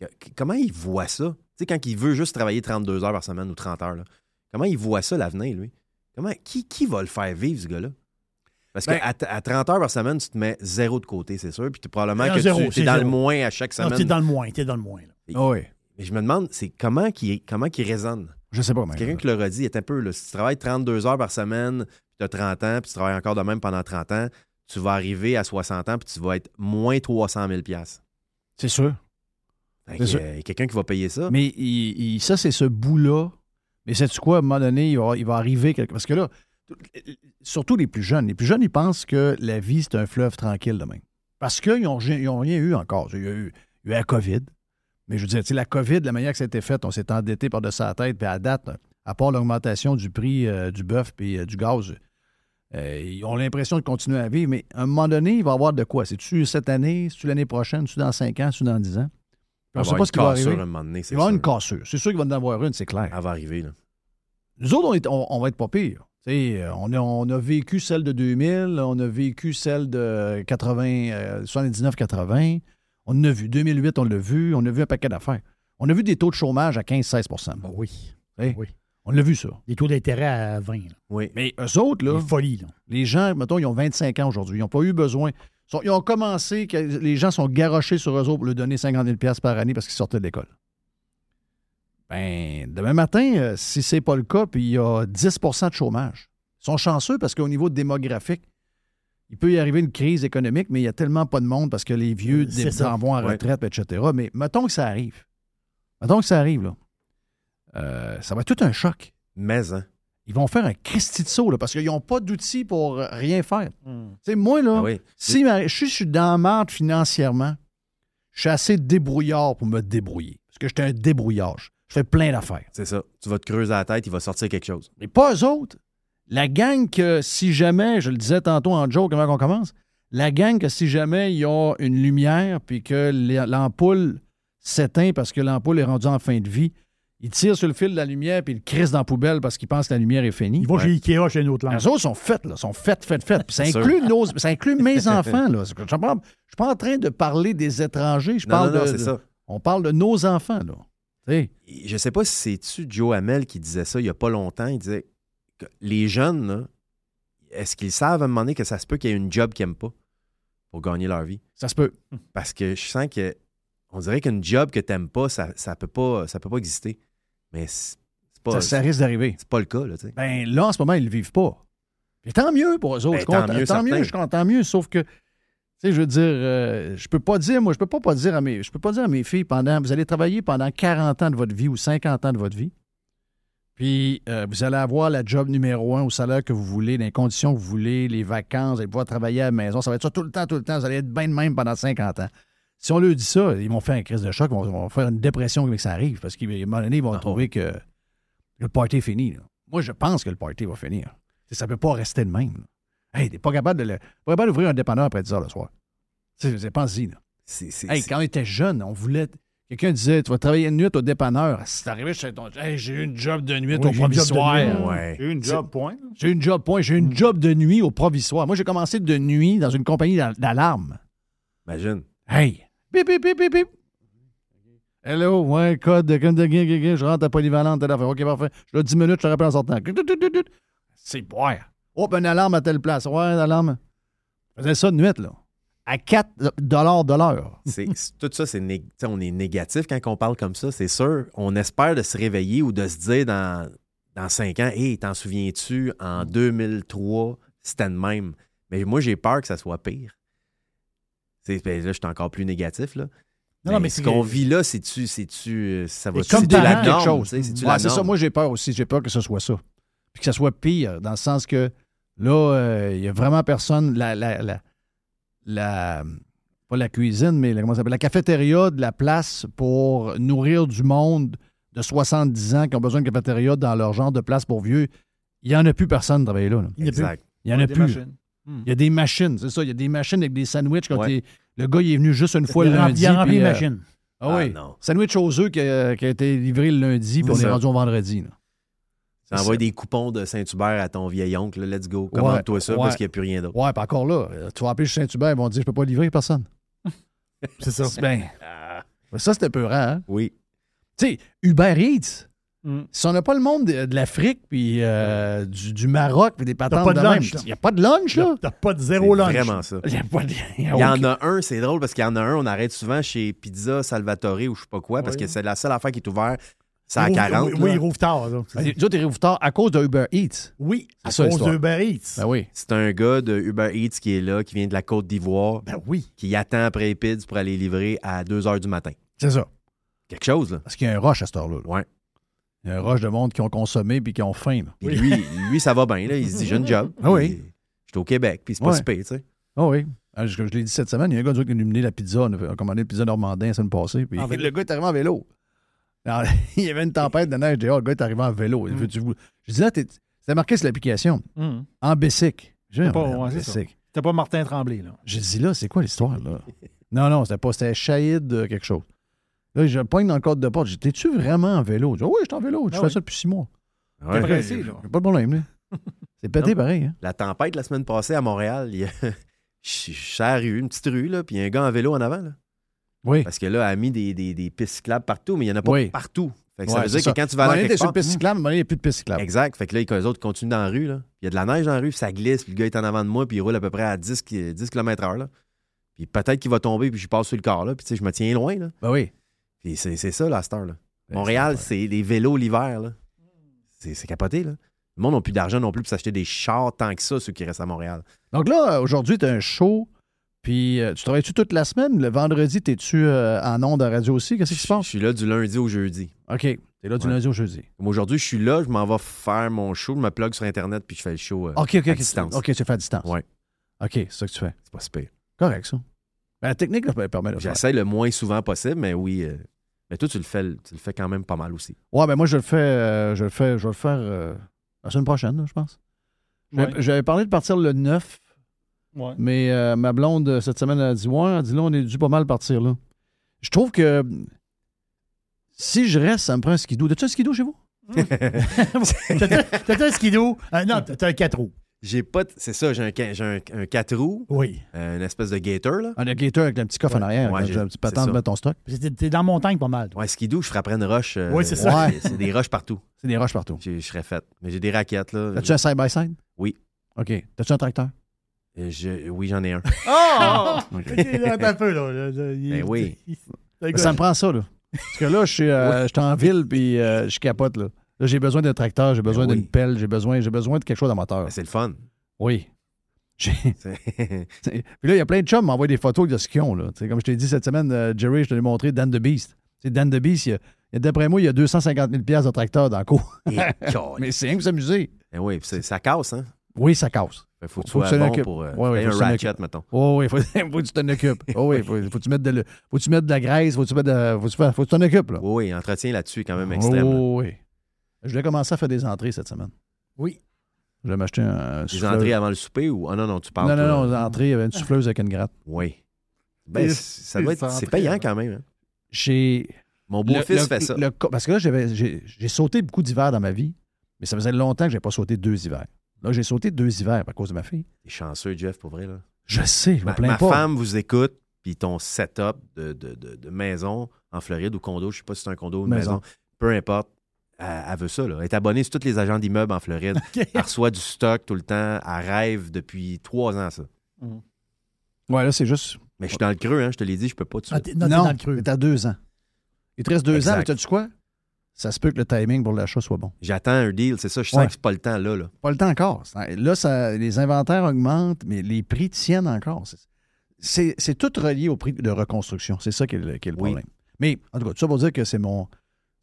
[SPEAKER 4] que- que- comment il voit ça? Tu sais, quand il veut juste travailler 32 heures par semaine ou 30 heures, là, Comment il voit ça, l'avenir, lui? Comment, qui, qui va le faire vivre, ce gars-là? Parce
[SPEAKER 3] Ben-
[SPEAKER 4] qu'à à 30 heures par semaine, tu te mets zéro de côté, c'est sûr. Puis tu- probablement
[SPEAKER 6] Non,
[SPEAKER 4] que
[SPEAKER 6] zéro,
[SPEAKER 4] tu
[SPEAKER 6] c'est
[SPEAKER 4] es dans le
[SPEAKER 6] zéro.
[SPEAKER 4] moins à chaque semaine.
[SPEAKER 6] Non, Ah, t'es dans le moins, t'es dans le moins. là.
[SPEAKER 4] Et-
[SPEAKER 3] Ah
[SPEAKER 4] Mais je me demande, c'est comment qui comment qui résonne.
[SPEAKER 3] Je sais pas,
[SPEAKER 6] Ben,
[SPEAKER 3] mais.
[SPEAKER 4] C'est quelqu'un qui leur a dit, est un peu, là, si tu travailles 32 heures par semaine, puis tu as 30 ans, puis tu travailles encore de même pendant 30 ans, tu vas arriver à 60 ans, puis tu vas être moins 300 000
[SPEAKER 3] C'est sûr.
[SPEAKER 4] Fait
[SPEAKER 3] C'est
[SPEAKER 4] que,
[SPEAKER 3] sûr.
[SPEAKER 4] euh, Il y a quelqu'un qui va payer ça.
[SPEAKER 3] Mais il- il- ça, c'est ce bout-là. Mais sais-tu quoi, à un moment donné, il va, il va arriver quelque Parce que là, surtout les plus jeunes, les plus jeunes, ils pensent que la vie, c'est un fleuve tranquille demain. Parce qu'ils n'ont rien eu encore. Il y a eu, il y a eu la COVID. Mais je veux dire, tu sais, la COVID, la manière que ça a été fait, on s'est endetté par-dessus la tête, puis à date, à part l'augmentation du prix euh, du bœuf puis euh, du gaz, euh, ils ont l'impression de continuer à vivre, mais à un moment donné, il va y avoir de quoi? C'est-tu cette année? C'est-tu l'année prochaine? C'est-tu dans 5 ans? C'est-tu dans 10 ans?
[SPEAKER 4] Il
[SPEAKER 3] On
[SPEAKER 4] va
[SPEAKER 3] ne sait
[SPEAKER 4] avoir
[SPEAKER 3] pas ce qui va
[SPEAKER 4] une cassure
[SPEAKER 3] arriver.
[SPEAKER 4] à un moment donné, c'est
[SPEAKER 3] il va y avoir
[SPEAKER 4] sûr.
[SPEAKER 3] une cassure. C'est sûr qu'il va en avoir une, c'est clair.
[SPEAKER 4] Elle va arriver, là.
[SPEAKER 3] Nous autres, on, est- on- on va être pas pire. Tu sais, euh, On a, on a vécu celle de 2000, on a vécu celle de 80, euh, 79-80. On en a vu 2008, on l'a vu. On a vu un paquet d'affaires. On a vu des taux de chômage à 15-16
[SPEAKER 6] Bah Oui.
[SPEAKER 3] oui. On l'a vu, ça.
[SPEAKER 6] Les taux d'intérêt à 20. là.
[SPEAKER 4] Oui.
[SPEAKER 3] Mais eux autres, là, les gens, mettons, ils ont 25 ans aujourd'hui. Ils n'ont pas eu besoin. Ils sont- Ils ont commencé, que les gens sont garochés sur eux autres pour leur donner 50 000 par année parce qu'ils sortaient de l'école. Ben, demain matin, euh, si c'est pas le cas, puis il y a 10 de chômage. Ils sont chanceux parce qu'au niveau démographique, il peut y arriver une crise économique, mais il n'y a tellement pas de monde parce que les vieux
[SPEAKER 6] C'est
[SPEAKER 3] dé-
[SPEAKER 6] ça.
[SPEAKER 3] s'en vont en
[SPEAKER 6] Ouais.
[SPEAKER 3] retraite, etc. Mais mettons que ça arrive. Mettons que ça arrive, là. Euh, ça va être tout un choc.
[SPEAKER 4] Mais, hein.
[SPEAKER 3] Ils vont faire un Christi de saut, là, parce qu'ils n'ont pas d'outils pour euh, rien faire.
[SPEAKER 6] Hmm.
[SPEAKER 3] Tu sais, moi,
[SPEAKER 4] Ah Ben
[SPEAKER 3] là, si ma- je suis- je suis dans la merde financièrement, je suis assez débrouillard pour me débrouiller. Parce que j'étais un débrouillard. Je- Je fais plein d'affaires.
[SPEAKER 4] C'est ça. Tu vas te creuser la tête, il va sortir quelque chose.
[SPEAKER 3] Mais pas eux autres. La gang que, si jamais, je le disais tantôt en joke avant qu'on commence, la gang que si jamais il y a une lumière puis que l'é- l'ampoule s'éteint parce que l'ampoule est rendue en fin de vie, ils tirent sur le fil de la lumière puis ils le crissent dans la poubelle parce qu'ils pensent que la lumière est finie.
[SPEAKER 6] Ils vont
[SPEAKER 3] Ouais. Ah,
[SPEAKER 6] chez Ikea, chez une autre langue.
[SPEAKER 3] Les autres sont faites, là, sont faites, faites, faites. Puis ça,
[SPEAKER 6] C'est sûr.
[SPEAKER 3] inclut nos, ça inclut mes enfants. Là. Je ne suis pas en train de parler des étrangers. Je
[SPEAKER 4] Non,
[SPEAKER 3] parle
[SPEAKER 4] non, non,
[SPEAKER 3] de-
[SPEAKER 4] c'est
[SPEAKER 3] de-
[SPEAKER 4] ça.
[SPEAKER 3] On parle de nos enfants. Là.
[SPEAKER 4] Je sais pas si c'est-tu Joe Hamel qui disait ça il y a pas longtemps. Il disait que les jeunes, là, est-ce qu'ils savent à un moment donné que ça se peut qu'il y ait une job qu'ils n'aiment pas pour gagner leur vie?
[SPEAKER 3] Ça se peut.
[SPEAKER 4] Parce que je sens que on dirait qu'une job que t'aimes pas, ça, ça peut pas, ça peut pas exister. Mais c'est c'est pas.
[SPEAKER 3] ça, ça risque d'arriver.
[SPEAKER 4] C'est pas le cas, là, tu sais.
[SPEAKER 3] Ben, là, en ce moment, ils ne le vivent pas. Et tant mieux pour eux autres.
[SPEAKER 4] Ben,
[SPEAKER 3] Je compte-
[SPEAKER 4] tant mieux,
[SPEAKER 3] tant mieux,
[SPEAKER 4] certain.
[SPEAKER 3] je compte- tant mieux. Sauf que, tu sais, je veux dire, euh, je peux pas dire, moi, je peux pas, pas dire à mes, je peux pas dire à mes filles pendant, vous allez travailler pendant 40 ans de votre vie ou 50 ans de votre vie, puis euh, vous allez avoir la job numéro un au salaire que vous voulez, dans les conditions que vous voulez, les vacances, vous allez pouvoir travailler à la maison. Ça va être ça tout le temps, tout le temps. Vous allez être bien de même pendant 50 ans. Si on leur dit ça, ils vont faire une crise de choc, ils vont, ils vont faire une dépression quand ça arrive, parce qu'à un moment donné, ils
[SPEAKER 4] Ah
[SPEAKER 3] vont trouver que le party est fini. là. Moi, je pense que le party va finir. T'sais, Ça ne peut pas rester de même. là. Hey, t'es pas capable de le- pas capable d'ouvrir un dépanneur après 10 heures le soir. T'sais, C'est pense-y. là. Hey, quand on était jeune, on voulait. Quelqu'un disait Tu vas travailler une nuit au dépanneur. C'est arrivé chez ton. Hey, j'ai eu une job de nuit
[SPEAKER 5] Oui,
[SPEAKER 3] au
[SPEAKER 5] j'ai une job de
[SPEAKER 3] provisoire.
[SPEAKER 5] nuit. Ouais. Mm. J'ai eu une job,
[SPEAKER 3] C'est-
[SPEAKER 5] point.
[SPEAKER 3] J'ai eu une job, point. J'ai eu une job de nuit au provisoire. Moi, j'ai commencé de nuit dans une compagnie d'al- d'alarme.
[SPEAKER 4] Imagine.
[SPEAKER 3] Hey! Bip, bip, bip, bip, bip. Hello, ouais, code de comme de guin, guin, guin, je rentre à polyvalente, telle affaire. OK, parfait. Je suis là 10 minutes, je te rappelle en sortant. Tut, tut, tut, tut. C'est boire. Oh, ben, une alarme à telle place. Ouais, une alarme. Je faisais ça de nuit, là. À 4 de l'heure.
[SPEAKER 4] C'est- c'est- tout ça, c'est nég- tu sais, on est négatif quand on parle comme ça, c'est sûr. On espère de se réveiller ou de se dire dans, dans cinq ans, hey, t'en souviens-tu, en
[SPEAKER 3] Mm.
[SPEAKER 4] 2003, c'était le même. Mais moi, j'ai peur que ça soit pire. C'est- ben là, je suis encore plus négatif. Là.
[SPEAKER 6] Non, non, mais
[SPEAKER 4] Ben, ce
[SPEAKER 6] c'est-
[SPEAKER 4] qu'on vit là, c'est-tu, c'est-tu, euh, ça va
[SPEAKER 3] Et comme
[SPEAKER 4] c'est-tu
[SPEAKER 3] t'as
[SPEAKER 4] la
[SPEAKER 3] quelque
[SPEAKER 4] norme,
[SPEAKER 3] chose.
[SPEAKER 4] tu sais, c'est-tu
[SPEAKER 3] Ouais,
[SPEAKER 4] la
[SPEAKER 3] c'est ça.
[SPEAKER 4] norme?
[SPEAKER 3] Moi, j'ai peur aussi. J'ai peur que ce soit ça. Puis que ce soit pire, dans le sens que là, euh, il y a vraiment personne. La, la, la, la- pas la cuisine, mais la, comment ça s'appelle, la cafétéria de la place pour nourrir du monde de 70 ans qui ont besoin de cafétéria dans leur genre de place pour vieux. Il n'y en a plus personne de travailler là. là.
[SPEAKER 6] Il y en a plus. Exact.
[SPEAKER 3] Il y en a
[SPEAKER 6] Des
[SPEAKER 3] plus.
[SPEAKER 6] machines.
[SPEAKER 3] Il y a des machines, c'est ça. Il y a des machines avec des sandwichs. Quand t'es- le gars, il est venu juste une fois
[SPEAKER 6] Il
[SPEAKER 3] le
[SPEAKER 6] a
[SPEAKER 3] lundi.
[SPEAKER 6] rempli- il a rempli
[SPEAKER 3] puis,
[SPEAKER 6] les
[SPEAKER 3] euh,
[SPEAKER 6] machines.
[SPEAKER 3] ah oui. Sandwich aux œufs qui a, qui a été livré le lundi, puis on
[SPEAKER 4] C'est
[SPEAKER 3] est
[SPEAKER 4] ça.
[SPEAKER 3] rendu au vendredi. là.
[SPEAKER 4] Ça
[SPEAKER 3] C'est
[SPEAKER 4] envoie
[SPEAKER 3] ça.
[SPEAKER 4] des coupons de Saint-Hubert à ton vieil oncle, là, let's go, commande-toi ça
[SPEAKER 3] Ouais,
[SPEAKER 4] parce
[SPEAKER 3] ouais.
[SPEAKER 4] qu'il n'y a plus rien d'autre.
[SPEAKER 3] Ouais, puis encore là, euh, tu vas appeler chez Saint-Hubert, ils vont te dire je peux pas livrer personne.
[SPEAKER 6] C'est ça.
[SPEAKER 3] Ben, ça, c'était peurant, hein?
[SPEAKER 4] Oui.
[SPEAKER 3] Tu sais, Uber Eats, Si on n'a pas le monde de, de l'Afrique, puis euh, du, du Maroc, puis des patentes
[SPEAKER 6] pas de
[SPEAKER 3] même,
[SPEAKER 6] lunch, là.
[SPEAKER 3] il n'y a pas de lunch, là.
[SPEAKER 6] T'as pas de
[SPEAKER 3] zéro
[SPEAKER 4] C'est Vraiment ça.
[SPEAKER 3] Il y a pas de-
[SPEAKER 4] Il
[SPEAKER 6] Ah
[SPEAKER 4] y en a un, c'est drôle parce qu'il y en a un, on arrête souvent chez Pizza Salvatore ou je sais pas quoi, parce que c'est la seule affaire qui est ouverte. C'est à
[SPEAKER 6] Oui,
[SPEAKER 4] 40.
[SPEAKER 6] oui, oui,
[SPEAKER 4] là.
[SPEAKER 6] ils rouvrent tard. là.
[SPEAKER 3] Ben, Les autres, ils rouvrent tard à cause de Uber Eats.
[SPEAKER 6] Oui, à
[SPEAKER 4] ça,
[SPEAKER 6] cause
[SPEAKER 4] l'histoire.
[SPEAKER 6] de Uber Eats.
[SPEAKER 3] Ben oui.
[SPEAKER 4] C'est un gars de Uber Eats qui est là, qui vient de la Côte d'Ivoire.
[SPEAKER 6] oui.
[SPEAKER 4] Qui attend après Epids pour aller livrer à 2 h du matin.
[SPEAKER 3] C'est ça.
[SPEAKER 4] Quelque chose, là.
[SPEAKER 3] Parce qu'il y a un rush à cette heure-là.
[SPEAKER 4] Ouais.
[SPEAKER 3] Il y a un rush de monde qui ont consommé puis qui ont faim. là.
[SPEAKER 4] Puis lui, lui, ça va bien, là. Il se dit, j'ai une job.
[SPEAKER 3] Ah oui.
[SPEAKER 4] Je suis au Québec, puis c'est pas
[SPEAKER 3] Ouais.
[SPEAKER 4] si pire, tu sais.
[SPEAKER 3] Ah oui. Ah, Je, je l'ai dit cette semaine, il y a un gars du- qui a illuminé la pizza. On a on a commandé une pizza normandin la semaine passée. Puis
[SPEAKER 4] En vélo.
[SPEAKER 3] le gars est arrivé en vélo. Alors, il y avait une tempête de neige. Je dis, Ah, le gars est arrivé en vélo.
[SPEAKER 4] Mm.
[SPEAKER 3] Il fait, tu vous- Je dis, là, t'es- c'est marqué sur l'application.
[SPEAKER 6] Hum.
[SPEAKER 3] En bicycle. J'ai
[SPEAKER 6] T'es pas,
[SPEAKER 3] dit, Ah, en
[SPEAKER 6] ouais, c'est ça.
[SPEAKER 3] bicycle.
[SPEAKER 6] T'as pas Martin Tremblay, là.
[SPEAKER 3] J'ai dit, là, c'est quoi l'histoire, là? non, non, c'était pas. C'était Shahid euh, quelque chose. Là, je le pogne dans le code de porte. J'ai dit, t'es-tu vraiment en vélo? Je dis, oui, je suis en vélo. Je
[SPEAKER 6] Ah
[SPEAKER 3] fais
[SPEAKER 6] oui.
[SPEAKER 3] ça depuis six mois.
[SPEAKER 4] Ouais. T'es pressé, là.
[SPEAKER 3] J'ai Pas de problème, là. C'est pété
[SPEAKER 4] Non.
[SPEAKER 3] pareil, hein?
[SPEAKER 4] La tempête la semaine passée à Montréal, il y a je suis sur la rue, une petite rue, là, puis il y a un gars en vélo en avant. Là.
[SPEAKER 3] Oui.
[SPEAKER 4] Parce que là, elle a mis des, des- des pistes cyclables partout, mais il n'y en a pas
[SPEAKER 3] Oui.
[SPEAKER 4] partout. Fait que ça
[SPEAKER 3] Ouais,
[SPEAKER 4] veut
[SPEAKER 3] c'est
[SPEAKER 4] dire que quand tu vas
[SPEAKER 3] À un
[SPEAKER 4] aller
[SPEAKER 3] moment donné,
[SPEAKER 4] à
[SPEAKER 3] t'es
[SPEAKER 4] quelque
[SPEAKER 3] sur
[SPEAKER 4] part, hmm.
[SPEAKER 3] le piste cyclable, à un moment donné, il n'y a plus de piste cyclable.
[SPEAKER 4] Exact. Fait que là, les autres continuent dans la rue. Là. Il y a de la neige dans la rue, puis ça glisse, puis le gars est en avant de moi, puis il roule à peu près à 10, qui- 10 km/h. là. Puis peut-être qu'il va tomber, puis je passe sur le corps, là, puis tu sais, je me tiens loin. Là.
[SPEAKER 3] Ben oui.
[SPEAKER 4] Puis c'est c'est ça, la star. Là. Montréal, c'est les vélos l'hiver. là. C'est c'est capoté. Là. Le monde n'a plus d'argent non plus pour s'acheter des chars tant que ça, ceux qui restent à Montréal.
[SPEAKER 3] Donc là, euh, aujourd'hui, t'as un show. Puis euh, tu travailles-tu toute la semaine? Le vendredi, t'es-tu euh, en ondes à radio aussi? Qu'est-ce qui se passe?
[SPEAKER 4] Je suis là du lundi au jeudi.
[SPEAKER 3] OK. T'es là du lundi au jeudi.
[SPEAKER 4] Comme Aujourd'hui, je suis là, je m'en vais faire mon show, je me plug sur Internet, puis je fais le show euh,
[SPEAKER 3] OK, OK,
[SPEAKER 4] à
[SPEAKER 3] OK.
[SPEAKER 4] distance.
[SPEAKER 3] OK, tu fais à distance.
[SPEAKER 4] Ouais.
[SPEAKER 3] OK, c'est ça que Ah, tu fais.
[SPEAKER 4] C'est pas super.
[SPEAKER 3] Correct, ça. Ben, la technique là, permet de le faire.
[SPEAKER 4] J'essaie le moins souvent possible, mais oui. euh, mais toi, tu le, fais, tu le fais quand même pas mal aussi.
[SPEAKER 3] Ouais, ben moi, je le fais, euh, je le fais, je vais le faire euh, la semaine prochaine, là, je pense. J'avais-
[SPEAKER 6] Ouais.
[SPEAKER 3] J'avais parlé de partir le 9,
[SPEAKER 6] Ouais.
[SPEAKER 3] mais euh, ma blonde, euh, cette semaine, elle a dit Ouais, elle a dit là, on est dû pas mal partir, là. Je trouve que si je reste, ça me prend un skidoo. T'as-tu un skidoo chez vous
[SPEAKER 6] T'as- T'as un skido. Euh, non, t'as t'as un 4 roues.
[SPEAKER 4] J'ai pas. t- C'est ça, j'ai un, ca- j'ai un, 4 roues,
[SPEAKER 6] Oui.
[SPEAKER 4] euh, une espèce de gator, là.
[SPEAKER 3] Un Ah, gator avec un petit coffre en arrière,
[SPEAKER 4] Ouais,
[SPEAKER 3] avec
[SPEAKER 4] j'ai-
[SPEAKER 3] un petit
[SPEAKER 4] c'est
[SPEAKER 3] patente
[SPEAKER 4] ça.
[SPEAKER 3] de mettre ton stock.
[SPEAKER 6] T'es t'es dans la montagne pas mal.
[SPEAKER 4] Ouais, skidoo, je frapperais une roche. euh,
[SPEAKER 6] Oui, c'est ça.
[SPEAKER 3] Ouais.
[SPEAKER 4] C'est des roches partout.
[SPEAKER 3] C'est des roches partout.
[SPEAKER 4] Je je serais faite. Mais j'ai des raquettes, là.
[SPEAKER 3] T'as-tu un side-by-side
[SPEAKER 4] Euh, Oui.
[SPEAKER 3] OK. T'as-tu un tracteur
[SPEAKER 4] Euh, je- oui, j'en ai un.
[SPEAKER 6] Oh!
[SPEAKER 4] Ok.
[SPEAKER 6] Attends un peu, là. là, là, il-
[SPEAKER 4] Ben oui.
[SPEAKER 6] il- il-
[SPEAKER 3] Ça me prend ça, là. Parce que là, je suis, euh, je suis en ville, puis euh, je capote, là. Là, j'ai besoin d'un tracteur, j'ai besoin
[SPEAKER 4] Ben oui.
[SPEAKER 3] d'une pelle, j'ai besoin, j'ai besoin de quelque chose à moteur.
[SPEAKER 4] Ben, c'est le fun.
[SPEAKER 3] Oui. J'ai-
[SPEAKER 4] C'est-
[SPEAKER 3] Puis là, il y a plein de chums qui m'envoient des photos de ce qu'ils ont, là. Tu sais, comme je t'ai dit cette semaine, euh, Jerry, je te l'ai montré, Dan the Beast. Tu sais, Dan the Beast, il y a- il y a- d'après moi, il y a 250 000 piastres de tracteur dans le cours.
[SPEAKER 4] Et calme.
[SPEAKER 3] Mais c'est rien que s'amuser.
[SPEAKER 4] Ben oui, puis c'est- ça casse, hein.
[SPEAKER 3] Oui, ça casse.
[SPEAKER 4] Il faut que tu
[SPEAKER 3] Faut que
[SPEAKER 4] sois
[SPEAKER 3] tu
[SPEAKER 4] bon
[SPEAKER 3] l'occupes.
[SPEAKER 4] pour euh,
[SPEAKER 3] Ouais, ouais, faut
[SPEAKER 4] t'aies
[SPEAKER 3] que
[SPEAKER 4] un
[SPEAKER 3] tu
[SPEAKER 4] ratchet,
[SPEAKER 3] l'occupes.
[SPEAKER 4] mettons.
[SPEAKER 3] Oh, oui, faut, faut que tu t'en occupes. Oh, oui, faut, faut que tu mettes de, le- faut que tu mettes de la graisse, faut que tu mettes de- faut que tu fa- faut que tu t'en occupes, là.
[SPEAKER 4] Oui, oui, entretien là-dessus est quand même extrême. là.
[SPEAKER 3] Oh, oui. Je vais commencer à faire des entrées cette semaine.
[SPEAKER 6] Oui.
[SPEAKER 3] Je vais m'acheter un
[SPEAKER 4] Des
[SPEAKER 3] souffleur.
[SPEAKER 4] entrées avant le souper ou. Ah non, non, tu parles.
[SPEAKER 3] non,
[SPEAKER 4] toi,
[SPEAKER 3] non,
[SPEAKER 4] là.
[SPEAKER 3] non, entrées, il y avait une souffleuse avec une gratte.
[SPEAKER 4] Oui. Ben,
[SPEAKER 6] Des-
[SPEAKER 4] c- ça
[SPEAKER 6] des
[SPEAKER 4] doit être. C'est
[SPEAKER 6] entrées,
[SPEAKER 4] payant
[SPEAKER 6] là.
[SPEAKER 4] quand même. hein.
[SPEAKER 3] J'ai.
[SPEAKER 4] Mon
[SPEAKER 3] le-
[SPEAKER 4] beau-fils
[SPEAKER 3] le-
[SPEAKER 4] fait ça.
[SPEAKER 3] le co- parce que là, j'avais- j'ai j'ai sauté beaucoup d'hivers dans ma vie, mais ça faisait longtemps que je pas sauté deux hivers. Là, j'ai sauté deux hivers à cause de ma fille.
[SPEAKER 4] T'es chanceux, Jeff, pour vrai. Là.
[SPEAKER 3] Je sais, je me
[SPEAKER 4] Ma,
[SPEAKER 3] plains
[SPEAKER 4] ma
[SPEAKER 3] pas.
[SPEAKER 4] femme vous écoute, puis ton setup de, de- de- de maison en Floride ou condo, je sais pas si c'est un condo ou une
[SPEAKER 3] Maison.
[SPEAKER 4] maison, peu importe. Elle, elle veut ça, là. Elle est abonnée sur tous les agents d'immeubles en Floride. Elle reçoit du stock tout le temps. Elle rêve depuis trois ans, ça.
[SPEAKER 3] Ouais, là, c'est juste.
[SPEAKER 4] Mais je suis dans le creux, hein. Je te l'ai dit, je peux pas. tout de
[SPEAKER 6] Ah,
[SPEAKER 4] suite.
[SPEAKER 6] t'es- non, t'es
[SPEAKER 3] non,
[SPEAKER 6] dans le creux.
[SPEAKER 3] mais t'as deux ans. Il te reste deux
[SPEAKER 4] Exact.
[SPEAKER 3] ans, mais t'as-tu quoi? Ça se peut que le timing pour l'achat soit bon.
[SPEAKER 4] J'attends un deal, c'est ça. Je sens
[SPEAKER 3] Ouais.
[SPEAKER 4] que c'est pas le temps, là. là.
[SPEAKER 3] Pas le temps encore. Là, ça- les inventaires augmentent, mais les prix tiennent encore. C'est- C'est c'est tout relié au prix de reconstruction. C'est ça qui est le, qui est le
[SPEAKER 4] Oui.
[SPEAKER 3] problème. Mais en tout cas, tout ça pour dire que c'est mon. tu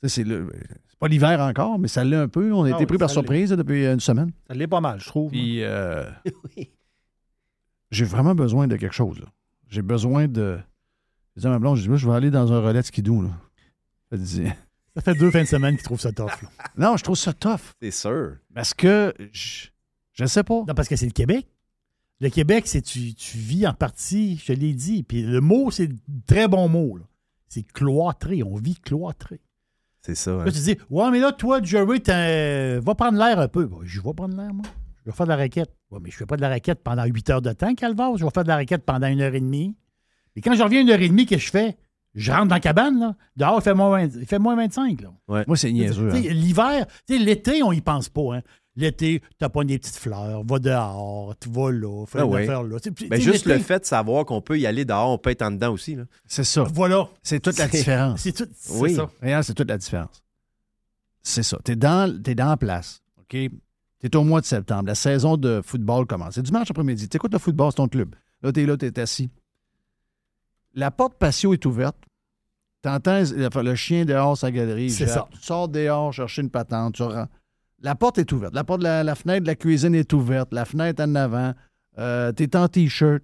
[SPEAKER 3] sais, C'est le- c'est pas l'hiver encore, mais ça l'est un peu. On a
[SPEAKER 6] Ah
[SPEAKER 3] été
[SPEAKER 6] oui,
[SPEAKER 3] pris par
[SPEAKER 6] ça
[SPEAKER 3] surprise là, depuis une semaine.
[SPEAKER 6] Ça l'est pas mal, je trouve.
[SPEAKER 3] Puis euh, j'ai vraiment besoin de quelque chose. là. J'ai besoin de. Je dis à ma blonde, je dis, Moi, je vais aller dans un relais de skidoo. là. Elle dit,
[SPEAKER 6] Ça fait deux fins de semaine qu'ils trouvent ça tough. là.
[SPEAKER 3] non, je trouve ça tough.
[SPEAKER 4] C'est sûr.
[SPEAKER 3] Parce que je, je sais pas.
[SPEAKER 6] Non, parce que c'est le Québec. Le Québec, c'est tu, tu vis en partie, je te l'ai dit. Puis le mot, c'est un très bon mot. là. C'est cloîtré. On vit cloîtré.
[SPEAKER 4] C'est ça. hein.
[SPEAKER 6] Là, tu dis, ouais, mais là, toi, Jerry, t'es- va prendre l'air un peu. Bah, je vais prendre l'air, moi. Je vais faire de la raquette. Ouais, mais je fais pas de la raquette pendant 8 heures de temps, Calvas. Je vais faire de la raquette pendant une heure et demie. Et quand je reviens une heure et demie, qu'est-ce que je fais? Je rentre dans la cabane, là. Dehors, il fait moins, 20 il fait moins 25, là.
[SPEAKER 3] Moi, c'est niaiseux.
[SPEAKER 6] Tu sais,
[SPEAKER 3] hein.
[SPEAKER 6] L'hiver, tu sais, l'été, on y pense pas. Hein. L'été, t'as pas des petites fleurs, va dehors, tu vas là, fais
[SPEAKER 4] Ah
[SPEAKER 6] une
[SPEAKER 4] oui.
[SPEAKER 6] affaire là. Tu sais,
[SPEAKER 4] Ben,
[SPEAKER 6] tu sais,
[SPEAKER 4] juste le
[SPEAKER 6] l'été,
[SPEAKER 4] fait de savoir qu'on peut y aller dehors, on peut être en dedans aussi. là.
[SPEAKER 3] hein. C'est ça.
[SPEAKER 6] Voilà.
[SPEAKER 3] C'est toute la
[SPEAKER 4] C'est-
[SPEAKER 3] différence.
[SPEAKER 4] c'est tout- c'est Oui. ça.
[SPEAKER 3] Réal, c'est toute la différence. C'est ça. T'es dans, t'es dans la place. OK? T'es au mois de septembre. La saison de football commence. C'est dimanche après-midi. T'écoutes le football, c'est ton club. Là, t'es là, t'es assis. La porte patio est ouverte. T'entends enfin, le chien dehors sa galerie.
[SPEAKER 6] C'est
[SPEAKER 3] jappe.
[SPEAKER 6] ça.
[SPEAKER 3] Tu sors dehors chercher une patente. Tu rentres. La porte est ouverte. La porte de la, la fenêtre de la cuisine est ouverte. La fenêtre en avant. Euh, t'es en T-shirt.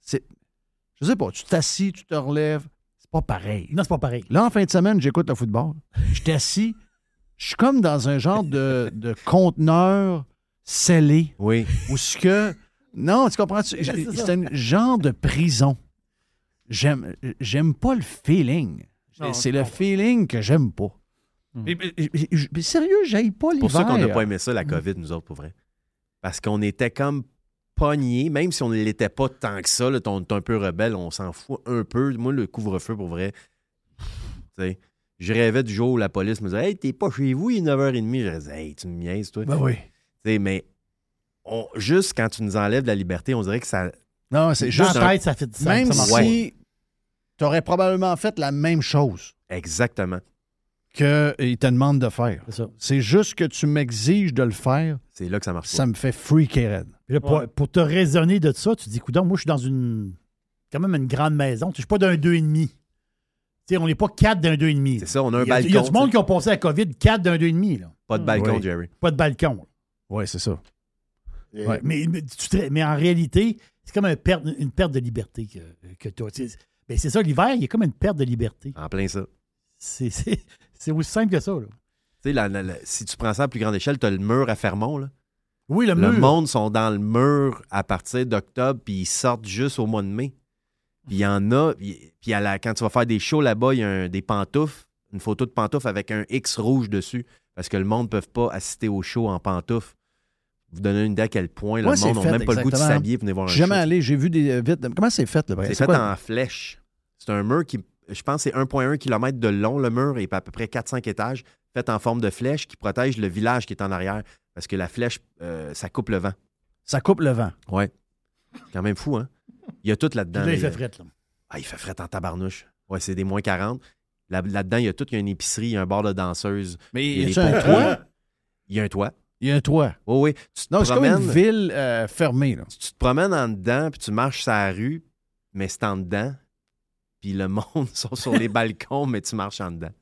[SPEAKER 3] C'est. Je sais pas, tu t'assis, tu te relèves. C'est pas pareil.
[SPEAKER 6] Non, c'est pas pareil.
[SPEAKER 3] Là, en fin de semaine, j'écoute le football. Je t'assis. Je suis comme dans un genre de, de conteneur scellé.
[SPEAKER 4] Oui.
[SPEAKER 3] Où ce que. Non, tu comprends? tu-
[SPEAKER 6] c'est ça.
[SPEAKER 3] C'est un genre de prison. J'aime j'aime pas le feeling.
[SPEAKER 4] Non,
[SPEAKER 3] C'est
[SPEAKER 4] je
[SPEAKER 3] le feeling que j'aime pas. Mais, mais- mais- mais sérieux, j'aille pas
[SPEAKER 4] C'est
[SPEAKER 3] l'hiver.
[SPEAKER 4] pour ça qu'on n'a pas aimé ça, la COVID, nous autres, pour vrai. Parce qu'on était comme pognés, même si on ne l'était pas tant que ça. Là, on est un peu rebelle, on s'en fout un peu. Moi, le couvre-feu, pour vrai, tu sais, je rêvais du jour où la police me disait Hey, t'es pas chez vous, il est 9h30. Je disais Hey, tu me niaises, toi.
[SPEAKER 3] Ben oui.
[SPEAKER 4] Tu sais, mais on- juste quand tu nous enlèves la liberté, on dirait que ça.
[SPEAKER 3] Non, c'est juste.
[SPEAKER 4] un-
[SPEAKER 3] Même
[SPEAKER 4] Ouais,
[SPEAKER 3] si tu aurais probablement fait la même chose
[SPEAKER 4] Exactement.
[SPEAKER 3] qu'ils te demandent de faire. C'est juste que tu m'exiges de le faire.
[SPEAKER 4] C'est là que ça marche.
[SPEAKER 3] Ça me fait freaker raide.
[SPEAKER 6] Puis là, pour, pour te raisonner de ça, tu te dis, coudonc, moi, je suis dans une. quand même une grande maison. Tu sais, Je suis pas d'un 2,5. Tu sais, on n'est pas quatre d'un 2,5. C'est
[SPEAKER 4] ça, on a un
[SPEAKER 6] Il y a, il y a du
[SPEAKER 4] balcon,
[SPEAKER 6] monde qui ont passé la COVID, quatre d'un 2,5. là.
[SPEAKER 4] Pas de balcon,
[SPEAKER 6] Oui.
[SPEAKER 4] Jerry.
[SPEAKER 6] Pas de balcon.
[SPEAKER 3] Oui, c'est ça.
[SPEAKER 6] Ouais, Mais, mais tu te- mais en réalité, c'est comme un perte- une perte de liberté que, que tu as. Tu sais, ben, c'est ça, l'hiver, il y a comme une perte de liberté.
[SPEAKER 4] En plein ça.
[SPEAKER 6] C'est- C'est c'est aussi simple que ça. là.
[SPEAKER 4] Tu sais, la- la- la- si tu prends ça à plus grande échelle, tu as le mur à Fermont. Là.
[SPEAKER 6] Oui, le
[SPEAKER 4] Le
[SPEAKER 6] mur.
[SPEAKER 4] monde sont dans le mur à partir d'octobre, puis ils sortent juste au mois de mai. Puis il y en a, puis puis à la- quand tu vas faire des shows là-bas, il y a un- des pantoufles, une photo de pantoufles avec un X rouge dessus, parce que le monde ne peut pas assister au show en pantoufles. Vous donnez une idée à quel point le
[SPEAKER 3] Ouais,
[SPEAKER 4] monde
[SPEAKER 3] c'est
[SPEAKER 4] n'a
[SPEAKER 3] fait,
[SPEAKER 4] même pas le goût de
[SPEAKER 3] exactement.
[SPEAKER 4] s'habiller pour venir voir un
[SPEAKER 3] Je suis jamais
[SPEAKER 4] show.
[SPEAKER 3] allé, j'ai vu des euh, vite. Comment c'est fait, le vrai?
[SPEAKER 4] C'est
[SPEAKER 3] C'est
[SPEAKER 4] fait
[SPEAKER 3] quoi?
[SPEAKER 4] en flèche. C'est un mur qui, je pense, c'est 1,1 km de long, le mur, et à peu près 4-5 étages, fait en forme de flèche qui protège le village qui est en arrière. Parce que la flèche, euh, ça coupe le vent.
[SPEAKER 3] Ça coupe le vent.
[SPEAKER 4] Ouais. C'est quand même fou, hein? Il y a tout là-dedans.
[SPEAKER 6] Là, il
[SPEAKER 4] les-
[SPEAKER 6] fait frette, là.
[SPEAKER 4] Ah, il fait fret en tabarnouche. Ouais, c'est des moins 40. Là- Là-dedans, il y a tout. Il y a une épicerie, il y a un bar de danseuse.
[SPEAKER 3] Mais
[SPEAKER 4] il y a
[SPEAKER 3] y
[SPEAKER 4] des
[SPEAKER 3] a-tu un
[SPEAKER 4] pompiers.
[SPEAKER 3] toit?
[SPEAKER 4] Il y a un toit.
[SPEAKER 3] Il y a un toit.
[SPEAKER 4] Oui, oui. Tu te
[SPEAKER 3] Non, c'est comme une
[SPEAKER 4] promènes-
[SPEAKER 3] ville euh, fermée. là.
[SPEAKER 4] tu te promènes en dedans, puis tu marches sur la rue, mais c'est en dedans. Puis le monde sont sur les balcons, mais tu marches en dedans.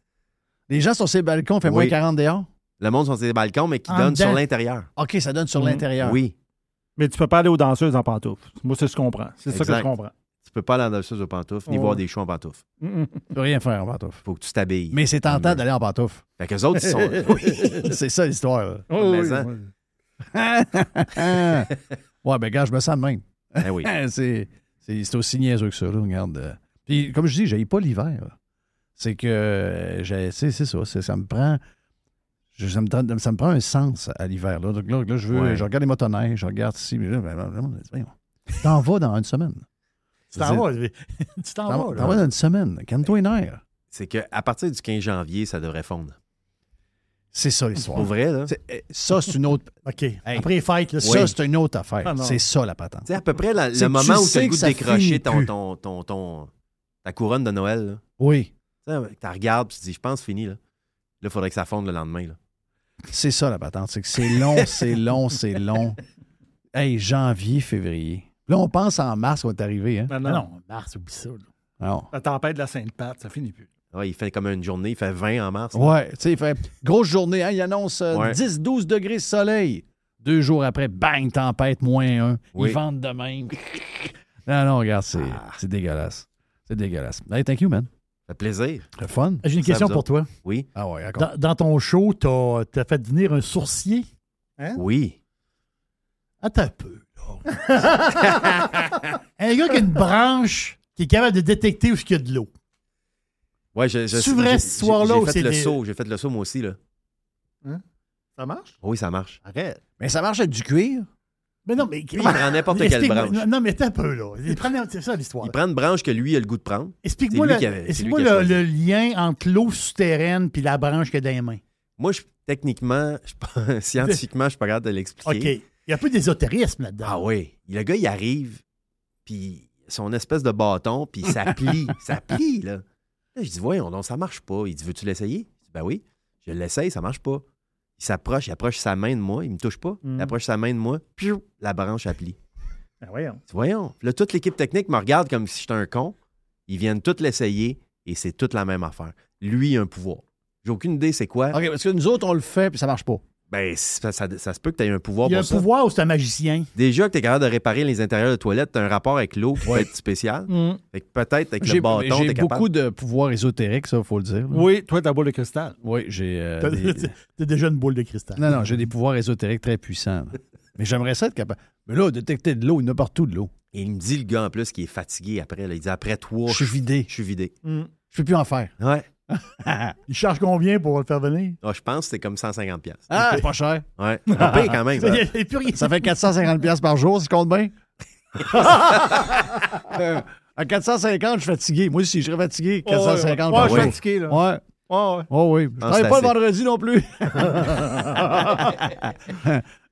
[SPEAKER 3] Les gens sur ces balcons, fait moins
[SPEAKER 4] Oui.
[SPEAKER 3] 40 dehors.
[SPEAKER 4] Le monde sont sur les balcons, mais qui
[SPEAKER 3] En
[SPEAKER 4] donnent sur
[SPEAKER 3] dedans.
[SPEAKER 4] l'intérieur.
[SPEAKER 3] OK, ça donne sur
[SPEAKER 5] Mhm.
[SPEAKER 3] l'intérieur.
[SPEAKER 4] Mm. Oui.
[SPEAKER 5] Mais tu peux pas aller aux danseuses en pantoufles. Moi, c'est ce que je comprends. C'est ça que je
[SPEAKER 4] Exact.
[SPEAKER 5] comprends.
[SPEAKER 4] Tu peux pas aller dans le sud aux pantoufles, ni
[SPEAKER 3] Oh.
[SPEAKER 5] Ouais.
[SPEAKER 4] voir des shows en pantoufles.
[SPEAKER 3] Tu peux rien faire en pantoufles.
[SPEAKER 4] Faut que tu t'habilles.
[SPEAKER 3] Mais c'est tentant d'aller en pantoufles.
[SPEAKER 4] Fait qu'eux autres, ils sont- oui.
[SPEAKER 3] c'est ça l'histoire. là.
[SPEAKER 4] Oui, Mais oui, en-
[SPEAKER 3] ouais, ben, gars, je me sens de même.
[SPEAKER 4] Ben oui.
[SPEAKER 3] Ah, c'est, c'est, c'est aussi niaiseux que ça, là, regarde. euh. Puis, comme je dis, j'ai pas l'hiver. là. C'est que, euh, j'ai- c'est, c'est ça, c'est- ça me prend... je- ça, me, donne- ça me prend un sens à l'hiver. Là. Donc là, là, je veux,
[SPEAKER 4] Ouais.
[SPEAKER 3] je regarde les motoneiges, je regarde ici, mais là, ben, ben, ben, voyons. t'en vas dans une semaine.
[SPEAKER 6] Tu t'en vas. là. Tu t'en
[SPEAKER 3] T'en
[SPEAKER 6] vas.
[SPEAKER 3] t'en vas
[SPEAKER 6] là.
[SPEAKER 3] dans une semaine. Calme-toi une heure.
[SPEAKER 4] C'est qu'à partir du 15 janvier, ça devrait fondre.
[SPEAKER 3] C'est ça l'histoire.
[SPEAKER 4] Pour vrai, là.
[SPEAKER 3] C'est- eh, Ça, c'est une autre.
[SPEAKER 6] OK. Après les fêtes, là,
[SPEAKER 3] Ça,
[SPEAKER 6] oui.
[SPEAKER 3] c'est une autre affaire.
[SPEAKER 6] Ah, non.
[SPEAKER 3] c'est ça la patente.
[SPEAKER 4] C'est à peu près la-
[SPEAKER 3] C'est que
[SPEAKER 4] le
[SPEAKER 3] tu
[SPEAKER 4] moment où tu
[SPEAKER 3] sais
[SPEAKER 4] as le
[SPEAKER 3] que
[SPEAKER 4] goût de
[SPEAKER 3] ça finit
[SPEAKER 4] décrocher ton,
[SPEAKER 3] plus.
[SPEAKER 4] ton, ton, ton- ta couronne de Noël. Là.
[SPEAKER 3] Oui,
[SPEAKER 4] Tu sais, t'en regardes, puis tu te dis, je pense, fini. Là, il faudrait que ça fonde le lendemain. Là.
[SPEAKER 3] c'est ça la patente. C'est que c'est long, c'est long, c'est long. Hey, janvier, février. Là, on pense en mars qu'on est arrivé. Hein?
[SPEAKER 5] Ben non.
[SPEAKER 6] Ah non, mars, oublie ça. là.
[SPEAKER 3] Alors,
[SPEAKER 5] La tempête de la Sainte-Pat, ça finit plus.
[SPEAKER 4] Ouais, Ah, il fait comme une journée, il fait 20 en mars. là.
[SPEAKER 3] ouais, tu sais, il fait grosse journée. hein, il annonce euh,
[SPEAKER 4] Ouais.
[SPEAKER 3] 10-12 degrés de soleil. Deux jours après, bang, tempête, moins un.
[SPEAKER 4] Oui. Ah.
[SPEAKER 3] Ils vendent de même. non, non, regarde, c'est c'est dégueulasse. C'est dégueulasse. Hey, thank you, man.
[SPEAKER 4] Ça fait plaisir.
[SPEAKER 3] Le fun.
[SPEAKER 6] J'ai une
[SPEAKER 4] Ça
[SPEAKER 6] question
[SPEAKER 4] vous
[SPEAKER 6] pour
[SPEAKER 4] autres?
[SPEAKER 6] toi.
[SPEAKER 4] Oui.
[SPEAKER 3] Ah ouais, raconte.
[SPEAKER 6] Dans, dans ton show, t'as as fait venir un sourcier.
[SPEAKER 3] Hein?
[SPEAKER 4] Oui.
[SPEAKER 6] Attends un peu. là. un gars qui a une branche qui est capable de détecter où il y a de l'eau.
[SPEAKER 4] Ouais, je, je,
[SPEAKER 6] C'est vrai,
[SPEAKER 4] j'ai-
[SPEAKER 6] ce soir-là,
[SPEAKER 4] j'ai-
[SPEAKER 6] ou
[SPEAKER 4] J'ai
[SPEAKER 6] c'est
[SPEAKER 4] fait le
[SPEAKER 6] des-
[SPEAKER 4] saut, j'ai fait le saut moi aussi. Là.
[SPEAKER 5] Ça marche?
[SPEAKER 4] Oui, ça marche.
[SPEAKER 5] Arrête.
[SPEAKER 3] Mais ça marche avec du cuir.
[SPEAKER 6] Mais non, mais.
[SPEAKER 4] il prend n'importe quelle
[SPEAKER 6] Explique-moi-
[SPEAKER 4] branche.
[SPEAKER 6] Non, mais t'as un peu, là. Il prend- C'est ça l'histoire.
[SPEAKER 4] Il prend une branche que lui a le goût de prendre.
[SPEAKER 6] Explique-moi
[SPEAKER 4] C'est lui
[SPEAKER 6] le,
[SPEAKER 4] qui avait- c'est lui
[SPEAKER 6] explique-moi
[SPEAKER 4] qui a
[SPEAKER 6] le-
[SPEAKER 4] choisi.
[SPEAKER 6] le lien entre l'eau souterraine puis la branche que dans les mains.
[SPEAKER 4] Moi, je, techniquement, je, suis pas- scientifiquement, je suis pas capable de
[SPEAKER 6] OK.
[SPEAKER 4] l'expliquer.
[SPEAKER 6] Il y a un peu d'ésotérisme là-dedans.
[SPEAKER 4] Ah oui. Le gars, il arrive, puis son espèce de bâton, puis ça plie. ça plie, là. Là, je dis, voyons donc, ça marche pas. Il dit, veux-tu l'essayer? Je dis, ben oui. Je l'essaye, ça marche pas. Il s'approche, il approche sa main de moi, il me touche pas.
[SPEAKER 6] Mm.
[SPEAKER 4] Il approche sa main de moi, piou, la branche, elle plie.
[SPEAKER 6] Ben voyons.
[SPEAKER 4] Je dis, Voyons. Là, toute l'équipe technique me regarde comme si j'étais un con. Ils viennent tous l'essayer et c'est toute la même affaire. Lui, il a un pouvoir. J'ai aucune idée c'est quoi.
[SPEAKER 3] OK, parce que nous autres, on le fait, puis ça marche pas.
[SPEAKER 4] Ben, ça, ça- ça se peut que tu aies un pouvoir
[SPEAKER 6] Il y a un
[SPEAKER 4] pour ça.
[SPEAKER 6] pouvoir ou c'est un magicien?
[SPEAKER 4] Déjà que tu es capable de réparer les intérieurs de toilettes, tu as un rapport avec l'eau qui peut être spécial.
[SPEAKER 6] Mm.
[SPEAKER 4] Fait que peut-être avec
[SPEAKER 3] J'ai
[SPEAKER 4] le bâton,
[SPEAKER 3] j'ai
[SPEAKER 4] tu es capable.
[SPEAKER 3] beaucoup de pouvoirs ésotériques, ça, faut le dire. là.
[SPEAKER 5] Oui, toi, ta boule de cristal.
[SPEAKER 3] Oui, j'ai. euh,
[SPEAKER 6] T'as
[SPEAKER 3] des-
[SPEAKER 6] t'as déjà une boule de cristal.
[SPEAKER 3] Non, non, j'ai des pouvoirs ésotériques très puissants. là. Mais j'aimerais ça être capable. Mais là, détecter de l'eau, il y en a partout de l'eau.
[SPEAKER 4] Et il me dit, le gars, en plus, qui est fatigué après. là. Il dit, après toi,
[SPEAKER 3] Je suis vidé.
[SPEAKER 4] Je suis vidé.
[SPEAKER 3] Je peux plus en faire.
[SPEAKER 4] Ouais.
[SPEAKER 6] Il charge combien pour le faire venir?
[SPEAKER 4] Ah, je pense que c'est comme 150$. piastres.
[SPEAKER 3] Ah, c'est pas cher.
[SPEAKER 4] Ouais. Pas pire quand même.
[SPEAKER 6] Il y a plus rien.
[SPEAKER 3] Ça fait 450 pièces par jour, si je compte bien. Euh, à 450, je suis fatigué. Moi aussi, je serais fatigué.
[SPEAKER 5] Oh, ouais,
[SPEAKER 3] 450
[SPEAKER 4] ben
[SPEAKER 5] ouais,
[SPEAKER 3] par
[SPEAKER 5] je
[SPEAKER 3] jour.
[SPEAKER 5] suis fatigué, là.
[SPEAKER 3] Ouais.
[SPEAKER 5] Ouais, ouais.
[SPEAKER 3] Oh oui. Je
[SPEAKER 4] Ah,
[SPEAKER 3] travaille
[SPEAKER 4] c'est
[SPEAKER 3] pas le vendredi
[SPEAKER 4] assez.
[SPEAKER 3] non plus.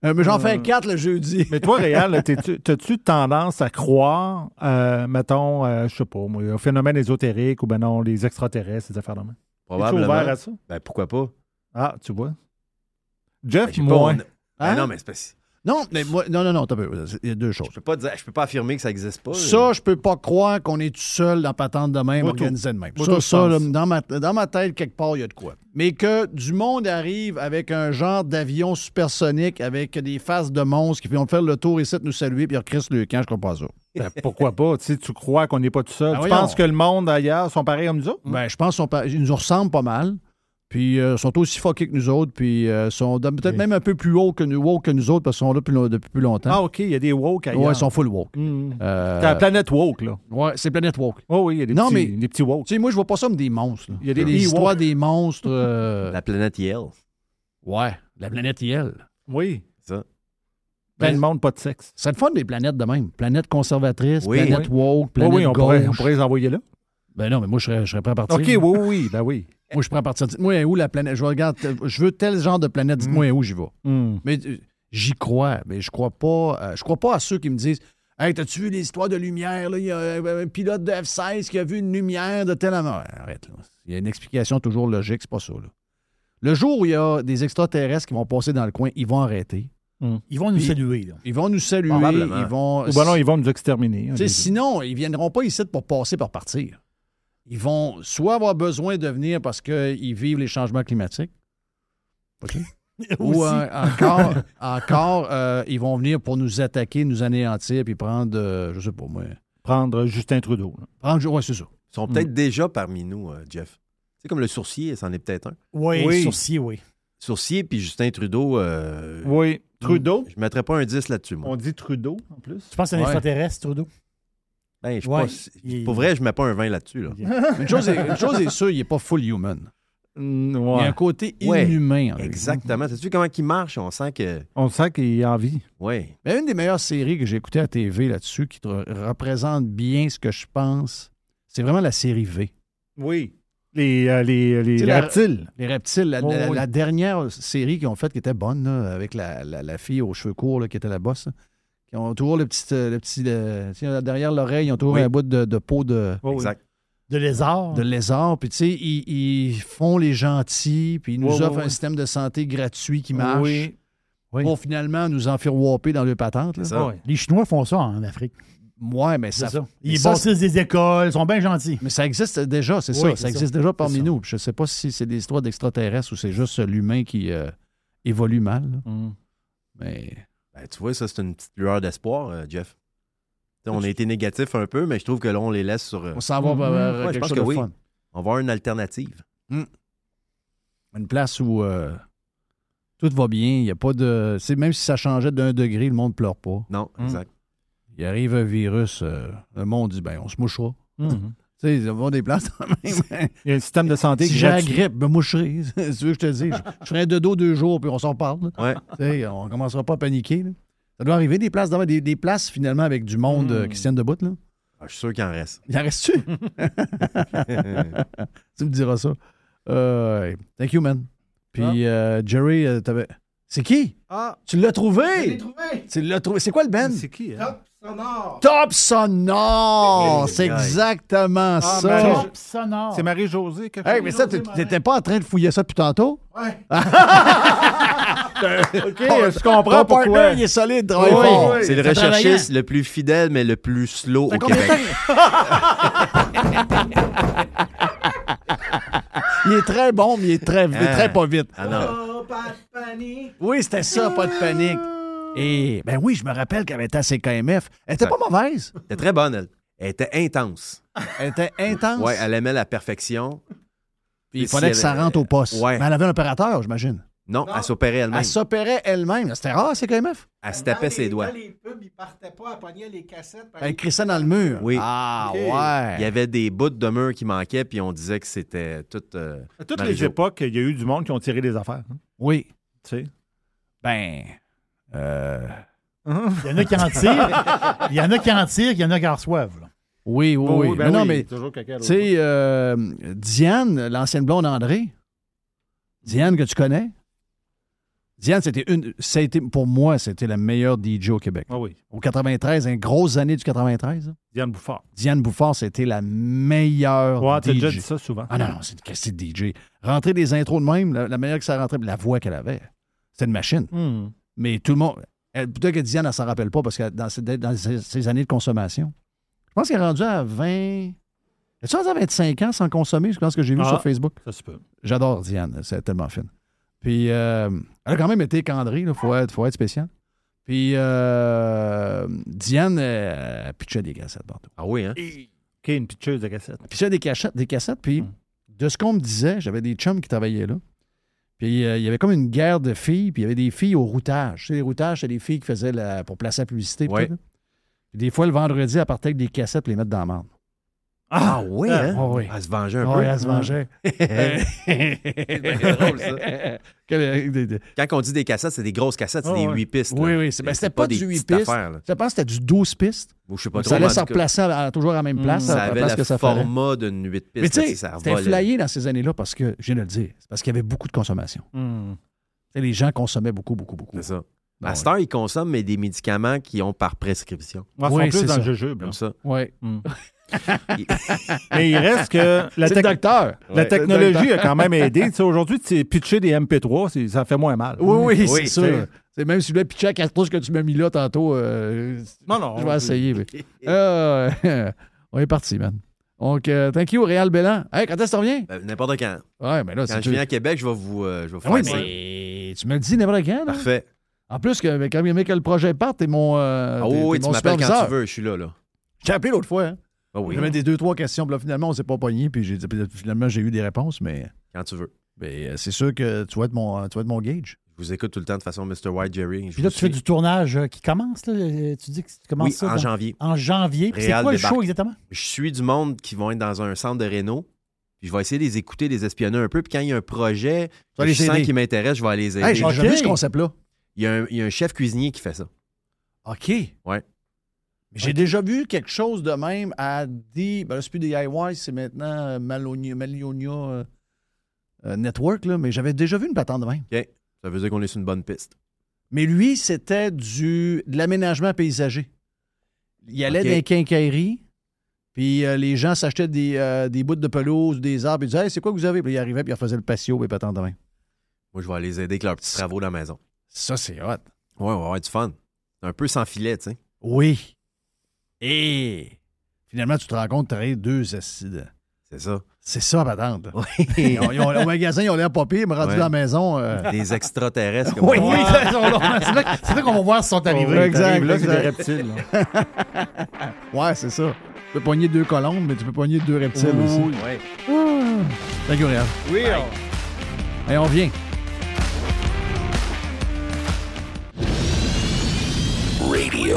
[SPEAKER 3] Euh, Mais j'en fais 4 le jeudi.
[SPEAKER 5] Mais toi, Réal, là, t'es-tu- t'as-tu tendance à croire, euh, mettons, euh, je sais pas, moi, au phénomène ésotérique ou ben non, les extraterrestres, ces affaires-là? même?
[SPEAKER 4] Probablement.
[SPEAKER 5] ouvert à ça?
[SPEAKER 4] Ben, pourquoi pas?
[SPEAKER 5] Ah, tu vois.
[SPEAKER 4] Ben,
[SPEAKER 5] Jeff,
[SPEAKER 4] j'ai pas-
[SPEAKER 5] moi.
[SPEAKER 4] on- Ben
[SPEAKER 3] Hein?
[SPEAKER 4] non, mais c'est parce que
[SPEAKER 3] Non, mais moi, non, non, non, t'as peu. Il y a deux choses.
[SPEAKER 4] je peux pas dire- je peux pas affirmer que ça n'existe pas.
[SPEAKER 3] Ça, je peux pas croire qu'on est tout seul dans patente de même,
[SPEAKER 5] Moi,
[SPEAKER 3] organisé de même.
[SPEAKER 5] Moi,
[SPEAKER 3] Ça,
[SPEAKER 5] tout, je
[SPEAKER 3] ça, là,
[SPEAKER 5] pense.
[SPEAKER 3] dans, ma, dans ma tête, quelque part, il y a de quoi. Mais que du monde arrive avec un genre d'avion supersonique avec des faces de monstres qui vont faire le tour ici, nous saluer, puis ils recrissent le camp, je crois pas ça.
[SPEAKER 5] Ben, pourquoi pas? Tu sais, tu crois qu'on n'est pas tout seul.
[SPEAKER 3] Ben
[SPEAKER 5] tu
[SPEAKER 3] voyons.
[SPEAKER 5] penses que le monde ailleurs sont pareils comme nous autres?
[SPEAKER 3] Ben, je pense qu'ils nous ressemblent pas mal. Puis euh, sont aussi fuckés que nous autres, puis euh, sont de- peut-être
[SPEAKER 5] Oui.
[SPEAKER 3] même un peu plus haut que nous, woke que nous autres parce qu'ils sont là plus lo- depuis plus
[SPEAKER 5] Ah,
[SPEAKER 3] longtemps.
[SPEAKER 5] OK, il y a des woke ailleurs.
[SPEAKER 3] hein. ouais, ils sont full woke.
[SPEAKER 5] Hmm.
[SPEAKER 3] Euh,
[SPEAKER 5] T'as la planète woke, là.
[SPEAKER 3] ouais, c'est Planète Woke.
[SPEAKER 5] Oh oui, il y a des,
[SPEAKER 3] Non,
[SPEAKER 5] petits,
[SPEAKER 3] mais-
[SPEAKER 5] des petits woke.
[SPEAKER 3] Tu sais, moi, je vois pas ça comme des monstres. là.
[SPEAKER 5] Il y a des Ewoks.
[SPEAKER 3] histoires des monstres. euh,
[SPEAKER 4] La planète Yale.
[SPEAKER 3] Ouais, la planète IL.
[SPEAKER 5] Oui.
[SPEAKER 4] Ça.
[SPEAKER 5] Plein
[SPEAKER 3] Ben-
[SPEAKER 5] de monde, pas de sexe.
[SPEAKER 3] C'est le fun des planètes de même. Planète conservatrice,
[SPEAKER 4] Oui.
[SPEAKER 3] planète woke,
[SPEAKER 5] Oh Oui,
[SPEAKER 3] planète
[SPEAKER 5] oui, on
[SPEAKER 3] gauche.
[SPEAKER 5] pourrait, on pourrait les envoyer là.
[SPEAKER 3] Ben non, mais moi, je serais, je serais prêt à partir.
[SPEAKER 5] OK, oui, oui, oui, ben oui.
[SPEAKER 3] Moi, je suis prêt à partir. Moi, où la planète? Je regarde, je veux tel genre de planète, dites-moi où j'y vais.
[SPEAKER 5] Hmm.
[SPEAKER 3] Mais euh, j'y crois, mais je crois pas. euh, je crois pas à ceux qui me disent Hey, t'as-tu vu l'histoire de lumière? là? Il y a euh, un pilote de F-16 qui a vu une lumière de telle mort. Arrête, là. Il y a une explication toujours logique, c'est pas ça, là. Le jour où il y a des extraterrestres qui vont passer dans le coin, ils vont arrêter.
[SPEAKER 6] Ils vont nous
[SPEAKER 3] Puis-
[SPEAKER 6] saluer. Là.
[SPEAKER 3] Ils vont nous saluer.
[SPEAKER 4] Probablement.
[SPEAKER 3] Ils vont.
[SPEAKER 5] Ou ben non, ils vont nous exterminer. hein,
[SPEAKER 3] Tu sais, sinon, ils ne viendront pas ici pour passer par partir. Ils vont soit avoir besoin de venir parce qu'ils vivent les changements climatiques. OK? Ou euh, encore, encore euh, ils vont venir pour nous attaquer, nous anéantir, puis prendre, euh, je sais pas moi.
[SPEAKER 5] Prendre euh, Justin Trudeau. là.
[SPEAKER 3] Prendre, ouais, c'est ça.
[SPEAKER 4] Ils sont peut-être déjà parmi nous, euh, Jeff. C'est comme le sourcier, c'en est peut-être un.
[SPEAKER 6] Oui,
[SPEAKER 5] Oui.
[SPEAKER 6] sourcier, oui.
[SPEAKER 4] Sourcier puis Justin Trudeau, euh,
[SPEAKER 5] Oui. Trudeau.
[SPEAKER 4] je mettrais pas un 10 là-dessus, moi.
[SPEAKER 5] On dit Trudeau, en plus.
[SPEAKER 6] Tu penses à un
[SPEAKER 3] Ouais.
[SPEAKER 6] extraterrestre, Trudeau?
[SPEAKER 4] Ben, je suis
[SPEAKER 6] Ouais,
[SPEAKER 4] pas si-
[SPEAKER 6] il-
[SPEAKER 4] Pour vrai, je mets pas un 20 là-dessus. Là.
[SPEAKER 3] Mais Une chose est, une chose est sûre, il n'est pas full human.
[SPEAKER 5] Hmm,
[SPEAKER 3] Il y a
[SPEAKER 5] ouais.
[SPEAKER 3] un côté
[SPEAKER 4] Ouais.
[SPEAKER 3] inhumain. en lui.
[SPEAKER 4] Exactement. T'as vu comment il marche? On sent que.
[SPEAKER 5] On sent qu'il a envie.
[SPEAKER 4] Ouais.
[SPEAKER 3] Mais une des meilleures séries que j'ai écoutées à TV là-dessus, qui te représente bien ce que je pense, c'est vraiment la série V.
[SPEAKER 5] Oui. Les, euh, les, les
[SPEAKER 3] C'est la-
[SPEAKER 5] reptiles.
[SPEAKER 3] Les reptiles, la,
[SPEAKER 5] Oh,
[SPEAKER 3] la-
[SPEAKER 5] oui.
[SPEAKER 3] la dernière série qu'ils ont faite qui était bonne, là, avec la, la- la fille aux cheveux courts là, qui était la bosse, là, qui ont toujours le petit. euh, Le petit euh, tu sais, derrière l'oreille, ils ont toujours
[SPEAKER 4] Oui.
[SPEAKER 3] un bout de, de peau de,
[SPEAKER 5] Oh, oui.
[SPEAKER 4] exact.
[SPEAKER 6] De lézard?
[SPEAKER 3] de lézard. Puis, tu sais, ils, ils font les gentils, puis ils nous
[SPEAKER 5] Oui, oui,
[SPEAKER 3] offrent un
[SPEAKER 5] oui.
[SPEAKER 3] système de santé gratuit qui marche.
[SPEAKER 5] Oui.
[SPEAKER 3] Pour finalement nous en faire whopper dans le patente.
[SPEAKER 4] C'est
[SPEAKER 3] Là.
[SPEAKER 4] ça.
[SPEAKER 5] Ouais.
[SPEAKER 6] Les Chinois font ça en Afrique.
[SPEAKER 3] Ouais, mais
[SPEAKER 6] C'est
[SPEAKER 3] ça.
[SPEAKER 6] ça.
[SPEAKER 3] mais
[SPEAKER 6] Ils
[SPEAKER 3] ça,
[SPEAKER 6] bâtissent des écoles, ils sont bien gentils.
[SPEAKER 3] Mais ça existe déjà, c'est
[SPEAKER 6] Oui,
[SPEAKER 3] ça.
[SPEAKER 6] c'est
[SPEAKER 3] Ça
[SPEAKER 6] ça.
[SPEAKER 3] existe déjà parmi
[SPEAKER 6] ça.
[SPEAKER 3] nous. Je ne sais pas si c'est des histoires d'extraterrestres ou c'est juste l'humain qui euh, évolue mal. là.
[SPEAKER 5] Hmm.
[SPEAKER 3] Mais.
[SPEAKER 4] Ben, tu vois, ça, c'est une petite lueur d'espoir, euh, Jeff. T'sais, on a été négatif un peu, mais je trouve que là, on les laisse sur. euh,
[SPEAKER 3] On s'en va
[SPEAKER 5] Mhm.
[SPEAKER 3] vers vers
[SPEAKER 4] Ouais, je
[SPEAKER 3] quelque
[SPEAKER 4] pense
[SPEAKER 3] chose
[SPEAKER 4] que
[SPEAKER 3] de
[SPEAKER 4] oui.
[SPEAKER 3] fun.
[SPEAKER 4] on va avoir une alternative.
[SPEAKER 3] Une place où euh, tout va bien, il n'y a pas de... c'est- Même si ça changeait d'un degré, le monde pleure pas.
[SPEAKER 4] Non,
[SPEAKER 5] Mm.
[SPEAKER 4] exact.
[SPEAKER 3] Il arrive un virus, euh, le monde dit, ben on se mouchera.
[SPEAKER 5] Mhm.
[SPEAKER 3] Tu sais, ils vont des places quand même.
[SPEAKER 5] Il y a un système de santé
[SPEAKER 3] si j'ai la
[SPEAKER 5] gratuit.
[SPEAKER 3] grippe, ben, me moucherai. tu veux que je te dise, je, je ferai un dodo deux jours, puis on s'en parle.
[SPEAKER 4] Ouais.
[SPEAKER 3] Tu sais, on commencera pas à paniquer. là. Ça doit arriver des places, d'avoir des, des places finalement avec du monde
[SPEAKER 4] Hmm.
[SPEAKER 3] euh, qui se tiennent debout, là.
[SPEAKER 4] Ah, je suis sûr qu'il en reste.
[SPEAKER 3] Il en reste-tu? tu me diras ça. Euh, thank you, man. Puis euh, Jerry, euh, t'avais. C'est qui?
[SPEAKER 13] Ah.
[SPEAKER 3] Tu l'as trouvé!
[SPEAKER 13] Je l'ai trouvé!
[SPEAKER 3] Tu l'as trouvé. C'est quoi le Ben?
[SPEAKER 13] C'est qui?
[SPEAKER 5] hein?
[SPEAKER 13] Top sonore!
[SPEAKER 3] Top sonore!
[SPEAKER 13] Hey,
[SPEAKER 3] C'est
[SPEAKER 13] guy.
[SPEAKER 3] exactement
[SPEAKER 13] Ah,
[SPEAKER 3] ça.
[SPEAKER 13] Marie-
[SPEAKER 6] Top sonore.
[SPEAKER 13] C'est Marie-Josée. quelque
[SPEAKER 3] Ah. Hey,
[SPEAKER 13] chose.
[SPEAKER 3] mais ça, t'é- t'étais pas en train de fouiller ça depuis tantôt?
[SPEAKER 13] Ouais.
[SPEAKER 3] OK,
[SPEAKER 13] Ton-
[SPEAKER 3] Oh, je
[SPEAKER 13] ton
[SPEAKER 3] comprends
[SPEAKER 13] partner,
[SPEAKER 3] pourquoi.
[SPEAKER 13] il est
[SPEAKER 3] solide,
[SPEAKER 13] travaille Oui, fort. oui.
[SPEAKER 4] C'est le
[SPEAKER 13] Ça
[SPEAKER 4] recherchiste
[SPEAKER 13] travaillait.
[SPEAKER 4] le plus fidèle, mais le plus slow au
[SPEAKER 13] combien de
[SPEAKER 4] Québec.
[SPEAKER 3] il est très bon, mais il est très, il est très pas vite.
[SPEAKER 4] Ah non.
[SPEAKER 3] Oui, c'était ça, pas de panique. Et ben oui, je me rappelle qu'elle était à CKMF. Elle était pas mauvaise.
[SPEAKER 4] Elle était très bonne, elle. Elle était intense.
[SPEAKER 3] Elle était intense.
[SPEAKER 4] Ouais, elle aimait la perfection. Puis
[SPEAKER 3] Il fallait que ça rentre au poste.
[SPEAKER 4] Ouais.
[SPEAKER 3] Mais elle avait un opérateur, j'imagine.
[SPEAKER 4] Non, elle s'opérait elle-même.
[SPEAKER 3] Elle s'opérait elle-même. C'était rare, CKMF.
[SPEAKER 4] Elle se tapait ses doigts.
[SPEAKER 3] Elle crie ça dans le mur.
[SPEAKER 4] Oui.
[SPEAKER 3] Ah, ouais.
[SPEAKER 4] Il y avait des bouts de mur qui manquaient, puis on disait que c'était tout. euh,
[SPEAKER 5] À toutes les
[SPEAKER 4] Marie-Jo.
[SPEAKER 5] époques, il y a eu du monde qui ont tiré des affaires. hein.
[SPEAKER 3] Oui.
[SPEAKER 5] Tu sais.
[SPEAKER 3] Ben. Euh...
[SPEAKER 6] Il y en a qui en tirent, il y en a qui en tirent, il y en a qui en reçoivent. là.
[SPEAKER 3] Oui, oui,
[SPEAKER 6] Oh,
[SPEAKER 3] oui.
[SPEAKER 6] oui, ben
[SPEAKER 3] non,
[SPEAKER 6] oui,
[SPEAKER 3] mais,
[SPEAKER 6] toujours quelqu'un
[SPEAKER 3] tu sais, euh, Diane, l'ancienne blonde André, Diane que tu connais, Diane, c'était une, ça a été, pour moi, c'était la meilleure DJ au Québec.
[SPEAKER 5] Ah oui.
[SPEAKER 3] Au 93, une grosse année du 93. là.
[SPEAKER 5] Diane Bouffard.
[SPEAKER 3] Diane Bouffard, c'était la meilleure
[SPEAKER 5] Ouais,
[SPEAKER 3] DJ.
[SPEAKER 5] t'as déjà dit ça souvent.
[SPEAKER 3] Ah non, non, c'est une question de DJ. Rentrer des intros de même, la, la meilleure que ça rentrait, la voix qu'elle avait, c'était une machine.
[SPEAKER 5] Hmm.
[SPEAKER 3] Mais tout le monde. elle- Peut-être que Diane, elle s'en rappelle pas parce que dans, ses- dans ses, ses années de consommation, je pense qu'elle est rendue à 20. Elle est rendue à 25 ans sans consommer, je pense que j'ai vu
[SPEAKER 5] Ah,
[SPEAKER 3] sur Facebook.
[SPEAKER 5] Ça se peut.
[SPEAKER 3] J'adore Diane, c'est tellement fine. Puis, euh, elle a quand même été candrée, il faut être, faut être spécial. Puis, euh, Diane euh, pitchait des cassettes partout.
[SPEAKER 4] Ah oui, hein?
[SPEAKER 5] OK, une pitcheuse de cassette.
[SPEAKER 3] Pitchait des cassettes, des cassettes puis
[SPEAKER 4] Hmm.
[SPEAKER 3] de ce qu'on me disait, j'avais des chums qui travaillaient là. Puis, euh, il y avait comme une guerre de filles, puis il y avait des filles au routage. Tu sais, les routages, c'est des filles qui faisaient la- pour placer la publicité. puis
[SPEAKER 4] Ouais.
[SPEAKER 3] tout, là. Puis des fois, le vendredi, elle partait avec des cassettes pour les mettre dans la marde.
[SPEAKER 4] Ah, oui, hein?
[SPEAKER 3] Ah oui.
[SPEAKER 4] Elle se vengeait un
[SPEAKER 3] Ah
[SPEAKER 4] peu. Eh.
[SPEAKER 3] oui, elle se vengeait.
[SPEAKER 4] C'est bien drôle, ça.
[SPEAKER 3] euh,
[SPEAKER 4] Quand on dit des cassettes, c'est des grosses cassettes, c'est
[SPEAKER 3] Ah
[SPEAKER 4] des
[SPEAKER 3] ouais.
[SPEAKER 4] 8 pistes. là.
[SPEAKER 3] Oui, oui. c'est- ben,
[SPEAKER 4] C'est
[SPEAKER 3] C'était pas, du
[SPEAKER 4] des
[SPEAKER 3] 8
[SPEAKER 4] petites
[SPEAKER 3] pistes.
[SPEAKER 4] affaires, là.
[SPEAKER 3] Je pense que c'était du 12 pistes.
[SPEAKER 4] Ou je sais pas
[SPEAKER 3] Donc,
[SPEAKER 4] trop,
[SPEAKER 3] ça allait
[SPEAKER 4] mais en
[SPEAKER 3] se
[SPEAKER 4] tout cas,
[SPEAKER 3] replacer à- à- toujours à la même place, à
[SPEAKER 4] Ça
[SPEAKER 3] la
[SPEAKER 4] avait
[SPEAKER 3] place
[SPEAKER 4] le
[SPEAKER 3] que ça fallait.
[SPEAKER 4] format d'une 8 pistes.
[SPEAKER 3] Mais tu
[SPEAKER 4] là,
[SPEAKER 3] sais,
[SPEAKER 4] ça
[SPEAKER 3] c'était
[SPEAKER 4] volait.
[SPEAKER 3] flyé dans ces années-là parce que, je viens de le dire, c'est parce qu'il y avait beaucoup de consommation.
[SPEAKER 5] Hmm.
[SPEAKER 3] Tu sais, Les gens consommaient beaucoup, beaucoup, beaucoup.
[SPEAKER 4] C'est ça.
[SPEAKER 3] Non,
[SPEAKER 4] à cette heure, ils consomment mais des médicaments qui ont par prescription.
[SPEAKER 5] Ouais, ils sont
[SPEAKER 3] Oui,
[SPEAKER 5] plus
[SPEAKER 3] c'est
[SPEAKER 5] dans
[SPEAKER 3] ça.
[SPEAKER 5] le jujube. là.
[SPEAKER 4] Comme ça.
[SPEAKER 3] Oui.
[SPEAKER 5] Mais il reste que la,
[SPEAKER 3] C'est le
[SPEAKER 5] tec-
[SPEAKER 3] docteur.
[SPEAKER 5] la
[SPEAKER 3] Ouais.
[SPEAKER 5] technologie a quand même aidé. Tu sais, Aujourd'hui, tu sais, pitcher des MP3, c'est- ça fait moins mal.
[SPEAKER 3] Oui, oui, c'est
[SPEAKER 4] Oui,
[SPEAKER 3] sûr. C'est même si tu voulais pitcher à cartouche que tu m'as mis là tantôt, euh,
[SPEAKER 5] Non,
[SPEAKER 4] Oh,
[SPEAKER 5] non.
[SPEAKER 3] je vais essayer. mais- Euh, on est parti, man. Donc, euh, thank you, Réal Bélan. Hey, quand est-ce que tu reviens?
[SPEAKER 4] Ben, N'importe quand.
[SPEAKER 3] Ouais, mais là,
[SPEAKER 4] Quand
[SPEAKER 3] Ah, c'est
[SPEAKER 4] je viens à Québec, je vais vous, euh, je vais vous
[SPEAKER 3] Ah oui,
[SPEAKER 4] faire
[SPEAKER 3] mais tu me le dis n'importe quand.
[SPEAKER 4] ça.
[SPEAKER 3] là.
[SPEAKER 4] Parfait.
[SPEAKER 3] En plus, que, quand il y a mis que le projet parte, t'es mon, euh,
[SPEAKER 4] Ah
[SPEAKER 3] t'es-
[SPEAKER 4] oui,
[SPEAKER 3] t'es
[SPEAKER 4] tu
[SPEAKER 3] mon
[SPEAKER 4] m'appelles quand
[SPEAKER 3] superviseur.
[SPEAKER 4] tu veux, je suis là. là.
[SPEAKER 3] J'ai appelé l'autre fois. Hein?
[SPEAKER 4] Ah oui,
[SPEAKER 3] J'avais des deux, trois questions. Puis là, finalement, on s'est pas pogné. Puis j'ai dit- puis finalement, j'ai eu des réponses. Mais,
[SPEAKER 4] quand tu veux.
[SPEAKER 3] mais, euh, c'est sûr que tu vas être mon, tu vas être mon gauge.
[SPEAKER 4] Je vous écoute tout le temps de façon Mr. White Jerry. Je
[SPEAKER 6] Puis là,
[SPEAKER 4] vous
[SPEAKER 6] tu fais
[SPEAKER 4] suis.
[SPEAKER 6] du tournage euh, qui commence, là. euh, Tu dis que tu commences
[SPEAKER 4] Oui,
[SPEAKER 6] ça
[SPEAKER 4] en
[SPEAKER 6] dans-
[SPEAKER 4] janvier.
[SPEAKER 6] en janvier. Puis c'est
[SPEAKER 4] Réal
[SPEAKER 6] quoi le
[SPEAKER 4] débarque.
[SPEAKER 6] show exactement?
[SPEAKER 4] Je suis du monde qui vont être dans un centre de réno. Puis je vais essayer de les écouter, de les espionner un peu. Puis quand il y a un projet,
[SPEAKER 3] Tu vas
[SPEAKER 4] que
[SPEAKER 3] les
[SPEAKER 4] je sens
[SPEAKER 3] aider.
[SPEAKER 4] qui m'intéresse, je vais aller les aider.
[SPEAKER 3] Hey, j'ai
[SPEAKER 6] Ok.
[SPEAKER 3] jamais vu ce concept-là.
[SPEAKER 4] il, y a un, il y a un chef cuisinier qui fait ça.
[SPEAKER 3] OK. Ouais. J'ai déjà vu quelque chose de même à des. Ben là, c'est plus DIY, c'est maintenant euh, Malonia, Malionia euh, euh, Network, là, mais j'avais déjà vu une patente de même.
[SPEAKER 4] OK? Ça veut dire qu'on est sur une bonne piste.
[SPEAKER 3] Mais lui, c'était du de l'aménagement paysager. Il allait
[SPEAKER 4] OK.
[SPEAKER 3] dans les quincailleries, puis euh, les gens s'achetaient des, euh, des bouts de pelouse, des arbres, ils disaient Hey, c'est quoi que vous avez? Puis il arrivait, puis il refaisait le patio, puis patente de même.
[SPEAKER 4] Moi, je vais aller les aider avec leurs petits travaux dans la maison.
[SPEAKER 3] Ça, c'est hot.
[SPEAKER 4] Ouais, on va avoir du fun. C'est un peu sans filet, tu sais.
[SPEAKER 3] Oui. Et finalement, tu te rends compte, tu as deux acides.
[SPEAKER 4] C'est ça.
[SPEAKER 3] C'est ça, patente. Ils ont- ils ont- au magasin, ils ont l'air pas pires, mais rendu
[SPEAKER 4] Ouais.
[SPEAKER 3] dans la maison. euh,
[SPEAKER 4] Des extraterrestres. comme
[SPEAKER 3] Oui,
[SPEAKER 4] on dit.
[SPEAKER 3] oui,
[SPEAKER 6] c'est là, c'est là qu'on va voir si sont arrivés.
[SPEAKER 3] Exact,
[SPEAKER 5] T'arrives là, c'est des
[SPEAKER 3] exact.
[SPEAKER 5] reptiles. là.
[SPEAKER 3] Ouais, c'est ça. Tu peux pogner deux colombes, mais tu peux pogner deux reptiles aussi. Ah.
[SPEAKER 4] Ouais.
[SPEAKER 3] Thank you, Réal. Et on vient.
[SPEAKER 2] Radio.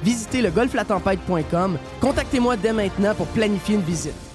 [SPEAKER 7] Visitez le golflatempête.com. Contactez-moi dès maintenant pour planifier une visite.